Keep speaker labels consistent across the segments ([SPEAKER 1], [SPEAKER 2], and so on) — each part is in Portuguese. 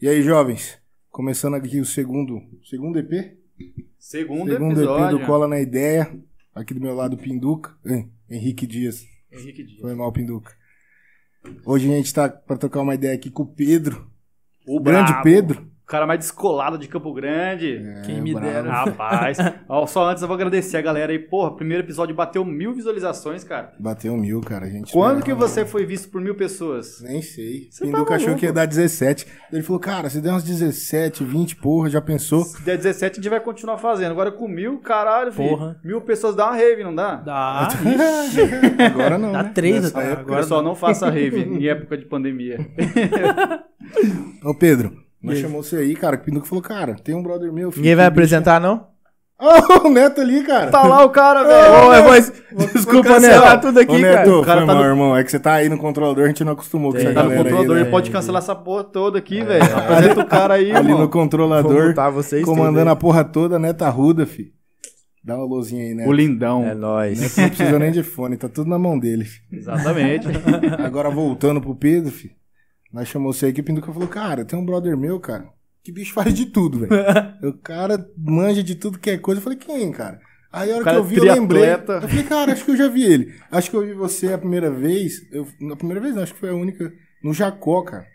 [SPEAKER 1] E aí, jovens? Começando aqui o segundo, segundo EP?
[SPEAKER 2] Segundo,
[SPEAKER 1] segundo EP
[SPEAKER 2] episódio.
[SPEAKER 1] do Cola na Ideia. Aqui do meu lado, Pinduca. Hein, Henrique Dias.
[SPEAKER 2] Henrique Dias.
[SPEAKER 1] Foi mal, Pinduca. Hoje a gente tá pra trocar uma ideia aqui com o Pedro.
[SPEAKER 2] O
[SPEAKER 1] grande
[SPEAKER 2] brabo.
[SPEAKER 1] Pedro. É,
[SPEAKER 2] O cara mais descolado de Campo Grande.
[SPEAKER 3] Quem me
[SPEAKER 2] É.
[SPEAKER 1] bravo.
[SPEAKER 3] dera.
[SPEAKER 2] Rapaz. Ó, só antes eu vou agradecer a galera aí. Porra, primeiro episódio bateu mil visualizações, cara. É.
[SPEAKER 1] Bateu mil, cara. A gente
[SPEAKER 2] Quando
[SPEAKER 1] esperava.
[SPEAKER 2] que você foi visto por mil pessoas?
[SPEAKER 1] Nem sei.
[SPEAKER 2] Você
[SPEAKER 1] Pinduca
[SPEAKER 2] tá
[SPEAKER 1] achou
[SPEAKER 2] maluco.
[SPEAKER 1] que ia dar 17. Ele falou, cara, se der uns 17, 20, porra, já pensou?
[SPEAKER 2] Se der 17, a gente vai continuar fazendo. Agora com mil, caralho, filho.
[SPEAKER 3] Porra.
[SPEAKER 2] Mil pessoas dá uma rave, não dá?
[SPEAKER 3] Dá.
[SPEAKER 1] Agora não.
[SPEAKER 3] Dá
[SPEAKER 1] né?
[SPEAKER 3] três,
[SPEAKER 1] Nessa
[SPEAKER 3] cara.
[SPEAKER 1] época.
[SPEAKER 3] Agora
[SPEAKER 2] Pessoal, não faça rave em época de pandemia.
[SPEAKER 1] Ô, Pedro, nós
[SPEAKER 3] E aí?
[SPEAKER 1] chamou você aí, cara. que O Pinduca falou, cara, tem um brother meu. filho,
[SPEAKER 3] Ninguém vai
[SPEAKER 1] que bicho-
[SPEAKER 3] apresentar, não?
[SPEAKER 1] Ô, o Neto ali, cara.
[SPEAKER 2] tá lá o cara,
[SPEAKER 3] Ô,
[SPEAKER 2] velho.
[SPEAKER 3] eu
[SPEAKER 1] Vou
[SPEAKER 3] vou-
[SPEAKER 1] assim,
[SPEAKER 3] Desculpa, né? Neto.
[SPEAKER 1] cancelar
[SPEAKER 3] tudo
[SPEAKER 1] Ô,
[SPEAKER 3] aqui,
[SPEAKER 1] Neto,
[SPEAKER 3] cara.
[SPEAKER 2] O cara
[SPEAKER 1] foi
[SPEAKER 2] tá
[SPEAKER 1] mal,
[SPEAKER 2] no-
[SPEAKER 1] irmão. É que você tá aí no controlador, a gente não acostumou com
[SPEAKER 3] Tem,
[SPEAKER 1] essa
[SPEAKER 2] Tá no
[SPEAKER 1] galera
[SPEAKER 2] controlador,
[SPEAKER 1] aí,
[SPEAKER 2] ele
[SPEAKER 1] né?
[SPEAKER 2] pode cancelar essa porra toda aqui, velho. Apresenta o cara aí,
[SPEAKER 1] Ali no
[SPEAKER 2] mano.
[SPEAKER 3] Vou
[SPEAKER 1] controlador,
[SPEAKER 3] mutar vocês.
[SPEAKER 1] comandando a
[SPEAKER 3] tudo
[SPEAKER 1] porra toda, Neto Arruda, fi. Dá uma luzinha aí, Neto.
[SPEAKER 2] O
[SPEAKER 3] aí. É
[SPEAKER 2] lindão.
[SPEAKER 3] nóis.
[SPEAKER 1] Neto não precisa nem de fone, tá tudo na mão dele, fi.
[SPEAKER 2] Exatamente.
[SPEAKER 1] Agora voltando pro Pedro, fi. Nós chamou você aqui, o Pinduca falou, cara, tem um brother meu, cara, que bicho faz de tudo, velho. o cara manja de tudo que é coisa. Eu falei, quem, cara? Aí a hora que
[SPEAKER 3] é
[SPEAKER 2] cara
[SPEAKER 1] eu vi, eu
[SPEAKER 2] triatleta.
[SPEAKER 1] lembrei. Eu falei, cara, acho que eu já vi ele. Acho que eu vi você a primeira vez. Eu, na primeira vez, não, acho que foi a única. No Jacó, cara.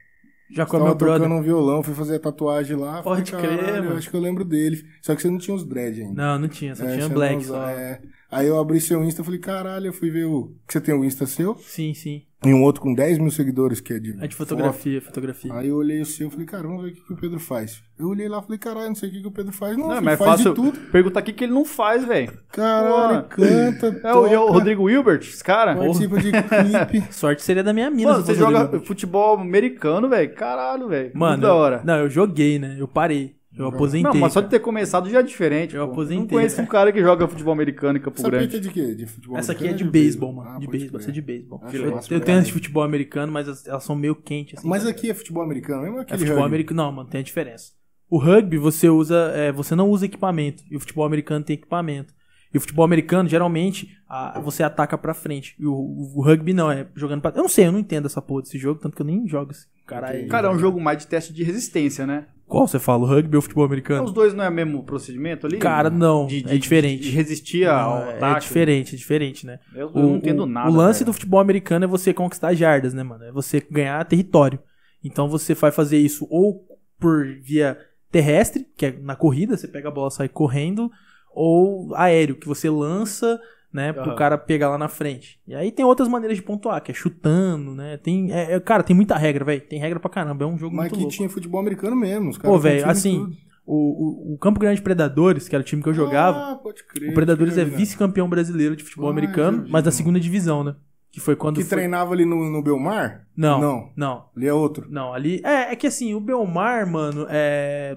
[SPEAKER 3] Já
[SPEAKER 1] Tava
[SPEAKER 3] comeu meu
[SPEAKER 1] tocando
[SPEAKER 3] brother.
[SPEAKER 1] um violão, fui fazer a tatuagem lá. falei,
[SPEAKER 3] Pode crer,
[SPEAKER 1] "Caralho,
[SPEAKER 3] mano."
[SPEAKER 1] Acho que eu lembro dele. Só que você não tinha os dread ainda.
[SPEAKER 3] Não, não tinha. Só
[SPEAKER 1] É,
[SPEAKER 3] tinha
[SPEAKER 1] você não
[SPEAKER 3] black
[SPEAKER 1] usa-
[SPEAKER 3] só.
[SPEAKER 1] é. Aí eu abri seu Insta e falei, caralho, eu fui ver o. Que você tem o Insta seu?
[SPEAKER 3] Sim, sim.
[SPEAKER 1] E um outro com 10 mil seguidores, que é de.
[SPEAKER 3] É de fotografia, fotografia.
[SPEAKER 1] Aí eu olhei o seu e falei, cara, vamos ver o que, que o Pedro faz. Eu olhei lá e falei, caralho, não sei o que, que o Pedro faz. Não,
[SPEAKER 2] Não,
[SPEAKER 1] filho,
[SPEAKER 2] mas é
[SPEAKER 1] faz
[SPEAKER 2] fácil
[SPEAKER 1] de tudo.
[SPEAKER 2] perguntar o que que ele não faz, velho.
[SPEAKER 1] Caralho,
[SPEAKER 2] Porra.
[SPEAKER 1] canta,
[SPEAKER 2] É o, é o
[SPEAKER 1] toca,
[SPEAKER 2] Rodrigo Wilbert, esse cara.
[SPEAKER 1] participa de clipe.
[SPEAKER 3] Sorte seria da minha mina.
[SPEAKER 2] Mano,
[SPEAKER 3] se
[SPEAKER 2] você
[SPEAKER 3] fosse
[SPEAKER 2] joga
[SPEAKER 3] Rodrigo.
[SPEAKER 2] futebol americano, velho. Caralho, velho.
[SPEAKER 3] Mano,
[SPEAKER 2] Muito da hora.
[SPEAKER 3] eu- não, eu joguei, né? Eu parei. Eu aposentei.
[SPEAKER 2] Não, mas só de
[SPEAKER 3] cara.
[SPEAKER 2] ter começado já é diferente.
[SPEAKER 3] Eu
[SPEAKER 2] pô.
[SPEAKER 3] aposentei,
[SPEAKER 2] Não conheço um
[SPEAKER 3] velho.
[SPEAKER 2] cara que joga futebol americano em Campo
[SPEAKER 1] Essa
[SPEAKER 2] Grande.
[SPEAKER 1] pica é de quê? De futebol
[SPEAKER 3] Essa aqui é de
[SPEAKER 1] americano?
[SPEAKER 3] beisebol, mano.
[SPEAKER 1] Ah,
[SPEAKER 3] de
[SPEAKER 1] pode
[SPEAKER 3] beisebol, essa
[SPEAKER 1] crer.
[SPEAKER 3] é de beisebol.
[SPEAKER 1] Ah,
[SPEAKER 2] Filé.
[SPEAKER 3] Eu,
[SPEAKER 1] massa,
[SPEAKER 3] eu tenho as
[SPEAKER 1] verdade.
[SPEAKER 3] de futebol americano, mas as- elas são meio quentes. Assim,
[SPEAKER 1] Mas
[SPEAKER 3] tá
[SPEAKER 1] aqui é futebol americano mesmo? ou
[SPEAKER 3] É
[SPEAKER 1] Aquele
[SPEAKER 3] futebol
[SPEAKER 1] rugby?
[SPEAKER 3] americano. Não, mano, tem a diferença. O rugby você usa, é, você não usa equipamento. E o futebol americano tem equipamento. E o futebol americano, geralmente, a- você ataca pra frente. E o, o- o rugby não, é jogando pra. Eu não sei, eu não entendo essa porra desse jogo, tanto que eu nem jogo esse. Caralho.
[SPEAKER 2] Cara, é um jogo mais de teste de resistência, né?
[SPEAKER 3] Qual você fala? O rugby ou o futebol
[SPEAKER 2] Os
[SPEAKER 3] americano?
[SPEAKER 2] dois não é o mesmo procedimento ali?
[SPEAKER 3] Cara, não.
[SPEAKER 2] De- de-
[SPEAKER 3] é diferente.
[SPEAKER 2] De resistir
[SPEAKER 3] Não,
[SPEAKER 2] ao
[SPEAKER 3] é,
[SPEAKER 2] ataque?
[SPEAKER 3] diferente, é diferente, né?
[SPEAKER 2] Eu, eu não entendo nada.
[SPEAKER 3] O lance
[SPEAKER 2] cara.
[SPEAKER 3] do futebol americano é você conquistar jardas, né, mano? É você ganhar território. Então você vai fazer isso ou por via terrestre, que é na corrida, você pega a bola e sai correndo, ou aéreo, que você lança, né, pro
[SPEAKER 2] Aham.
[SPEAKER 3] cara pegar lá na frente. E aí tem outras maneiras de pontuar, que é chutando, né? Tem, é- é- cara, tem muita regra, velho. Tem regra pra caramba, é um jogo
[SPEAKER 1] Mas
[SPEAKER 3] muito
[SPEAKER 1] aqui
[SPEAKER 3] louco.
[SPEAKER 1] tinha futebol americano mesmo. Os caras
[SPEAKER 3] Pô, velho,
[SPEAKER 1] tinham
[SPEAKER 3] assim,
[SPEAKER 1] tudo.
[SPEAKER 3] O, o- o Campo Grande Predadores, que era o time que eu jogava,
[SPEAKER 1] Ah, pode crer.
[SPEAKER 3] o Predadores é
[SPEAKER 1] Tinha, né?
[SPEAKER 3] vice-campeão brasileiro de futebol
[SPEAKER 1] Ah,
[SPEAKER 3] americano,
[SPEAKER 1] entendi.
[SPEAKER 3] mas da segunda divisão, né? Que foi quando
[SPEAKER 1] Que
[SPEAKER 3] foi...
[SPEAKER 1] treinava ali no, no Belmar?
[SPEAKER 3] Não,
[SPEAKER 1] Não.
[SPEAKER 3] não, não,
[SPEAKER 1] Ali é outro.
[SPEAKER 3] ali... É, é que assim, o Belmar, mano, é...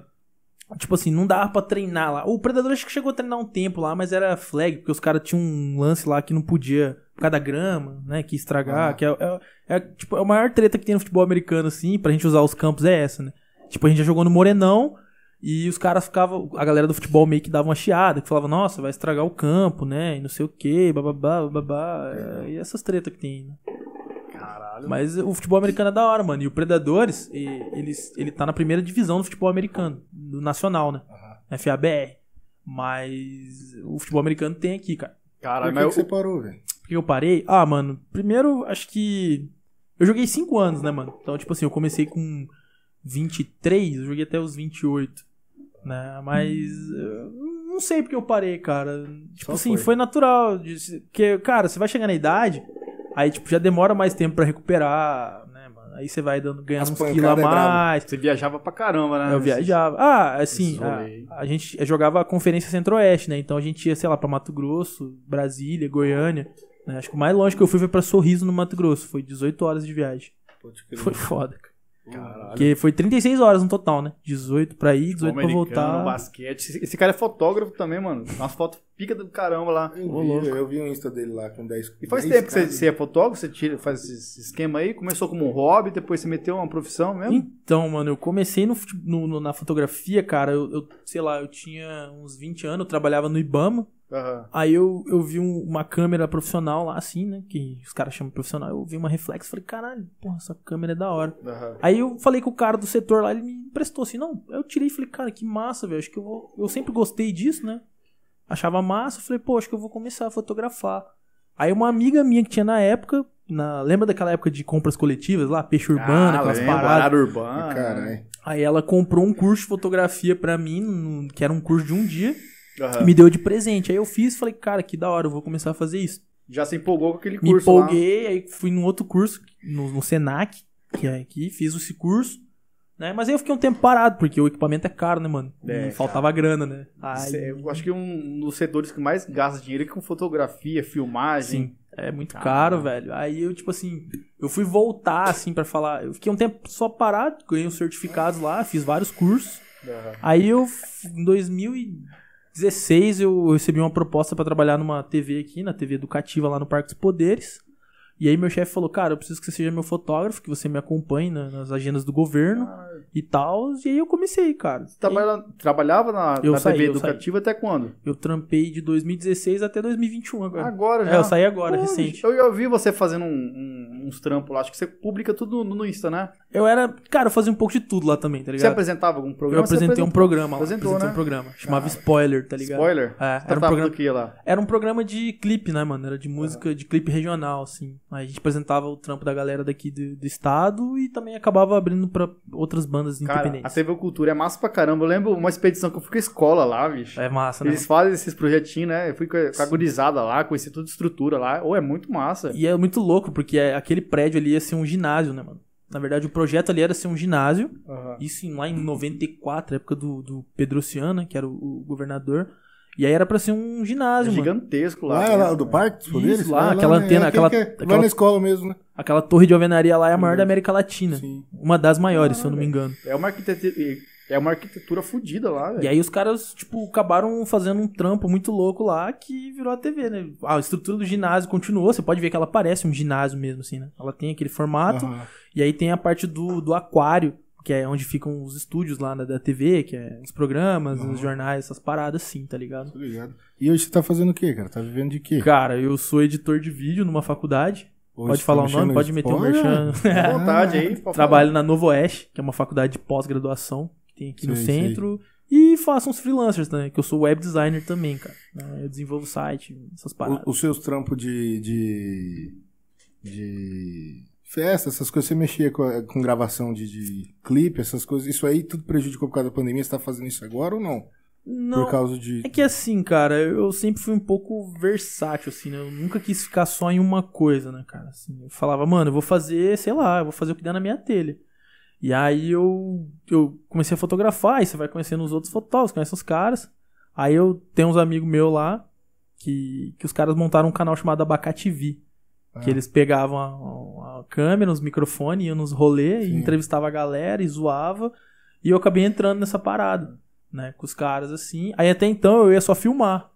[SPEAKER 3] Tipo assim, não dava pra treinar lá. O Predador acho que chegou a treinar um tempo lá, mas era flag, porque os caras tinham um lance lá que não podia, por causa da grama, né, que ia estragar,
[SPEAKER 1] Ah.
[SPEAKER 3] que é, é- é, tipo, é a maior treta que tem no futebol americano, assim, pra gente usar os campos é essa, né. Tipo, a gente já jogou no Morenão e os caras ficavam. A galera do futebol meio que dava uma chiada, que falava, nossa, vai estragar o campo, né? E não sei o quê, bababá, babá. E essas tretas que tem, né? Caralho. Mas o futebol americano é da hora, mano. E o Predadores, e- eles, ele tá na primeira divisão do futebol americano, do nacional, né? FABR. Mas o futebol americano tem aqui, cara.
[SPEAKER 2] Caralho,
[SPEAKER 1] Por que,
[SPEAKER 2] mas
[SPEAKER 1] que você parou, velho?
[SPEAKER 3] Por que eu parei? Ah, mano, primeiro, acho que. Eu joguei 5 anos, né, mano? Então, tipo assim, eu comecei com 23, eu joguei até os 28. Né? Mas. eu Não sei porque eu parei, cara. Tipo
[SPEAKER 1] Só
[SPEAKER 3] assim,
[SPEAKER 1] foi.
[SPEAKER 3] foi, natural. de- Porque, cara, você vai chegar na idade, aí, tipo, já demora mais tempo pra recuperar, né, mano? Aí você vai dando,
[SPEAKER 1] As
[SPEAKER 3] ganhando uns
[SPEAKER 1] pancadas
[SPEAKER 3] quilos a
[SPEAKER 1] é brabo.
[SPEAKER 3] mais.
[SPEAKER 2] Você viajava pra caramba, né?
[SPEAKER 3] Eu viajava. Ah, assim,
[SPEAKER 2] Esses
[SPEAKER 3] a,
[SPEAKER 2] rolê.
[SPEAKER 3] a gente jogava a Conferência Centro-Oeste, né? Então a gente ia, sei lá, pra Mato Grosso, Brasília, Goiânia. né? Acho que o mais longe que eu fui foi pra Sorriso, no Mato Grosso. Foi 18 horas de viagem.
[SPEAKER 1] Pode crer.
[SPEAKER 3] Foi foda, cara.
[SPEAKER 2] Caralho.
[SPEAKER 3] Porque foi 36 horas no total, né? 18 pra ir, 18 pra
[SPEAKER 2] Americano,
[SPEAKER 3] voltar.
[SPEAKER 2] basquete. Esse- Esse cara é fotógrafo também, mano. Dá Umas fotos pica do caramba lá.
[SPEAKER 1] Eu
[SPEAKER 3] Ô,
[SPEAKER 1] vi,
[SPEAKER 3] louco.
[SPEAKER 1] eu vi o Insta dele lá com 10
[SPEAKER 2] E faz
[SPEAKER 1] 10
[SPEAKER 2] tempo que você,
[SPEAKER 1] caras.
[SPEAKER 2] você é fotógrafo? Você tira, faz esse esquema aí? Começou como um hobby, depois você meteu uma profissão mesmo?
[SPEAKER 3] Então, mano, eu comecei no fute- no- no- na fotografia, cara. Eu, eu, sei lá, eu tinha uns 20 anos, eu trabalhava no Ibama.
[SPEAKER 2] Aham.
[SPEAKER 3] Aí eu, eu vi um- uma câmera profissional lá, assim, né? Que os caras chamam de profissional. Eu vi uma reflexo e falei, caralho, porra, essa câmera é da hora.
[SPEAKER 2] Aham.
[SPEAKER 3] Aí eu falei com o cara do setor lá, ele me prestou assim, não. Eu tirei e falei, cara, que massa, velho. Acho que eu vou. Eu sempre gostei disso, né? Achava massa, falei, pô, acho que eu vou começar a fotografar. Aí uma amiga minha que tinha na época, na, lembra daquela época de compras coletivas lá, peixe
[SPEAKER 2] Ah,
[SPEAKER 3] urbano, aquelas
[SPEAKER 2] lembra,
[SPEAKER 3] paradas.
[SPEAKER 2] área
[SPEAKER 1] Ah,
[SPEAKER 2] urbana.
[SPEAKER 1] Caralho.
[SPEAKER 3] Aí ela comprou um curso de fotografia pra mim, num- que era um curso de um dia,
[SPEAKER 2] Aham.
[SPEAKER 3] e me deu de presente. Aí eu fiz, falei, cara, que da hora, eu vou começar a fazer isso.
[SPEAKER 2] Já se empolgou com aquele
[SPEAKER 3] Me
[SPEAKER 2] curso lá.
[SPEAKER 3] empolguei, aí fui num outro curso, no, no Senac, que é aqui, fiz esse curso. Né? Mas aí eu fiquei um tempo parado, porque o equipamento é caro, né, mano?
[SPEAKER 2] É,
[SPEAKER 3] e faltava grana, né? Aí,
[SPEAKER 2] Cê- Eu acho que um dos setores que mais gasta dinheiro é com fotografia, filmagem.
[SPEAKER 3] Sim, é muito
[SPEAKER 2] Caramba.
[SPEAKER 3] caro, velho. Aí eu, tipo assim, eu fui voltar, assim, pra falar. Eu fiquei um tempo só parado, ganhei uns certificados lá, fiz vários cursos.
[SPEAKER 2] Aham.
[SPEAKER 3] Aí eu, f- em 2016, eu recebi uma proposta pra trabalhar numa TV aqui, na TV educativa lá no Parque dos Poderes. E aí meu chefe falou, cara, eu preciso que você seja meu fotógrafo, que você me acompanhe na- nas agendas do governo e tal. E aí eu comecei, cara.
[SPEAKER 2] Você trabalha- trabalhava na,
[SPEAKER 3] Eu
[SPEAKER 2] na
[SPEAKER 3] saí,
[SPEAKER 2] TV
[SPEAKER 3] eu saí.
[SPEAKER 2] educativa até quando?
[SPEAKER 3] Eu trampei de 2016 até 2021 agora.
[SPEAKER 2] Agora Ah, já.
[SPEAKER 3] é, eu saí agora,
[SPEAKER 2] Pô,
[SPEAKER 3] recente.
[SPEAKER 2] bicho, Eu já ouvi você fazendo um- um- uns trampos lá. Acho que você publica tudo no, no Insta, né?
[SPEAKER 3] Eu era, cara, eu fazia um pouco de tudo lá também, tá
[SPEAKER 2] Você
[SPEAKER 3] ligado?
[SPEAKER 2] apresentava algum
[SPEAKER 3] Eu
[SPEAKER 2] programa? Você
[SPEAKER 3] apresentei um
[SPEAKER 2] apresentou-
[SPEAKER 3] programa lá.
[SPEAKER 2] apresentou,
[SPEAKER 3] Apresentei um
[SPEAKER 2] né?
[SPEAKER 3] programa. Chamava Spoiler, tá ligado?
[SPEAKER 2] Spoiler?
[SPEAKER 3] É,
[SPEAKER 2] Você
[SPEAKER 3] era um
[SPEAKER 2] tratava
[SPEAKER 3] programa.
[SPEAKER 2] do que lá?
[SPEAKER 3] Era um programa de clipe, né, mano? Era de música, de clipe regional, assim. Aí a gente apresentava o trampo da galera daqui do, do estado e também acabava abrindo pra outras bandas
[SPEAKER 2] Cara, a
[SPEAKER 3] independentes.
[SPEAKER 2] TV Cultura é massa pra caramba. Eu lembro uma expedição que eu fui com a escola lá, bicho.
[SPEAKER 3] É massa, né?
[SPEAKER 2] Eles fazem esses projetinhos, né? Eu fui com a, com a gurizada lá, com o Instituto de Estrutura lá. Ou é muito massa.
[SPEAKER 3] E é muito louco, porque é- aquele prédio ali ia ser um ginásio, né, mano? Na verdade, o projeto ali era ser um ginásio.
[SPEAKER 2] Aham.
[SPEAKER 3] Isso em- lá em 94, época do, do Pedro Oceano, né, que era o, o governador. E aí era pra ser um
[SPEAKER 2] É
[SPEAKER 3] ginásio, mano.
[SPEAKER 2] gigantesco lá. né?
[SPEAKER 1] Lá, é lá do parque dos
[SPEAKER 3] Isso,
[SPEAKER 1] poderes?
[SPEAKER 3] lá,
[SPEAKER 1] É
[SPEAKER 3] aquela
[SPEAKER 1] né?
[SPEAKER 3] antena,
[SPEAKER 1] É aquele
[SPEAKER 3] aquela-
[SPEAKER 1] que é- Vai
[SPEAKER 3] aquela-
[SPEAKER 1] na escola mesmo, né?
[SPEAKER 3] Aquela torre de alvenaria lá é a
[SPEAKER 2] Uhum.
[SPEAKER 3] maior da América Latina.
[SPEAKER 1] Sim.
[SPEAKER 3] Uma das maiores, se eu não me engano.
[SPEAKER 2] É uma arquitetura, é uma arquitetura fodida lá,
[SPEAKER 3] E
[SPEAKER 2] velho.
[SPEAKER 3] aí os caras, tipo, acabaram fazendo um trampo muito louco lá que virou a TV, né? A estrutura do ginásio continuou, você pode ver que ela parece um ginásio mesmo, assim, né? Ela tem aquele formato,
[SPEAKER 1] Aham.
[SPEAKER 3] e aí tem a parte do, do aquário, que é onde ficam os estúdios lá na, da TV, que é os programas, os jornais, essas paradas, assim, tá ligado?
[SPEAKER 1] Tô ligado. E hoje você tá fazendo o quê, cara? Tá vivendo de quê?
[SPEAKER 3] Cara, eu sou editor de vídeo numa faculdade.
[SPEAKER 1] Hoje
[SPEAKER 3] pode
[SPEAKER 1] tá
[SPEAKER 3] falar o
[SPEAKER 1] mexendo
[SPEAKER 3] nome,
[SPEAKER 1] no
[SPEAKER 3] pode meter o um
[SPEAKER 1] spoiler?
[SPEAKER 3] merchan.
[SPEAKER 2] Fica à vontade aí. pode
[SPEAKER 3] Ah, Trabalho na Novo Oeste, que é uma faculdade de pós-graduação que tem aqui no
[SPEAKER 1] Sei,
[SPEAKER 3] centro. E faço uns freelancers também, que eu sou web designer também, cara. Né? Eu desenvolvo site, essas paradas.
[SPEAKER 1] O- Os seus trampos de, de. de festa, essas coisas, você mexia com, a- com gravação de, de clipe, essas coisas. Isso aí tudo prejudicou por causa da pandemia? Você tá fazendo isso agora ou não?
[SPEAKER 3] Não,
[SPEAKER 1] Por causa de.
[SPEAKER 3] é que assim, cara, eu sempre fui um pouco versátil, assim, né? Eu nunca quis ficar só em uma coisa, né, cara? Assim, eu falava, mano, eu vou fazer, sei lá, eu vou fazer o que der na minha telha. E aí eu, eu comecei a fotografar, e você vai conhecendo os outros fotógrafos, conhece os caras. Aí eu tenho uns amigos meus lá, que, que os caras montaram um canal chamado Abacate TV.
[SPEAKER 1] Ah.
[SPEAKER 3] Que eles pegavam a, a- a câmera, os microfones, iam nos rolês, e
[SPEAKER 1] Sim.
[SPEAKER 3] entrevistava a galera e zoava. E eu acabei entrando nessa parada, né? Com os caras assim. Aí até então eu ia só filmar.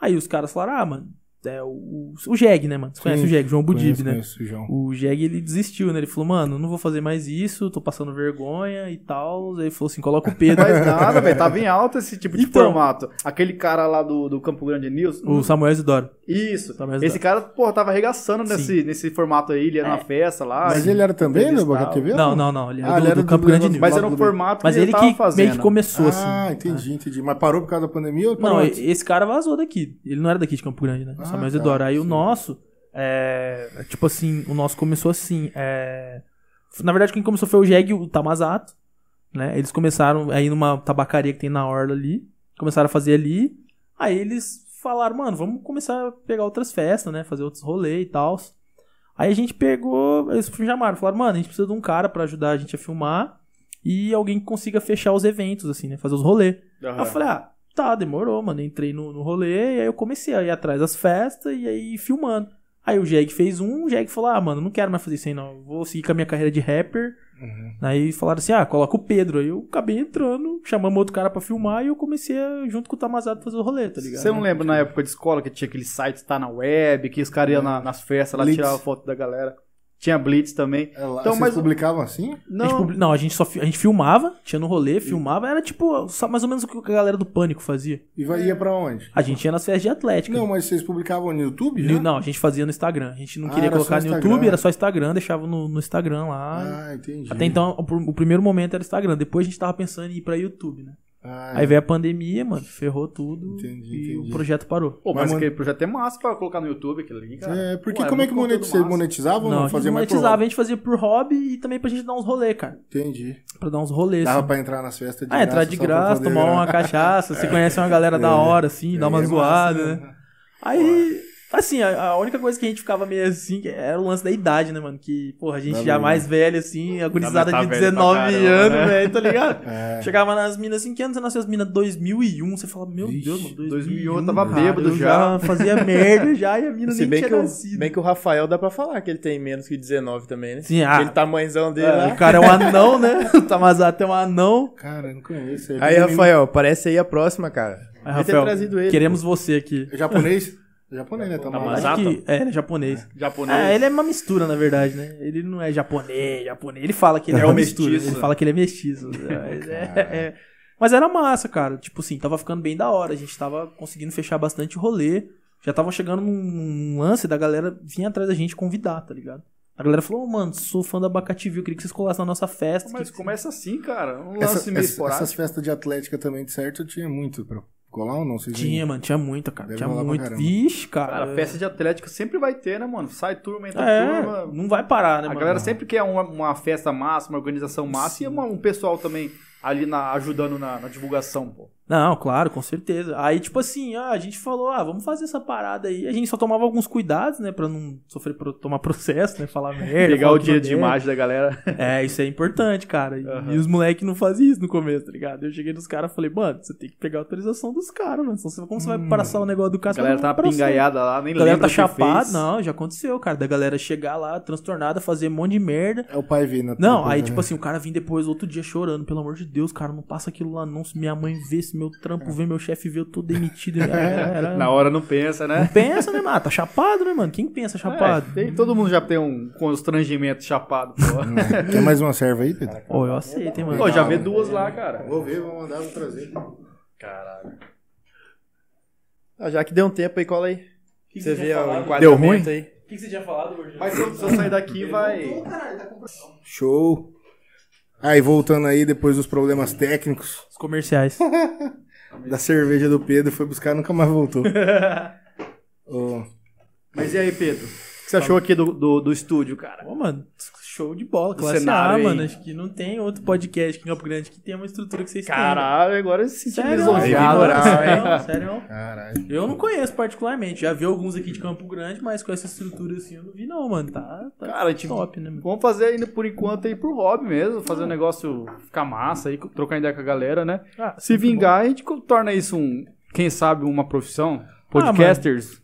[SPEAKER 3] Aí os caras falaram, ah, mano, é o, o Jeg, né, mano? Você conhece
[SPEAKER 1] Sim,
[SPEAKER 3] o Jeg, João Budib,
[SPEAKER 1] Conheço,
[SPEAKER 3] né?
[SPEAKER 1] conheço, João.
[SPEAKER 3] O Jeg, ele desistiu, né? Ele falou, mano, não vou fazer mais isso, tô passando vergonha e tal. Aí ele falou assim, coloca o Pedro.
[SPEAKER 2] Mas nada, velho. Tava em alta esse tipo de
[SPEAKER 3] Então.
[SPEAKER 2] formato. Aquele cara lá do, do Campo Grande News.
[SPEAKER 3] o Samuel Isidoro.
[SPEAKER 2] Isso.
[SPEAKER 3] Tá mais
[SPEAKER 2] Esse cara, pô, tava arregaçando
[SPEAKER 3] Sim.
[SPEAKER 2] nesse, nesse formato aí. Ele ia na festa lá.
[SPEAKER 1] É. Mas ele era também do Boca TV?
[SPEAKER 3] Ah, Não, não, não. Ele era
[SPEAKER 1] Ah,
[SPEAKER 3] do,
[SPEAKER 1] ele era
[SPEAKER 3] do
[SPEAKER 1] do
[SPEAKER 3] Campo Grande
[SPEAKER 1] negócio-
[SPEAKER 3] News.
[SPEAKER 2] Mas era um
[SPEAKER 1] Logo
[SPEAKER 2] formato
[SPEAKER 3] Mas
[SPEAKER 2] que
[SPEAKER 3] ele
[SPEAKER 2] ele tava
[SPEAKER 3] que
[SPEAKER 2] fazendo.
[SPEAKER 3] meio que começou, assim.
[SPEAKER 1] Ah, entendi, entendi. Mas parou por causa da pandemia ou parou
[SPEAKER 3] Não,
[SPEAKER 1] antes?
[SPEAKER 3] e- esse cara vazou daqui. Ele não era daqui de Campo Grande, né?
[SPEAKER 1] Ah,
[SPEAKER 3] Samuel
[SPEAKER 1] tá,
[SPEAKER 3] Isidoro. Aí o
[SPEAKER 1] sim.
[SPEAKER 3] nosso, é, é tipo assim, o nosso começou assim. é, na verdade, quem começou foi o Jeg e o Tamazato, né? Eles começaram aí numa tabacaria que tem na orla ali. Começaram a fazer ali. Aí eles falaram, mano, vamos começar a pegar outras festas, né? Fazer outros rolês e tal. Aí a gente pegou, eles me chamaram, falaram, mano, a gente precisa de um cara pra ajudar a gente a filmar e alguém que consiga fechar os eventos, assim, né? Fazer os rolês. Aí
[SPEAKER 1] É.
[SPEAKER 2] Aham.
[SPEAKER 3] eu falei, ah, tá, demorou, mano. Entrei no, no rolê e aí eu comecei a ir atrás das festas e aí filmando. Aí o Jeg fez um, o Jeg falou, ah, mano, não quero mais fazer isso aí não. Eu Vou seguir com a minha carreira de rapper.
[SPEAKER 1] Uhum.
[SPEAKER 3] Aí falaram assim, ah, coloca o Pedro. Aí eu acabei entrando, chamamos outro cara pra filmar e eu comecei a, junto com o Tamazato fazer o rolê, tá ligado?
[SPEAKER 2] Você não lembra na
[SPEAKER 3] É.
[SPEAKER 2] época de escola que tinha aquele site tá na web, que os caras iam na- nas festas lá,
[SPEAKER 1] Leaks.
[SPEAKER 2] tiravam foto da galera. Tinha Blitz também. tipo,
[SPEAKER 1] É lá,
[SPEAKER 2] Então,
[SPEAKER 1] vocês
[SPEAKER 2] mas-
[SPEAKER 1] publicavam assim?
[SPEAKER 3] A gente,
[SPEAKER 2] Não,
[SPEAKER 3] publi- não, a gente só fi- a gente filmava, tinha no rolê, filmava, era tipo só mais ou menos o que a galera do Pânico fazia.
[SPEAKER 1] E vai, ia pra onde?
[SPEAKER 3] A gente ia nas festas de Atlética.
[SPEAKER 1] Não, mas vocês publicavam no YouTube?
[SPEAKER 3] No-
[SPEAKER 1] já?
[SPEAKER 3] não, a gente fazia no Instagram. A gente não
[SPEAKER 1] Ah,
[SPEAKER 3] queria
[SPEAKER 1] era só
[SPEAKER 3] colocar no
[SPEAKER 1] Instagram.
[SPEAKER 3] YouTube, era só Instagram, deixava no, no Instagram lá.
[SPEAKER 1] Ah, entendi.
[SPEAKER 3] Até então, o, pr- o primeiro momento era Instagram, depois a gente tava pensando em ir pra YouTube, né?
[SPEAKER 1] Ah,
[SPEAKER 3] Aí veio a pandemia, mano, ferrou tudo
[SPEAKER 1] Entendi,
[SPEAKER 3] e
[SPEAKER 1] entendi.
[SPEAKER 3] o projeto parou.
[SPEAKER 2] Pô,
[SPEAKER 1] Mas,
[SPEAKER 2] mas
[SPEAKER 1] mano-
[SPEAKER 2] aquele projeto é massa pra colocar no YouTube aquilo ali, cara.
[SPEAKER 1] É, porque
[SPEAKER 2] Pô,
[SPEAKER 1] como é
[SPEAKER 2] muito
[SPEAKER 1] que
[SPEAKER 2] conteúdo
[SPEAKER 1] monetiza,
[SPEAKER 2] massa.
[SPEAKER 1] monetizavam?
[SPEAKER 3] não, a
[SPEAKER 1] Não,
[SPEAKER 3] gente
[SPEAKER 1] fazia
[SPEAKER 3] não
[SPEAKER 1] mais
[SPEAKER 3] monetizava,
[SPEAKER 1] por
[SPEAKER 3] a gente fazia por hobby e também pra gente dar uns rolê, cara.
[SPEAKER 1] Entendi.
[SPEAKER 3] Pra dar uns rolês.
[SPEAKER 1] Dava
[SPEAKER 3] assim.
[SPEAKER 1] pra entrar nas festas de graça.
[SPEAKER 3] Ah, entrar de
[SPEAKER 1] só pra
[SPEAKER 3] graça,
[SPEAKER 1] poder-
[SPEAKER 3] tomar uma cachaça, você conhece uma galera da hora, assim, dá uma
[SPEAKER 1] É,
[SPEAKER 3] zoada,
[SPEAKER 1] massa,
[SPEAKER 3] né? Aí, assim, a, a única coisa que a gente ficava meio assim que era o lance da idade, né, mano? Que, porra, a gente
[SPEAKER 1] Tá
[SPEAKER 3] já
[SPEAKER 1] bem.
[SPEAKER 3] mais velho, assim,
[SPEAKER 2] mas
[SPEAKER 3] agorizada
[SPEAKER 2] tá
[SPEAKER 3] de
[SPEAKER 2] velho pra
[SPEAKER 3] 19
[SPEAKER 2] caramba,
[SPEAKER 3] anos,
[SPEAKER 2] né?
[SPEAKER 3] velho, tá ligado?
[SPEAKER 1] É.
[SPEAKER 3] Chegava nas minas, assim, que anos você nasceu? As minas 2001, você fala, meu
[SPEAKER 1] Vixe,
[SPEAKER 3] Deus, mano, 2001,
[SPEAKER 2] 2001, eu tava
[SPEAKER 3] cara,
[SPEAKER 2] bêbado
[SPEAKER 3] eu
[SPEAKER 2] já.
[SPEAKER 3] fazia merda já e a mina
[SPEAKER 4] Se
[SPEAKER 3] nem
[SPEAKER 4] bem
[SPEAKER 3] tinha
[SPEAKER 4] que, o,
[SPEAKER 3] nascido.
[SPEAKER 4] bem que o Rafael dá pra falar que ele tem menos que 19 também, né?
[SPEAKER 3] Sim, ah.
[SPEAKER 4] Aquele tamanhozão dele
[SPEAKER 3] É,
[SPEAKER 4] lá.
[SPEAKER 3] o cara é um anão, né? O Tamazata é um anão.
[SPEAKER 1] Cara, eu não conheço. É
[SPEAKER 4] Aí,
[SPEAKER 1] menino-
[SPEAKER 4] Rafael, parece aí a próxima, cara.
[SPEAKER 3] um. Aí,
[SPEAKER 4] Devia ter
[SPEAKER 3] Rafael,
[SPEAKER 4] trazido ele.
[SPEAKER 3] queremos você aqui.
[SPEAKER 1] É Japonês? É Japonês, né? Tá
[SPEAKER 2] Tá
[SPEAKER 1] mal.
[SPEAKER 2] mais
[SPEAKER 3] Acho
[SPEAKER 2] Tamazata?
[SPEAKER 3] que- é, ele é japonês.
[SPEAKER 2] Japonês.
[SPEAKER 3] Ah, ele é uma mistura, na verdade, né? Ele não é japonês, japonês. Ele fala que ele é,
[SPEAKER 2] É
[SPEAKER 3] uma
[SPEAKER 2] um
[SPEAKER 3] mistura.
[SPEAKER 2] mestiço.
[SPEAKER 3] Ele fala que ele é mestiço. É, é, é. Mas era massa, cara. Tipo assim, tava ficando bem da hora. A gente tava conseguindo fechar bastante rolê. Já tava chegando num, num lance da galera vir atrás da gente convidar, tá ligado? A galera falou, "Ô, mano, sou fã da Abacativil, queria que vocês colassem na nossa festa.
[SPEAKER 2] Mas
[SPEAKER 3] que-
[SPEAKER 2] começa assim, cara. Um lance
[SPEAKER 1] Essa,
[SPEAKER 2] meio
[SPEAKER 1] essa,
[SPEAKER 2] esporádico.
[SPEAKER 1] essas festas de atlética também, de certo, tinha muito pra colar ou não? Vocês
[SPEAKER 3] Tinha, mano, tinha muita, cara.
[SPEAKER 1] Deve
[SPEAKER 3] tinha
[SPEAKER 1] rolar pra
[SPEAKER 3] muito.
[SPEAKER 1] caramba.
[SPEAKER 3] Vixe, cara.
[SPEAKER 2] Cara, festa de atlético sempre vai ter, né, mano? Sai turma, entra
[SPEAKER 3] É,
[SPEAKER 2] turma.
[SPEAKER 3] não vai parar,
[SPEAKER 2] A
[SPEAKER 3] né, mano?
[SPEAKER 2] galera sempre quer uma, uma festa massa, uma organização massa e uma- um pessoal também ali na- ajudando na, na divulgação, pô.
[SPEAKER 3] Não, claro, com certeza. Aí, tipo assim, ah, a gente falou, ah, vamos fazer essa parada aí. A gente só tomava alguns cuidados, né, pra não sofrer, pro- tomar processo, né, falar merda.
[SPEAKER 2] Pegar
[SPEAKER 3] falar
[SPEAKER 2] o
[SPEAKER 3] que
[SPEAKER 2] dia
[SPEAKER 3] não
[SPEAKER 2] de
[SPEAKER 3] deve.
[SPEAKER 2] imagem da galera.
[SPEAKER 3] É, isso é importante, cara. E,
[SPEAKER 2] Aham.
[SPEAKER 3] e os moleques não faziam isso no começo, tá ligado? Eu cheguei nos caras e falei, mano, você tem que pegar a autorização dos caras, mano. Senão você, como você vai passar o negócio do
[SPEAKER 2] Hum. A
[SPEAKER 3] cara? Você vai
[SPEAKER 2] galera
[SPEAKER 3] dar
[SPEAKER 2] tá
[SPEAKER 3] um processo.
[SPEAKER 2] pingaiada lá, nem
[SPEAKER 3] A galera
[SPEAKER 2] lembra
[SPEAKER 3] tá
[SPEAKER 2] o que
[SPEAKER 3] chapada.
[SPEAKER 2] fez.
[SPEAKER 3] Não, já aconteceu, cara. Da galera chegar lá, transtornada, fazer um monte de merda.
[SPEAKER 1] É o pai vendo. a
[SPEAKER 3] Não,
[SPEAKER 1] coisa,
[SPEAKER 3] aí
[SPEAKER 1] né?
[SPEAKER 3] tipo assim, o cara vem depois outro dia chorando, pelo amor de Deus, cara, não passa aquilo lá não, se minha mãe vê, se meu trampo vê, meu chefe vê, eu tô demitido. Era, era-
[SPEAKER 2] Na hora não pensa, né?
[SPEAKER 3] Pensa, né, mano? Tá chapado, né, mano? Quem pensa chapado?
[SPEAKER 2] É, tem- todo mundo já tem um constrangimento chapado, pô.
[SPEAKER 1] Tem mais uma serva aí, Pedro?
[SPEAKER 3] Ô, eu aceito, hein, mano.
[SPEAKER 2] Pô, já vê duas lá, cara.
[SPEAKER 1] Vou ver, vou mandar, vou trazer.
[SPEAKER 4] Ah, já que deu um tempo aí, cola aí.
[SPEAKER 3] que
[SPEAKER 4] Você
[SPEAKER 3] você
[SPEAKER 4] vê
[SPEAKER 3] tinha
[SPEAKER 4] o
[SPEAKER 3] falado?
[SPEAKER 4] enquadramento
[SPEAKER 2] Deu ruim?
[SPEAKER 4] aí.
[SPEAKER 3] O que, você tinha falado, Gordinho?
[SPEAKER 2] Mas se eu, se eu sair daqui, vai.
[SPEAKER 1] Show. Aí, voltando aí, depois dos problemas técnicos
[SPEAKER 3] Os comerciais.
[SPEAKER 1] da cerveja do Pedro, foi buscar nunca mais voltou. Ô,
[SPEAKER 2] Mas e aí, Pedro? O que você achou aqui do, do, do estúdio, cara?
[SPEAKER 3] Pô, mano, show de bola, classe
[SPEAKER 2] cenário,
[SPEAKER 3] A,
[SPEAKER 2] hein?
[SPEAKER 3] mano. Acho que não tem outro podcast aqui em Campo Grande que tenha uma estrutura que vocês
[SPEAKER 2] Caralho, agora eu se
[SPEAKER 3] têm.
[SPEAKER 2] senti
[SPEAKER 3] né? Sério,
[SPEAKER 2] lisonjeado.
[SPEAKER 3] mano,
[SPEAKER 2] né?
[SPEAKER 3] sério, sério.
[SPEAKER 1] Caralho.
[SPEAKER 3] Eu não conheço particularmente. Já vi alguns aqui de Campo Grande, mas com essa estrutura assim eu não vi, não, mano. Tá, tá
[SPEAKER 2] Cara, a gente-
[SPEAKER 3] top, né, mano?
[SPEAKER 2] Vamos fazer ainda por enquanto aí pro hobby mesmo, fazer um negócio ficar massa aí, trocar ideia com a galera, né?
[SPEAKER 3] Ah,
[SPEAKER 2] Se
[SPEAKER 3] muito bom.
[SPEAKER 2] vingar, a gente torna isso um, quem sabe, uma profissão. Podcasters.
[SPEAKER 3] Ah,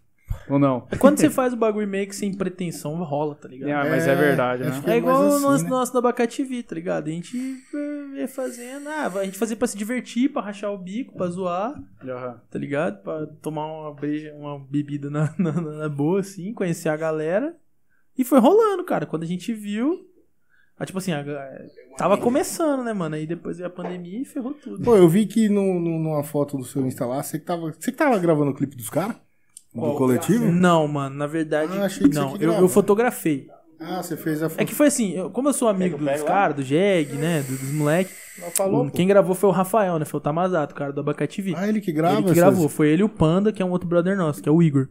[SPEAKER 2] ou não?
[SPEAKER 3] Quando você faz o bagulho meio que sem pretensão, rola, tá ligado?
[SPEAKER 2] É, mas é verdade, né?
[SPEAKER 1] que
[SPEAKER 3] É igual
[SPEAKER 1] mais
[SPEAKER 3] o
[SPEAKER 1] assim,
[SPEAKER 3] nosso,
[SPEAKER 1] né?
[SPEAKER 3] nosso da Abacate V, tá ligado? A gente eh, ia fazendo. Ah, a gente fazia pra se divertir, pra rachar o bico, pra zoar,
[SPEAKER 2] Aham.
[SPEAKER 3] tá ligado? Pra tomar uma, breja, uma bebida na, na, na- na boa, assim, conhecer a galera. E foi rolando, cara. Quando a gente viu. ah, tipo assim, a ga- tava começando, né, mano? Aí depois veio a pandemia e ferrou tudo.
[SPEAKER 1] né? Pô, eu vi que no, no- numa foto do seu Insta lá, você que tava, você que tava gravando o clipe dos caras? Do coletivo?
[SPEAKER 3] Não, mano, na verdade.
[SPEAKER 1] Ah, achei que
[SPEAKER 3] não,
[SPEAKER 1] você que
[SPEAKER 3] eu, eu
[SPEAKER 1] grava.
[SPEAKER 3] fotografei.
[SPEAKER 1] Ah, você fez a foto.
[SPEAKER 3] É que foi assim, eu- como eu sou amigo dos caras, do Jeg, né? do- Dos moleques.
[SPEAKER 4] Não falou,
[SPEAKER 3] O- Quem gravou foi o Rafael, né? Foi o Tamazato, o cara do Abacate TV.
[SPEAKER 1] Ah, ele que grava?
[SPEAKER 3] ele que
[SPEAKER 1] essas-
[SPEAKER 3] gravou. Foi ele e o Panda, que é um outro brother nosso, que é o Igor.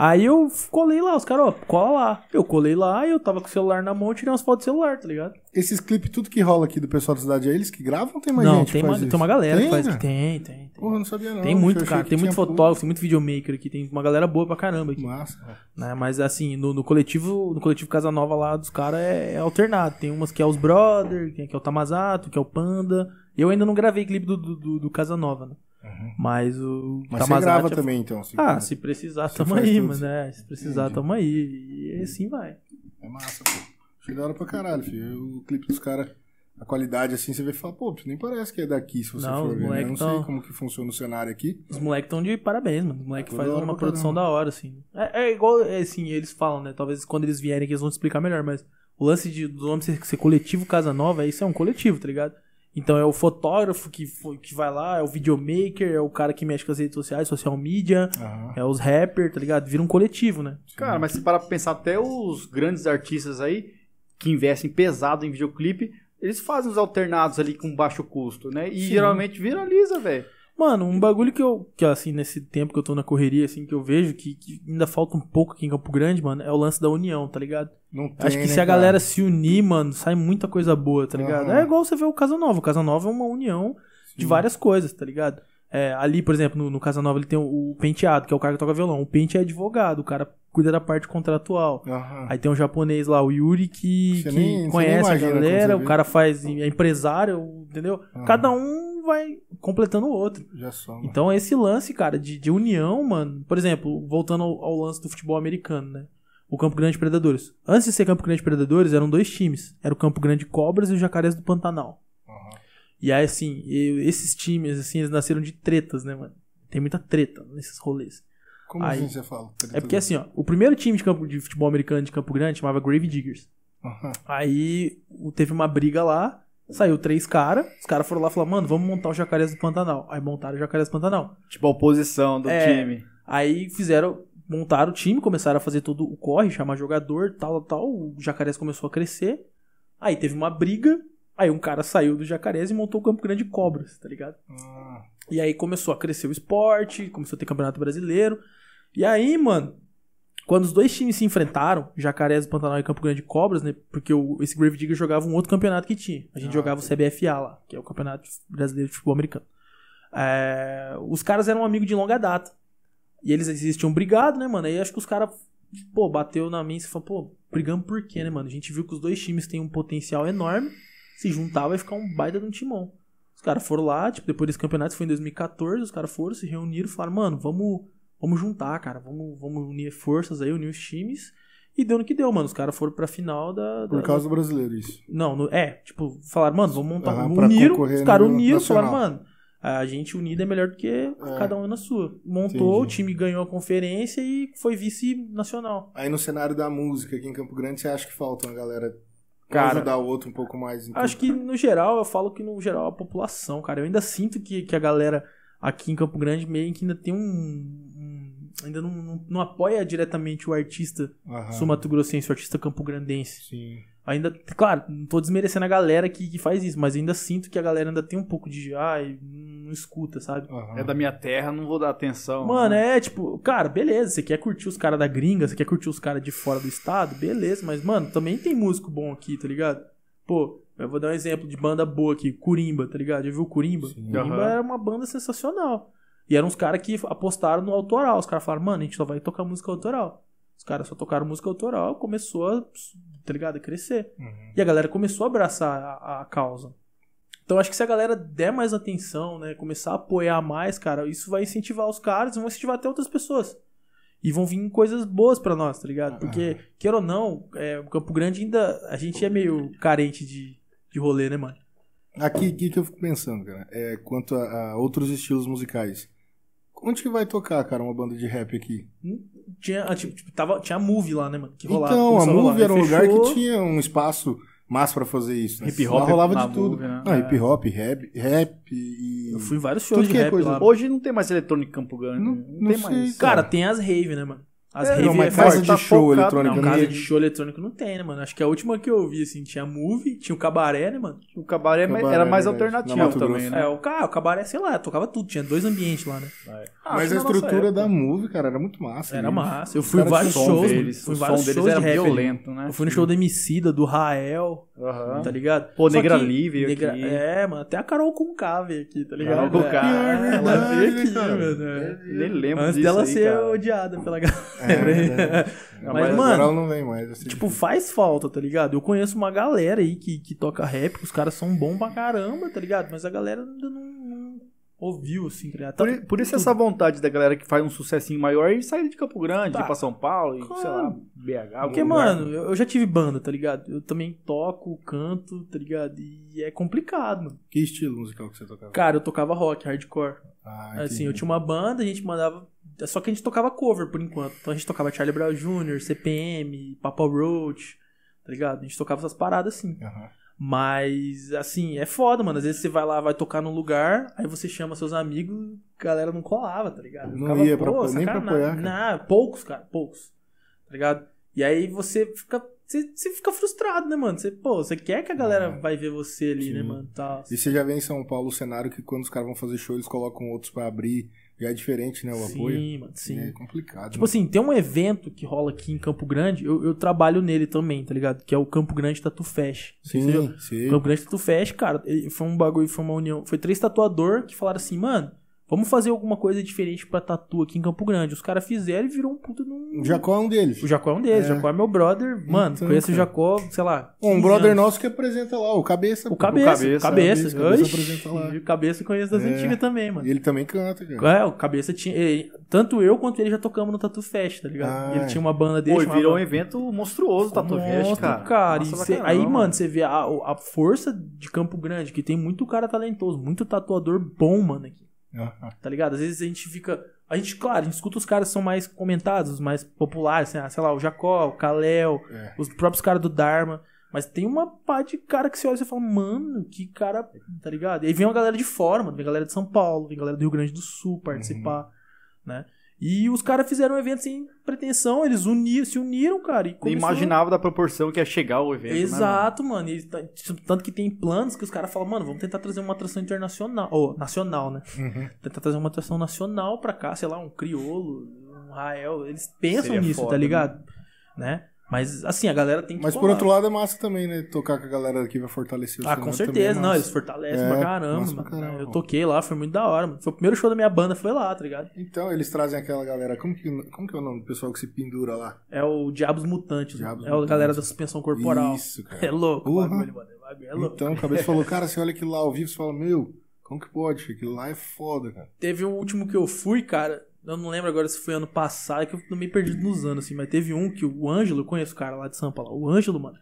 [SPEAKER 3] Aí eu f- colei lá, os caras, ó, cola lá. Eu colei lá, eu tava com o celular na mão, eu tirei umas fotos do celular, tá ligado?
[SPEAKER 1] Esses clipes, tudo que rola aqui do pessoal da cidade, é eles que gravam ou tem mais
[SPEAKER 3] não,
[SPEAKER 1] gente que
[SPEAKER 3] tem
[SPEAKER 1] faz
[SPEAKER 3] uma,
[SPEAKER 1] isso? né?
[SPEAKER 3] tem uma galera que faz.
[SPEAKER 1] cara?
[SPEAKER 3] Tem, tem, tem.
[SPEAKER 1] Porra, eu não sabia não.
[SPEAKER 3] tem
[SPEAKER 1] Eu
[SPEAKER 3] muito,
[SPEAKER 1] achei
[SPEAKER 3] cara.
[SPEAKER 1] que
[SPEAKER 3] Tem muito
[SPEAKER 1] tinha pouco.
[SPEAKER 3] fotógrafo, tem muito videomaker aqui, tem uma galera boa pra caramba aqui.
[SPEAKER 1] Massa.
[SPEAKER 3] né? Mas assim, no, no coletivo, no coletivo Casa Nova lá dos caras é, é alternado. Tem umas que é os Brother, tem que é o Tamazato, que é o Panda. Eu ainda não gravei clipe do, do, do- do Casa Nova, né? Mas o
[SPEAKER 1] Uhum. Mas você
[SPEAKER 3] Tamazato
[SPEAKER 1] grava
[SPEAKER 3] é-
[SPEAKER 1] também, então. assim,
[SPEAKER 3] Ah,
[SPEAKER 1] cara.
[SPEAKER 3] se precisar, tamo
[SPEAKER 1] faz
[SPEAKER 3] aí,
[SPEAKER 1] tudo.
[SPEAKER 3] mas né? Se precisar,
[SPEAKER 1] Entendi.
[SPEAKER 3] tamo aí. E assim vai.
[SPEAKER 1] É massa, pô. Achei da hora pra caralho, filho. O clipe dos caras. a qualidade, assim, você vai falar, pô, nem parece que é daqui, se você for
[SPEAKER 3] Não, os
[SPEAKER 1] ver. né?
[SPEAKER 3] moleque
[SPEAKER 1] Eu não
[SPEAKER 3] tão-
[SPEAKER 1] sei como que funciona o cenário aqui.
[SPEAKER 3] Os moleques estão de parabéns, mano. Os moleques
[SPEAKER 1] Toda
[SPEAKER 3] fazem
[SPEAKER 1] hora
[SPEAKER 3] uma
[SPEAKER 1] pra
[SPEAKER 3] produção da hora, assim. É, é igual, é, assim, eles falam, né? Talvez quando eles vierem aqui eles vão te explicar melhor, mas o lance de, do homem ser, ser coletivo Casa Nova, isso é um coletivo, tá ligado? Então é o fotógrafo que, foi- que vai lá, é o videomaker, é o cara que mexe com as redes sociais, social media,
[SPEAKER 1] Aham.
[SPEAKER 3] é os rappers, tá ligado? Vira um coletivo, né?
[SPEAKER 1] Tipo,
[SPEAKER 2] Cara, mas se parar pra pensar, até os grandes artistas aí, que investem pesado em videoclipe, eles fazem os alternados ali com baixo custo, né? E
[SPEAKER 3] Sim.
[SPEAKER 2] geralmente viraliza, velho.
[SPEAKER 3] Mano, um bagulho que eu, que assim, nesse tempo que eu tô na correria, assim, que eu vejo, que, que ainda falta um pouco aqui em Campo Grande, mano, é o lance da união, tá ligado?
[SPEAKER 1] Não tem,
[SPEAKER 3] Acho que
[SPEAKER 1] né,
[SPEAKER 3] se a
[SPEAKER 1] cara?
[SPEAKER 3] galera se unir, mano, sai muita coisa boa, tá ligado?
[SPEAKER 1] Aham.
[SPEAKER 3] É igual você vê o Casa Nova. O Casa Nova é uma união de várias coisas, tá ligado? É, ali, por exemplo, no, no Casa Nova ele tem o, o penteado, que é o cara que toca violão. O pente é advogado, o cara cuida da parte contratual.
[SPEAKER 1] Aham.
[SPEAKER 3] Aí tem um japonês lá, o Yuri, que,
[SPEAKER 1] Você
[SPEAKER 3] que
[SPEAKER 1] nem- você nem
[SPEAKER 3] conhece a
[SPEAKER 1] imagina quando
[SPEAKER 3] galera,
[SPEAKER 1] você
[SPEAKER 3] o
[SPEAKER 1] vê.
[SPEAKER 3] cara faz, é empresário, entendeu?
[SPEAKER 1] Aham.
[SPEAKER 3] Cada um vai completando o outro.
[SPEAKER 1] Já soma.
[SPEAKER 3] Então, esse lance, cara, de, de união, mano. Por exemplo, voltando ao, ao lance do futebol americano, né? O Campo Grande Predadores. Antes de ser Campo Grande Predadores, eram dois times. Era o Campo Grande Cobras e o Jacarés do Pantanal.
[SPEAKER 1] Aham.
[SPEAKER 3] E aí, assim, eu- esses times, assim, eles nasceram de tretas, né, mano? Tem muita treta nesses rolês.
[SPEAKER 1] Como
[SPEAKER 3] Aí-
[SPEAKER 1] assim você fala?
[SPEAKER 3] É porque, assim, ó, o primeiro time de, campo, de futebol americano de Campo Grande chamava Grave Diggers.
[SPEAKER 1] Aham.
[SPEAKER 3] Aí o- teve uma briga lá, saiu três caras, os caras foram lá e falaram, mano, vamos montar o Jacarés do Pantanal. Aí montaram o Jacarés do Pantanal.
[SPEAKER 2] Tipo a oposição do
[SPEAKER 3] É.
[SPEAKER 2] time.
[SPEAKER 3] Aí fizeram, montaram o time, começaram a fazer todo o corre, chamar jogador, tal, tal. O Jacarés começou a crescer. Aí teve uma briga. Aí um cara saiu do Jacarés e montou o Campo Grande Cobras, tá ligado?
[SPEAKER 1] Ah,
[SPEAKER 3] E aí começou a crescer o esporte, começou a ter campeonato brasileiro. E aí, mano, quando os dois times se enfrentaram, Jacarés do Pantanal e Campo Grande Cobras, né? Porque o, esse Grave Digger jogava um outro campeonato que tinha. A gente
[SPEAKER 1] Ah,
[SPEAKER 3] jogava o CBFA lá, que é o Campeonato Brasileiro de Futebol Americano. É, os caras eram amigos de longa data. E eles, eles tinham brigado, né, mano? Aí acho que os caras, pô, bateu na mim e falou, pô, brigamos por quê, né, mano? A gente viu que os dois times têm um potencial enorme. Se juntar, vai ficar um baita de um timão. Os caras foram lá, tipo, depois desse campeonato, isso foi em 2014, os caras foram, se reuniram, falaram, mano, vamos, vamos juntar, cara, vamos, vamos unir forças aí, unir os times. E deu no que deu, mano. Os caras foram pra final da. da-
[SPEAKER 1] por causa do brasileiro, isso.
[SPEAKER 3] Não, no- é, tipo, falaram, mano, vamos montar.
[SPEAKER 1] Aham, pra
[SPEAKER 3] uniram,
[SPEAKER 1] concorrer
[SPEAKER 3] os caras
[SPEAKER 1] no
[SPEAKER 3] uniram, falaram,
[SPEAKER 1] nacional.
[SPEAKER 3] mano, a gente unida é melhor do que cada um na sua. Montou,
[SPEAKER 1] Entendi.
[SPEAKER 3] o time ganhou a conferência e foi vice-nacional.
[SPEAKER 1] Aí no cenário da música aqui em Campo Grande, você acha que falta uma galera pra
[SPEAKER 3] Cara,
[SPEAKER 1] ajudar o outro um pouco mais? em tudo?
[SPEAKER 3] Acho que no geral, eu falo que no geral a população, cara. Eu ainda sinto que, que a galera aqui em Campo Grande meio que ainda tem um. um- ainda não, não, não apoia diretamente o artista
[SPEAKER 1] Aham.
[SPEAKER 3] sul-mato-grossense, o artista campograndense.
[SPEAKER 1] Sim.
[SPEAKER 3] Ainda, claro, não tô desmerecendo a galera que, que faz isso, mas ainda sinto que a galera ainda tem um pouco de. Ai, não escuta, sabe?
[SPEAKER 1] Aham.
[SPEAKER 2] É da minha terra, não vou dar atenção.
[SPEAKER 3] Mano, é tipo, cara, beleza, você quer curtir os caras da gringa, você quer curtir os caras de fora do estado, beleza, mas, mano, também tem músico bom aqui, tá ligado? Pô, eu vou dar um exemplo de banda boa aqui, Curimba, tá ligado? Já viu o Curimba?
[SPEAKER 1] Sim.
[SPEAKER 3] Curimba
[SPEAKER 2] Aham.
[SPEAKER 3] era uma banda sensacional. E eram uns caras que apostaram no autoral. Os caras falaram, mano, a gente só vai tocar música autoral. Os caras só tocaram música autoral, começou a, tá ligado, a crescer.
[SPEAKER 1] Uhum.
[SPEAKER 3] E a galera começou a abraçar a, a causa. Então acho que se a galera der mais atenção, né, começar a apoiar mais, cara, isso vai incentivar os caras, vão incentivar até outras pessoas. E vão vir coisas boas pra nós, tá ligado? Porque,
[SPEAKER 1] Ah.
[SPEAKER 3] queira ou não, é, o Campo Grande ainda. A gente é meio carente de, de rolê, né, mano?
[SPEAKER 1] Aqui, aqui que eu fico pensando, cara, é quanto a, a outros estilos musicais. Onde que vai tocar, cara, uma banda de rap aqui?
[SPEAKER 3] Tinha, ah, tipo, tipo, tava, tinha a Move lá, né, mano? Que rolava.
[SPEAKER 1] então, a
[SPEAKER 3] começou a rolar.
[SPEAKER 1] Move era um
[SPEAKER 3] Aí
[SPEAKER 1] lugar
[SPEAKER 3] fechou.
[SPEAKER 1] que tinha um espaço massa pra fazer isso. Né?
[SPEAKER 2] Hip hop
[SPEAKER 1] Lá rolava
[SPEAKER 2] na
[SPEAKER 1] de tudo.
[SPEAKER 2] Move, né?
[SPEAKER 1] Não,
[SPEAKER 3] Ah,
[SPEAKER 1] hip hop, rap, rap e.
[SPEAKER 3] Eu fui em vários shows
[SPEAKER 1] Tudo
[SPEAKER 3] de
[SPEAKER 1] que é
[SPEAKER 3] rap
[SPEAKER 1] coisa
[SPEAKER 3] lá.
[SPEAKER 2] Hoje não tem mais eletrônico em Campo Grande. né? Não,
[SPEAKER 1] Não- não
[SPEAKER 2] tem
[SPEAKER 1] sei,
[SPEAKER 2] mais.
[SPEAKER 1] cara.
[SPEAKER 3] Cara, tem as rave, né, mano? As
[SPEAKER 2] É,
[SPEAKER 3] rave
[SPEAKER 1] Não, mas
[SPEAKER 3] é
[SPEAKER 2] faz-
[SPEAKER 1] casa
[SPEAKER 3] forte.
[SPEAKER 2] tá
[SPEAKER 1] de show
[SPEAKER 2] focado-
[SPEAKER 1] eletrônica.
[SPEAKER 3] Não,
[SPEAKER 1] né?
[SPEAKER 3] casa de show eletrônico não tem, né, mano? Acho que a última que eu vi, assim, tinha Move, tinha o Cabaré, né, mano?
[SPEAKER 2] O cabaré,
[SPEAKER 1] Cabaré,
[SPEAKER 2] era
[SPEAKER 1] verdade.
[SPEAKER 2] mais
[SPEAKER 1] Na
[SPEAKER 2] alternativo
[SPEAKER 1] Mato
[SPEAKER 2] também,
[SPEAKER 1] Grosso.
[SPEAKER 2] né?
[SPEAKER 3] É, o, ca- o Cabaré, sei lá, tocava tudo, tinha dois ambientes lá, né?
[SPEAKER 2] Ah,
[SPEAKER 1] Mas a
[SPEAKER 2] acho que na
[SPEAKER 1] estrutura
[SPEAKER 2] nossa
[SPEAKER 1] da
[SPEAKER 2] época.
[SPEAKER 1] Move, cara, era muito massa.
[SPEAKER 3] Era
[SPEAKER 1] né?
[SPEAKER 3] massa. É, Eu
[SPEAKER 1] Os
[SPEAKER 3] fui em
[SPEAKER 1] caras
[SPEAKER 3] vários
[SPEAKER 1] são
[SPEAKER 3] shows,
[SPEAKER 1] velho.
[SPEAKER 2] deles,
[SPEAKER 3] mano. Fui em
[SPEAKER 2] o
[SPEAKER 3] vários
[SPEAKER 2] som deles
[SPEAKER 3] shows
[SPEAKER 2] era
[SPEAKER 3] de rap ali.
[SPEAKER 2] violento, né?
[SPEAKER 3] Eu fui no show do Emicida, do Rael,
[SPEAKER 2] Aham.
[SPEAKER 3] tá ligado?
[SPEAKER 2] Pô,
[SPEAKER 3] Só
[SPEAKER 2] Negra
[SPEAKER 3] que-
[SPEAKER 2] Livre
[SPEAKER 3] Negra-
[SPEAKER 2] aqui.
[SPEAKER 3] É, mano, até a Carol Conká veio aqui, tá ligado?
[SPEAKER 2] Carol
[SPEAKER 3] É,
[SPEAKER 2] Conká, é
[SPEAKER 3] ela veio
[SPEAKER 1] verdade,
[SPEAKER 3] aqui,
[SPEAKER 1] né, cara?
[SPEAKER 3] mano.
[SPEAKER 1] É
[SPEAKER 3] é.
[SPEAKER 2] Nem lembro
[SPEAKER 3] Antes
[SPEAKER 2] disso
[SPEAKER 3] dela
[SPEAKER 2] aí,
[SPEAKER 3] ser
[SPEAKER 2] cara.
[SPEAKER 3] odiada pela né?
[SPEAKER 1] É,
[SPEAKER 3] galera.
[SPEAKER 1] verdade.
[SPEAKER 2] Mas,
[SPEAKER 1] Mas,
[SPEAKER 3] mano,
[SPEAKER 1] mano, não vem mais. assim.
[SPEAKER 3] Tipo, faz falta, tá ligado? Eu conheço uma galera aí que, que toca rap, que os caras são bons pra caramba, tá ligado? Mas a galera ainda não, não ouviu, assim, criar.
[SPEAKER 2] Por, i- por isso essa vontade da galera que faz um sucessinho maior e sair de Campo Grande,
[SPEAKER 3] Tá.
[SPEAKER 2] ir pra São Paulo, e, sei lá,
[SPEAKER 3] Claro.
[SPEAKER 2] BH.
[SPEAKER 3] Porque,
[SPEAKER 2] algum lugar.
[SPEAKER 3] mano, eu eu já tive banda, tá ligado? Eu também toco, canto, tá ligado? E é complicado, mano.
[SPEAKER 1] Que estilo musical que você tocava?
[SPEAKER 3] Cara, eu tocava rock, hardcore.
[SPEAKER 1] Ah,
[SPEAKER 3] assim,
[SPEAKER 1] entendi.
[SPEAKER 3] eu tinha uma banda, a gente mandava. é Só que a gente tocava cover por enquanto. Então a gente tocava Charlie Brown Jr., CPM, Papa Roach, tá ligado? A gente tocava essas paradas assim.
[SPEAKER 1] Aham.
[SPEAKER 3] Mas, assim, é foda, mano. Às vezes você vai lá, vai tocar num lugar, aí você chama seus amigos, a galera não colava, tá ligado?
[SPEAKER 1] Não ia pra-
[SPEAKER 3] "Pô,
[SPEAKER 1] nem pra
[SPEAKER 3] sacanagem."
[SPEAKER 1] apoiar,
[SPEAKER 3] Não, poucos, cara, poucos. Tá ligado? E aí você fica. Você, você fica frustrado, né, mano? Você, pô, você quer que a galera
[SPEAKER 1] É.
[SPEAKER 3] vai ver você ali, né,
[SPEAKER 1] Sim.
[SPEAKER 3] mano? Tal.
[SPEAKER 1] E você já vê em São Paulo o cenário que quando os caras vão fazer show, eles colocam outros pra abrir. Já é diferente, né? O
[SPEAKER 3] sim,
[SPEAKER 1] apoio.
[SPEAKER 3] mano, sim.
[SPEAKER 1] É complicado.
[SPEAKER 3] Tipo assim, tem um evento que rola aqui em Campo Grande, eu, eu trabalho nele também, tá ligado? Que é o Campo Grande Tatu Fest.
[SPEAKER 1] sim,
[SPEAKER 3] entendeu?
[SPEAKER 1] sim.
[SPEAKER 3] Campo Grande Tatu Fest, cara, e foi um bagulho, foi uma união. Foi três tatuador que falaram assim, mano, vamos fazer alguma coisa diferente pra tatu aqui em Campo Grande. Os caras fizeram e virou um puta num.
[SPEAKER 1] O Jacó é um deles.
[SPEAKER 3] O Jacó é um deles,
[SPEAKER 1] É.
[SPEAKER 3] o Jacó é meu brother. Mano,
[SPEAKER 1] Então,
[SPEAKER 3] conheço
[SPEAKER 1] cara.
[SPEAKER 3] o Jacó, sei lá.
[SPEAKER 1] Um
[SPEAKER 3] 15
[SPEAKER 1] brother
[SPEAKER 3] anos.
[SPEAKER 1] nosso que apresenta lá, o Cabeça.
[SPEAKER 3] né? O
[SPEAKER 1] pô.
[SPEAKER 3] cabeça,
[SPEAKER 2] Cabeça,
[SPEAKER 3] cabeça, cabeça,
[SPEAKER 1] Cabeça, Cabeça
[SPEAKER 3] Oxi,
[SPEAKER 1] apresenta lá.
[SPEAKER 3] o cabeça eu conheço das
[SPEAKER 1] É.
[SPEAKER 3] antigas também, mano.
[SPEAKER 1] E ele também canta, cara.
[SPEAKER 3] É, o cabeça tinha. ele- tanto eu quanto ele já tocamos no Tatu Fest, tá ligado?
[SPEAKER 1] Ah, é.
[SPEAKER 3] ele tinha uma banda dele.
[SPEAKER 2] Pô, e
[SPEAKER 3] chamava-
[SPEAKER 2] virou um evento monstruoso, Tatu Fest,
[SPEAKER 3] Monstro,
[SPEAKER 2] cara.
[SPEAKER 3] cara,
[SPEAKER 2] Nossa,
[SPEAKER 3] e cê-
[SPEAKER 2] bacana,
[SPEAKER 3] aí,
[SPEAKER 2] não,
[SPEAKER 3] mano, você vê a, a força de Campo Grande, que tem muito cara talentoso, muito tatuador bom, mano, aqui.
[SPEAKER 1] Aham.
[SPEAKER 3] Tá ligado? Às vezes a gente fica. A gente, claro, a gente escuta os caras que são mais comentados, os mais populares, assim, ah, sei lá, o Jacó, o Kalel,
[SPEAKER 1] É.
[SPEAKER 3] os próprios caras do Dharma. Mas tem uma pá de cara que você olha e você fala, mano, que cara, tá ligado? E aí vem uma galera de fora, mano, vem galera de São Paulo, vem galera do Rio Grande do Sul participar,
[SPEAKER 1] Uhum.
[SPEAKER 3] né? E os caras fizeram um evento sem pretensão, eles uniram, se uniram, cara. E
[SPEAKER 2] Nem
[SPEAKER 3] começou-
[SPEAKER 2] imaginava da proporção que ia chegar o evento. né, mano?
[SPEAKER 3] Exato, mano. E tá- tipo, tanto que tem planos que os caras falam, mano, vamos tentar trazer uma atração internacional. Ou nacional, né?
[SPEAKER 1] Uhum.
[SPEAKER 3] Tentar trazer uma atração nacional pra cá, sei lá, um criolo, um Rael. Eles pensam
[SPEAKER 2] Seria
[SPEAKER 3] nisso,
[SPEAKER 2] foda,
[SPEAKER 3] tá ligado? Né? Mas assim, a galera tem que.
[SPEAKER 1] Mas por
[SPEAKER 3] colar.
[SPEAKER 1] outro lado é massa também, né? Tocar com a galera aqui vai fortalecer o
[SPEAKER 3] Ah,
[SPEAKER 1] cenário
[SPEAKER 3] com
[SPEAKER 1] também é
[SPEAKER 3] certeza, não,
[SPEAKER 1] massa.
[SPEAKER 3] eles fortalecem
[SPEAKER 1] É,
[SPEAKER 3] pra caramba,
[SPEAKER 1] massa pra
[SPEAKER 3] mano.
[SPEAKER 1] caramba.
[SPEAKER 3] Eu toquei lá, foi muito da hora, mano. Foi o primeiro show da minha banda, foi lá, tá ligado?
[SPEAKER 1] Então, eles trazem aquela galera. Como que, como que é o nome do pessoal que se pendura lá?
[SPEAKER 3] É o Diabos Mutantes,
[SPEAKER 1] Diabos
[SPEAKER 3] é a galera
[SPEAKER 1] Mutantes.
[SPEAKER 3] da suspensão corporal.
[SPEAKER 1] Isso, cara.
[SPEAKER 3] É louco, o
[SPEAKER 1] Porra.
[SPEAKER 3] bagulho, mano. o bagulho É louco.
[SPEAKER 1] Então, o cabeça falou, cara, você olha aquilo lá ao vivo, você fala, meu, como que pode? Aquilo lá é foda, cara.
[SPEAKER 3] Teve o último que eu fui, cara. Eu não lembro agora se foi ano passado, é que eu tô meio perdido nos anos, assim. Mas teve um que o Ângelo, eu conheço o cara lá de Sampa lá. O Ângelo, mano,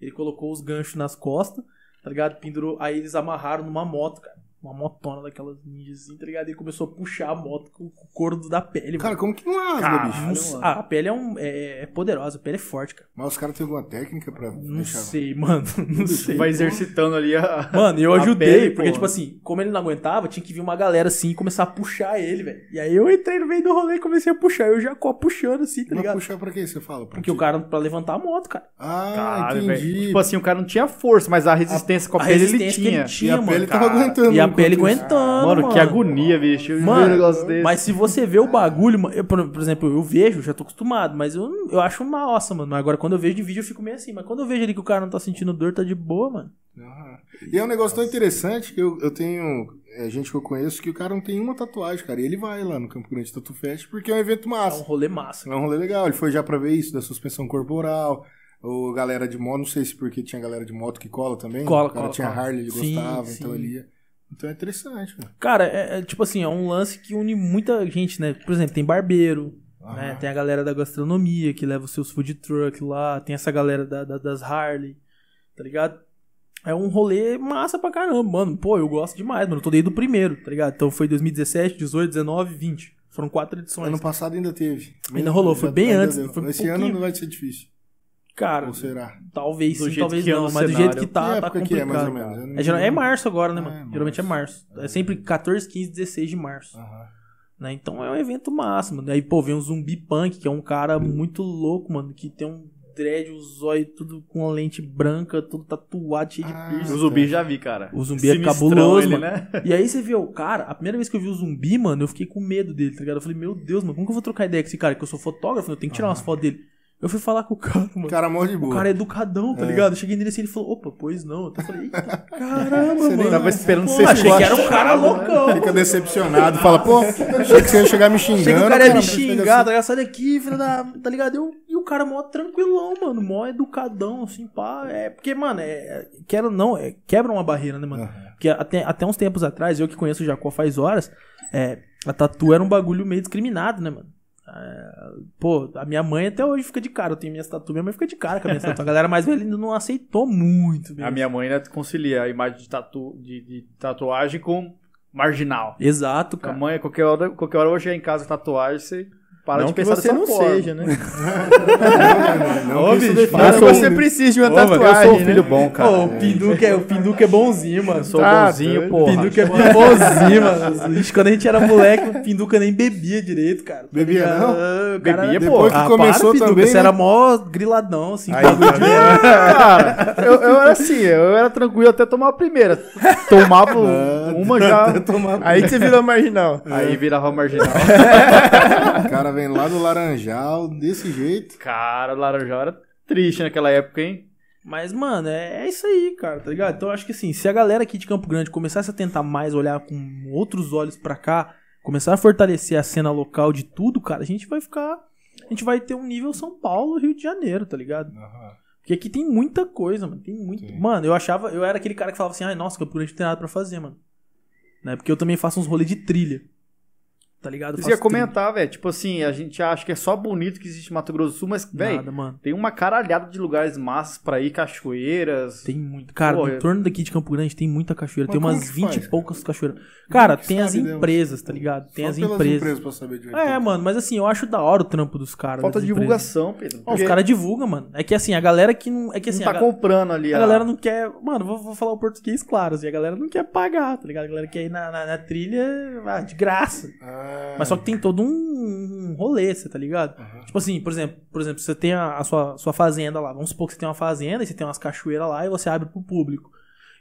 [SPEAKER 3] ele colocou os ganchos nas costas, tá ligado? Pendurou. Aí eles amarraram numa moto, cara. Uma motona daquelas ninjas, assim, tá ligado? Ele começou a puxar a moto com com o couro do- da pele,
[SPEAKER 1] Cara,
[SPEAKER 3] mano.
[SPEAKER 1] como que não rasga,
[SPEAKER 2] Caralho.
[SPEAKER 1] bicho?
[SPEAKER 3] Não sei- ah, a pele é, um, é, é poderosa, a pele é forte, cara.
[SPEAKER 1] Mas os caras têm alguma técnica pra
[SPEAKER 3] Não
[SPEAKER 1] deixar...
[SPEAKER 3] sei, mano. Não sei.
[SPEAKER 2] Vai exercitando ali a.
[SPEAKER 3] Mano, eu
[SPEAKER 2] A
[SPEAKER 3] ajudei,
[SPEAKER 2] pele,
[SPEAKER 3] porque,
[SPEAKER 2] pô.
[SPEAKER 3] tipo assim, como ele não aguentava, tinha que vir uma galera assim e começar a puxar ele, velho. E aí eu entrei no meio do rolê e comecei a puxar. Eu já co- puxando assim, tá
[SPEAKER 1] Mas
[SPEAKER 3] ligado?
[SPEAKER 1] puxar pra quê, você fala? Pra
[SPEAKER 3] Porque o
[SPEAKER 1] quê?
[SPEAKER 3] cara, pra levantar a moto, cara.
[SPEAKER 1] Ah,
[SPEAKER 2] Caralho, velho.
[SPEAKER 1] entendi.
[SPEAKER 2] Tipo assim, o cara não tinha força, mas a resistência com a,
[SPEAKER 3] a
[SPEAKER 2] pele ele
[SPEAKER 3] resistência que
[SPEAKER 2] tinha.
[SPEAKER 3] ele
[SPEAKER 1] e
[SPEAKER 3] tinha,
[SPEAKER 1] a
[SPEAKER 3] mano,
[SPEAKER 1] pele tava
[SPEAKER 2] cara.
[SPEAKER 1] aguentando.
[SPEAKER 3] E a
[SPEAKER 1] enquanto
[SPEAKER 3] pele
[SPEAKER 1] isso.
[SPEAKER 3] aguentando,
[SPEAKER 2] um Mano,
[SPEAKER 3] mano.
[SPEAKER 2] que agonia, bicho. Eu vi um
[SPEAKER 3] Mano,
[SPEAKER 2] negócio desse.
[SPEAKER 3] Mas se você vê o bagulho, mano, eu, por por exemplo, eu vejo, já tô acostumado, mas eu, não- eu acho uma ossa, mano. Mas Agora, quando eu vejo de vídeo, eu fico meio assim. Mas quando eu vejo ali que o cara não tá sentindo dor, tá de boa, mano.
[SPEAKER 1] Aham. E é um negócio tão interessante que eu, eu tenho é, gente que eu conheço que o cara não tem uma tatuagem, cara. E ele vai lá no Campo Grande Tatu Fest porque é um evento
[SPEAKER 3] É um
[SPEAKER 1] massa.
[SPEAKER 3] rolê massa.
[SPEAKER 1] É um rolê legal. Ele foi já pra ver isso, da suspensão corporal, ou galera de moto, não sei se porque tinha galera de moto que cola também.
[SPEAKER 3] Cola,
[SPEAKER 1] o cara
[SPEAKER 3] cola,
[SPEAKER 1] tinha
[SPEAKER 3] cola.
[SPEAKER 1] Harley, ele
[SPEAKER 3] Sim,
[SPEAKER 1] gostava,
[SPEAKER 3] sim.
[SPEAKER 1] então ele ia. Então é interessante, cara.
[SPEAKER 3] Cara, é, é tipo assim, é um lance que une muita gente, né? Por exemplo, tem barbeiro, né?
[SPEAKER 1] Aham.
[SPEAKER 3] Tem a galera da gastronomia que leva os seus food truck lá, tem essa galera da- da- das Harley, tá ligado? É um rolê massa pra caramba, mano. Pô, eu gosto demais, mano. Eu tô desde o primeiro, tá ligado? Então foi 2017, 18, 19, 20. Foram quatro edições.
[SPEAKER 1] Ano passado ainda teve.
[SPEAKER 3] Ainda rolou, foi
[SPEAKER 1] Ainda-
[SPEAKER 3] bem
[SPEAKER 1] ainda
[SPEAKER 3] antes,
[SPEAKER 1] deu.
[SPEAKER 3] foi um
[SPEAKER 1] Esse ano
[SPEAKER 3] pouquinho.
[SPEAKER 1] não vai ser difícil.
[SPEAKER 3] Cara,
[SPEAKER 1] Ou será?
[SPEAKER 3] talvez
[SPEAKER 2] do
[SPEAKER 3] sim,
[SPEAKER 2] jeito
[SPEAKER 3] talvez
[SPEAKER 2] que é
[SPEAKER 3] não,
[SPEAKER 2] o
[SPEAKER 3] mas do jeito
[SPEAKER 2] cenário.
[SPEAKER 3] que tá,
[SPEAKER 1] Que
[SPEAKER 3] tá
[SPEAKER 1] época
[SPEAKER 3] complicado.
[SPEAKER 1] que é, mais ou menos? Eu não
[SPEAKER 3] É, geral-
[SPEAKER 1] me
[SPEAKER 3] é
[SPEAKER 1] lembro.
[SPEAKER 3] março agora, né,
[SPEAKER 1] Ah,
[SPEAKER 3] mano?
[SPEAKER 1] é março.
[SPEAKER 3] Geralmente é março. É sempre 14, 15, 16 de março.
[SPEAKER 1] Aham.
[SPEAKER 3] né? Então é um evento massa, mano. Aí, pô, vem um zumbi punk, que é um cara muito louco, mano, que tem um dread, os zóio tudo com a lente branca, tudo tatuado, cheio de
[SPEAKER 1] Ah.
[SPEAKER 3] piercing.
[SPEAKER 2] O zumbi já vi, cara.
[SPEAKER 3] O zumbi é
[SPEAKER 2] Sinistrão
[SPEAKER 3] cabuloso,
[SPEAKER 2] ele,
[SPEAKER 3] mano.
[SPEAKER 2] né?
[SPEAKER 3] E aí você vê o cara, a primeira vez que eu vi o zumbi, mano, eu fiquei com medo dele, tá ligado? Eu falei, meu Deus, mano, como que eu vou trocar ideia com esse cara? Que eu sou fotógrafo, né? eu tenho que tirar umas fotos dele. Eu fui falar com o cara, mano.
[SPEAKER 1] O cara morre de
[SPEAKER 3] O
[SPEAKER 1] boa.
[SPEAKER 3] cara é educadão, tá ligado? Eu cheguei nele assim, ele falou, opa, pois não. Eu falei, eita, caramba,
[SPEAKER 1] Você nem
[SPEAKER 3] mano.
[SPEAKER 2] Tava esperando
[SPEAKER 3] Pô,
[SPEAKER 2] ser
[SPEAKER 3] achei que era um cara loucão.
[SPEAKER 1] Fica decepcionado, fala, pô, achei que você assim. ia chegar me xingando.
[SPEAKER 3] Chega o cara ia me
[SPEAKER 1] mas fica
[SPEAKER 3] xingar, tá ligado? Sai daqui, filho da. Tá ligado? Eu, e o cara mó tranquilão, mano, mó educadão, assim, pá. É porque, mano, é, quero ou não, é, quebra uma barreira, né, mano?
[SPEAKER 1] Aham.
[SPEAKER 3] Porque até, até uns tempos atrás, eu que conheço o Jacó faz horas, é, a tatu era um bagulho meio discriminado, né, mano? É, Pô, a minha mãe até hoje fica de cara. Eu tenho minhas tatu, minha mãe fica de cara com a minha tatu. A galera mais velha ainda não aceitou muito.
[SPEAKER 2] A
[SPEAKER 3] mesmo.
[SPEAKER 2] minha mãe ainda concilia a imagem de, tatu, de, de tatuagem com marginal.
[SPEAKER 3] Exato,
[SPEAKER 2] A
[SPEAKER 3] cara.
[SPEAKER 2] mãe, qualquer hora, qualquer hora eu vou chegar em casa com tatuagem, você para
[SPEAKER 4] não
[SPEAKER 2] de
[SPEAKER 4] que
[SPEAKER 2] pensar
[SPEAKER 4] você
[SPEAKER 2] dessa
[SPEAKER 4] não
[SPEAKER 2] forma.
[SPEAKER 4] seja, né?
[SPEAKER 1] Não, que isso
[SPEAKER 2] bicho,
[SPEAKER 1] defina-
[SPEAKER 2] eu sou- um-
[SPEAKER 4] você precisa de uma
[SPEAKER 2] Ô, mano, eu
[SPEAKER 4] tatuagem,
[SPEAKER 2] sou um filho
[SPEAKER 4] né?
[SPEAKER 2] bom, cara.
[SPEAKER 3] Ô, o, Pinduca é, o Pinduca é bonzinho, mano.
[SPEAKER 2] Sou
[SPEAKER 4] Ah,
[SPEAKER 2] bonzinho,
[SPEAKER 4] doido.
[SPEAKER 2] porra.
[SPEAKER 3] Pinduca é bonzinho, mano. Ixi, Quando a gente era moleque, o Pinduca nem bebia direito, cara. Tá
[SPEAKER 1] Bebia,
[SPEAKER 3] ligado?
[SPEAKER 1] não?
[SPEAKER 3] Ah, o cara-
[SPEAKER 2] Bebia,
[SPEAKER 1] Depois
[SPEAKER 2] pô.
[SPEAKER 1] que começou
[SPEAKER 3] para, Pinduca,
[SPEAKER 1] também.
[SPEAKER 3] Você
[SPEAKER 1] né?
[SPEAKER 3] era mó griladão, assim.
[SPEAKER 4] Aí,
[SPEAKER 3] bagulho
[SPEAKER 4] tá
[SPEAKER 3] de-
[SPEAKER 4] vendo?
[SPEAKER 2] Cara, eu, eu era assim, eu era tranquilo até tomar a primeira. Tomava uma já,
[SPEAKER 1] Tomar-
[SPEAKER 4] Aí que você virou marginal.
[SPEAKER 3] É.
[SPEAKER 2] aí virava marginal.
[SPEAKER 1] O cara vem lá do Laranjal, desse jeito.
[SPEAKER 2] Cara, Laranjal era triste naquela época, hein?
[SPEAKER 3] Mas, mano, é, é isso aí, cara, tá ligado? Então, eu acho que assim, se a galera aqui de Campo Grande começasse a tentar mais olhar com outros olhos pra cá, começar a fortalecer a cena local de tudo, cara, a gente vai ficar. A gente vai ter um nível São Paulo, Rio de Janeiro, tá ligado? Porque aqui tem muita coisa, mano. Tem muito.
[SPEAKER 1] Sim.
[SPEAKER 3] Mano, eu achava. Eu era aquele cara que falava assim, ai, nossa, Campo Grande não tem nada pra fazer, mano. Né? Porque eu também faço uns rolês de trilha. Tá ligado? Eu
[SPEAKER 2] Você ia
[SPEAKER 3] faço trilha.
[SPEAKER 2] comentar, velho, tipo assim, a gente acha que é só bonito que existe Mato Grosso do Sul, mas, velho,
[SPEAKER 3] Nada, mano.
[SPEAKER 2] tem uma caralhada de lugares massas pra ir, cachoeiras.
[SPEAKER 3] Tem muito. Cara,
[SPEAKER 2] Pô,
[SPEAKER 3] no
[SPEAKER 2] eu-
[SPEAKER 3] torno daqui de Campo Grande tem muita cachoeira.
[SPEAKER 1] é- Mas
[SPEAKER 3] tem
[SPEAKER 1] como
[SPEAKER 3] umas
[SPEAKER 1] que
[SPEAKER 3] 20
[SPEAKER 1] faz,
[SPEAKER 3] e
[SPEAKER 1] cara?
[SPEAKER 3] poucas cachoeiras. Cara,
[SPEAKER 1] que
[SPEAKER 3] tem as
[SPEAKER 1] sabe, né?
[SPEAKER 3] empresas, tá ligado? Tem
[SPEAKER 1] Só
[SPEAKER 3] as
[SPEAKER 1] pelas
[SPEAKER 3] empresas.
[SPEAKER 1] empresas pra saber de onde
[SPEAKER 3] É,
[SPEAKER 1] tá.
[SPEAKER 3] mano, mas assim, eu acho da hora o trampo dos caras.
[SPEAKER 2] Falta
[SPEAKER 3] das
[SPEAKER 2] de
[SPEAKER 3] empresas.
[SPEAKER 2] divulgação, Pedro.
[SPEAKER 3] Ó, os caras divulgam, mano. É que assim, a galera que não. É que assim,
[SPEAKER 2] não tá
[SPEAKER 3] a, ga-
[SPEAKER 2] comprando ali.
[SPEAKER 3] a galera não quer. Mano, vou, vou falar o português claro, assim, a galera não quer pagar, tá ligado? A galera quer ir na, na- na trilha ah, de graça.
[SPEAKER 1] Ah,
[SPEAKER 3] Mas só que tem todo um, um rolê, você tá ligado? Tipo assim, por exemplo, por exemplo, você tem a, a sua, sua fazenda lá. Vamos supor que você tem uma fazenda e você tem umas cachoeiras lá e você abre pro público.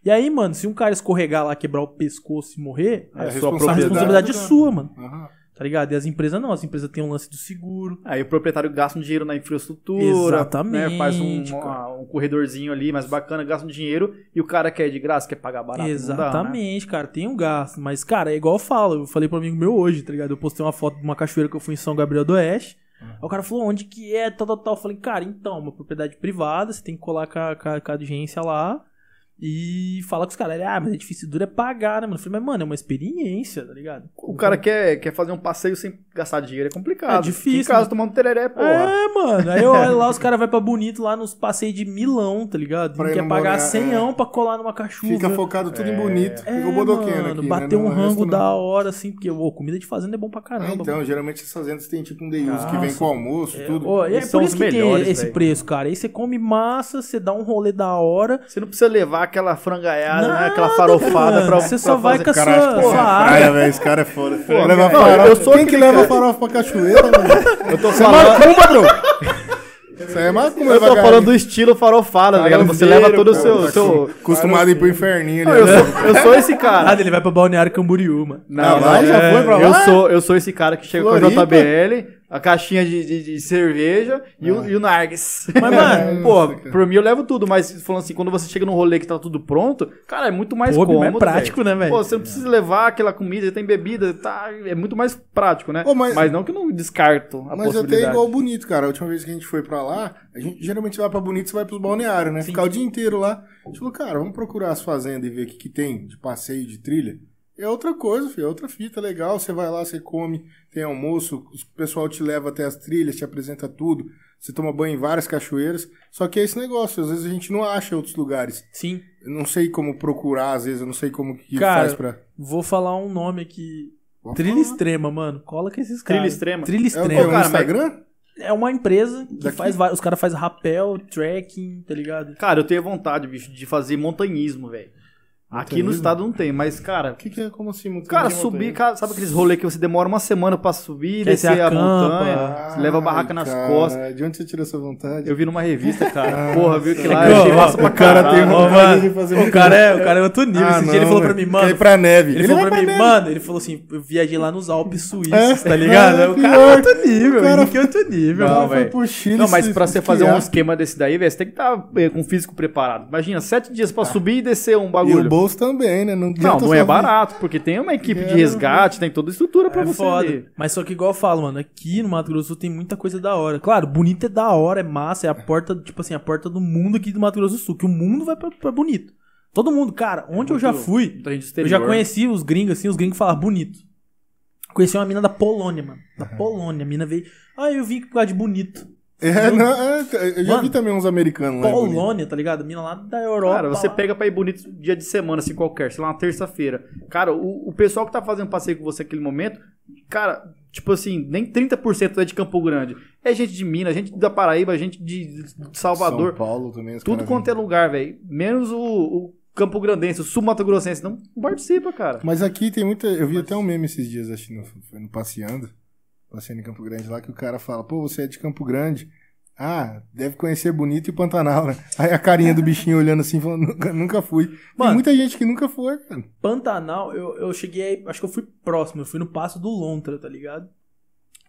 [SPEAKER 3] E aí, mano, se um cara escorregar lá, quebrar o pescoço e morrer,
[SPEAKER 1] É,
[SPEAKER 3] a
[SPEAKER 1] a
[SPEAKER 3] sua
[SPEAKER 1] responsabilidade-
[SPEAKER 3] responsabilidade é sua, mano.
[SPEAKER 1] aham.
[SPEAKER 3] Tá ligado? E as empresas não, as empresas têm um lance do seguro.
[SPEAKER 2] Aí o proprietário gasta um dinheiro na infraestrutura.
[SPEAKER 3] Exatamente,
[SPEAKER 2] Né? Faz um,
[SPEAKER 3] cara.
[SPEAKER 2] uma- um corredorzinho ali mais bacana, gasta um dinheiro e o cara quer de graça, quer pagar barato. não dá, né?
[SPEAKER 3] Exatamente, cara, tem um gasto. Mas, cara, é igual eu falo, eu falei pro amigo meu hoje, tá ligado? Eu postei uma foto de uma cachoeira que eu fui em São Gabriel do Oeste.
[SPEAKER 2] Uhum.
[SPEAKER 3] Aí o cara falou, onde que é, tal, tal, tal. Eu falei, cara, então, uma propriedade privada, você tem que colar com a, com a- com a agência lá e falar com os caras. Ele, Ah, mas é difícil, duro é pagar, né, mano? Eu falei, mas, mano, é uma experiência, tá ligado?
[SPEAKER 2] O cara quer, quer fazer um passeio sem gastar dinheiro, é complicado.
[SPEAKER 3] É difícil,
[SPEAKER 2] Em casa
[SPEAKER 3] né?
[SPEAKER 2] tomando tereré, porra.
[SPEAKER 3] É, mano. Aí eu olho lá, os caras vão pra bonito lá nos passeios de Milão, tá ligado?
[SPEAKER 1] Pra
[SPEAKER 3] Não quer
[SPEAKER 1] enamorar,
[SPEAKER 3] pagar
[SPEAKER 1] é.
[SPEAKER 3] 100 pra colar numa cachoeira.
[SPEAKER 1] Fica focado tudo em bonito.
[SPEAKER 3] É,
[SPEAKER 1] Fica o bodoqueiro
[SPEAKER 3] mano,
[SPEAKER 1] aqui, né?
[SPEAKER 3] bater um
[SPEAKER 1] Não, o resto
[SPEAKER 3] rango
[SPEAKER 1] não.
[SPEAKER 3] da hora, assim, porque, ô, comida de fazenda é bom pra
[SPEAKER 1] Ah,
[SPEAKER 3] caramba.
[SPEAKER 1] então,
[SPEAKER 3] mano.
[SPEAKER 1] geralmente essas fazendas tem tipo um day use que
[SPEAKER 3] Nossa.
[SPEAKER 1] vem com almoço, tudo.
[SPEAKER 3] Ô, e é
[SPEAKER 2] Eles são
[SPEAKER 3] por isso
[SPEAKER 2] os
[SPEAKER 3] que
[SPEAKER 2] melhores,
[SPEAKER 3] tem esse
[SPEAKER 2] velho.
[SPEAKER 3] preço, cara. Aí você come massa, você dá um rolê da hora.
[SPEAKER 2] Você não precisa levar aquela frangaiada, né? Aquela
[SPEAKER 3] Nada,
[SPEAKER 2] farofada
[SPEAKER 3] mano.
[SPEAKER 2] pra
[SPEAKER 3] Você
[SPEAKER 2] pra
[SPEAKER 3] só vai
[SPEAKER 2] fazer-
[SPEAKER 3] com a
[SPEAKER 1] Cara, acho que
[SPEAKER 3] sua,
[SPEAKER 1] você é
[SPEAKER 3] sua área.
[SPEAKER 1] praia, velho. Esse cara é foda.
[SPEAKER 2] Pô,
[SPEAKER 1] leva
[SPEAKER 2] cara,
[SPEAKER 1] farofa.
[SPEAKER 2] eu sou
[SPEAKER 1] Quem que
[SPEAKER 2] aquele
[SPEAKER 1] leva
[SPEAKER 2] cara.
[SPEAKER 1] farofa pra cachoeira, mano?
[SPEAKER 2] Eu tô
[SPEAKER 1] Isso é
[SPEAKER 2] falando,
[SPEAKER 1] macumba, bro. Isso aí é macumba,
[SPEAKER 2] eu tô
[SPEAKER 1] devagarinho.
[SPEAKER 2] falando do estilo farofada, tá ligado? Você leva todo o seu.
[SPEAKER 1] Tá
[SPEAKER 2] seu-
[SPEAKER 1] Acostumado a ir pro inferninho
[SPEAKER 2] Não, eu,
[SPEAKER 1] ali. né?
[SPEAKER 2] sou, eu sou esse cara.
[SPEAKER 3] Ah, ele vai pra Balneário Camboriú, mano.
[SPEAKER 1] Ah, vai? Já foi pra lá?
[SPEAKER 2] Eu sou, eu sou esse cara que chega com
[SPEAKER 1] Floripa?
[SPEAKER 2] a JBL, a caixinha de, de- de cerveja e
[SPEAKER 1] Ah.
[SPEAKER 2] o, e o Nargues.
[SPEAKER 1] É.
[SPEAKER 3] Mas, mano,
[SPEAKER 2] pô, por mim eu levo tudo, mas falando assim, quando você chega num rolê que tá tudo pronto, cara, é muito mais
[SPEAKER 3] Pô, bem
[SPEAKER 2] cômodo.
[SPEAKER 3] mais prático, né, velho?
[SPEAKER 2] Pô, você não precisa levar aquela comida, tem bebida, tá, é muito mais prático, né?
[SPEAKER 1] Ô, mas-
[SPEAKER 2] mas... não que eu não descarto a
[SPEAKER 1] Mas é até
[SPEAKER 2] possibilidade.
[SPEAKER 1] igual bonito, cara. A última vez que a gente foi pra lá, a gente geralmente vai pra bonito, você vai pros balneários, né? Ficar o dia inteiro lá. A gente falou, cara, vamos procurar as fazendas e ver o que, que tem de passeio, de trilha. É outra coisa, filho. É outra fita legal. Você vai lá, você come, tem almoço, o pessoal te leva até as trilhas, te apresenta tudo. Você toma banho em várias cachoeiras. Só que é esse negócio, às vezes a gente não acha outros lugares.
[SPEAKER 3] Sim.
[SPEAKER 1] Eu não sei como procurar, às vezes, eu não sei como que
[SPEAKER 3] Cara,
[SPEAKER 1] faz pra.
[SPEAKER 3] Vou falar um nome aqui.
[SPEAKER 1] Vou
[SPEAKER 3] Trilha
[SPEAKER 1] falar.
[SPEAKER 3] Extrema, mano. Cola com esses
[SPEAKER 2] Trilha
[SPEAKER 3] caras.
[SPEAKER 2] Extrema?
[SPEAKER 3] Trilha
[SPEAKER 1] É o
[SPEAKER 3] Extrema.
[SPEAKER 1] quê? Um
[SPEAKER 2] cara, mas-
[SPEAKER 1] Instagram?
[SPEAKER 3] É uma empresa que
[SPEAKER 1] Daqui?
[SPEAKER 3] faz vários. Os caras fazem rapel, trekking, tá ligado?
[SPEAKER 2] Cara, eu tenho vontade, bicho, de fazer montanhismo, velho. Aqui no
[SPEAKER 1] Montanhismo?
[SPEAKER 2] estado não tem, mas, cara,
[SPEAKER 1] O que, que é? Como assim? Montanha?
[SPEAKER 2] Cara, subir, cara, sabe aqueles rolê que você demora uma semana pra subir,
[SPEAKER 3] Que aí você
[SPEAKER 2] descer a
[SPEAKER 3] acampa.
[SPEAKER 2] montanha, você leva a barraca nas
[SPEAKER 1] Ai,
[SPEAKER 2] costas.
[SPEAKER 1] cara, De onde você tirou essa vontade?
[SPEAKER 2] Eu vi numa revista, cara. Porra, viu que lá
[SPEAKER 3] Ó,
[SPEAKER 2] eu achei
[SPEAKER 3] ó,
[SPEAKER 2] massa pra
[SPEAKER 1] o cara
[SPEAKER 2] caralho.
[SPEAKER 1] tem
[SPEAKER 3] Ó,
[SPEAKER 1] vontade
[SPEAKER 3] mano,
[SPEAKER 1] de fazer Ah,
[SPEAKER 3] o, cara é, o cara é outro nível.
[SPEAKER 2] Ah,
[SPEAKER 3] Esse dia ele falou pra mim, mano.
[SPEAKER 1] Quer ir pra neve.
[SPEAKER 3] Ele, falou
[SPEAKER 1] vai
[SPEAKER 3] pra mim,
[SPEAKER 1] neve.
[SPEAKER 3] mano, ele falou assim, eu viajei lá nos Alpes Suíços,
[SPEAKER 1] É,
[SPEAKER 3] tá ligado?
[SPEAKER 1] é,
[SPEAKER 3] o cara é
[SPEAKER 1] pior.
[SPEAKER 3] outro
[SPEAKER 1] O
[SPEAKER 3] nível, o
[SPEAKER 1] cara-
[SPEAKER 3] cara é outro nível.
[SPEAKER 1] Não,
[SPEAKER 2] Não,
[SPEAKER 1] foi
[SPEAKER 2] velho.
[SPEAKER 1] pro Chile
[SPEAKER 2] Não, mas
[SPEAKER 1] se-
[SPEAKER 2] pra você fazer
[SPEAKER 1] esquiar.
[SPEAKER 2] tá, eh, um esquema desse daí, velho, você tem que estar com o físico preparado. Imagina, sete dias pra subir e descer um
[SPEAKER 1] Ah. E
[SPEAKER 2] bagulho.
[SPEAKER 1] o gols também, né? Não,
[SPEAKER 2] Não,
[SPEAKER 1] adianta
[SPEAKER 2] não
[SPEAKER 1] só
[SPEAKER 2] é
[SPEAKER 1] vir-
[SPEAKER 2] barato, porque tem uma equipe de
[SPEAKER 1] É.
[SPEAKER 2] resgate, tem toda a estrutura pra
[SPEAKER 3] É
[SPEAKER 2] você
[SPEAKER 3] foda.
[SPEAKER 2] ali.
[SPEAKER 3] Mas só que igual eu falo, mano, aqui no Mato Grosso do Sul tem muita coisa da hora. Claro, bonito é da hora, é massa, é a porta, tipo assim, a porta do mundo aqui do Mato Grosso do Sul, que o mundo vai pra, pra bonito. Todo mundo, cara, onde eu já
[SPEAKER 2] muito-
[SPEAKER 3] fui,
[SPEAKER 2] Muita gente do
[SPEAKER 3] eu já
[SPEAKER 2] exterior.
[SPEAKER 3] conheci os gringos, assim, os gringos falavam bonito. Conheci uma mina da Polônia, mano. Da Polônia. A mina veio. Ah, eu vim aqui por causa de bonito.
[SPEAKER 1] É, não, é, eu já
[SPEAKER 3] Mano,
[SPEAKER 1] vi também uns americanos lá. em é Bonito.
[SPEAKER 3] Polônia, tá ligado? A mina lá da Europa.
[SPEAKER 2] Cara, você
[SPEAKER 3] lá.
[SPEAKER 2] pega pra ir bonito dia de semana, assim, qualquer, sei lá, uma terça-feira. Cara, o, o pessoal que tá fazendo passeio com você naquele momento, cara, tipo assim, nem 30% é de Campo Grande. É gente de Minas, gente da Paraíba, gente de de Salvador.
[SPEAKER 1] São Paulo também. os
[SPEAKER 2] tudo
[SPEAKER 1] caras
[SPEAKER 2] quanto é lugar, velho. Menos o, o Campo Grandense, o Sul Mato Grossense. Não participa, cara.
[SPEAKER 1] Mas aqui tem muita. Eu vi até um meme esses dias, acho, no, foi no Passeando. Passeando em Campo Grande lá, que o cara fala: pô, você é de Campo Grande. Ah, deve conhecer Bonito e Pantanal, né? Aí a carinha do bichinho olhando assim, falando: nunca, nunca fui.
[SPEAKER 3] Mano.
[SPEAKER 1] tem muita gente que nunca foi, cara.
[SPEAKER 3] Pantanal, eu, eu cheguei aí, acho que eu fui próximo, eu fui no Passo do Lontra, tá ligado?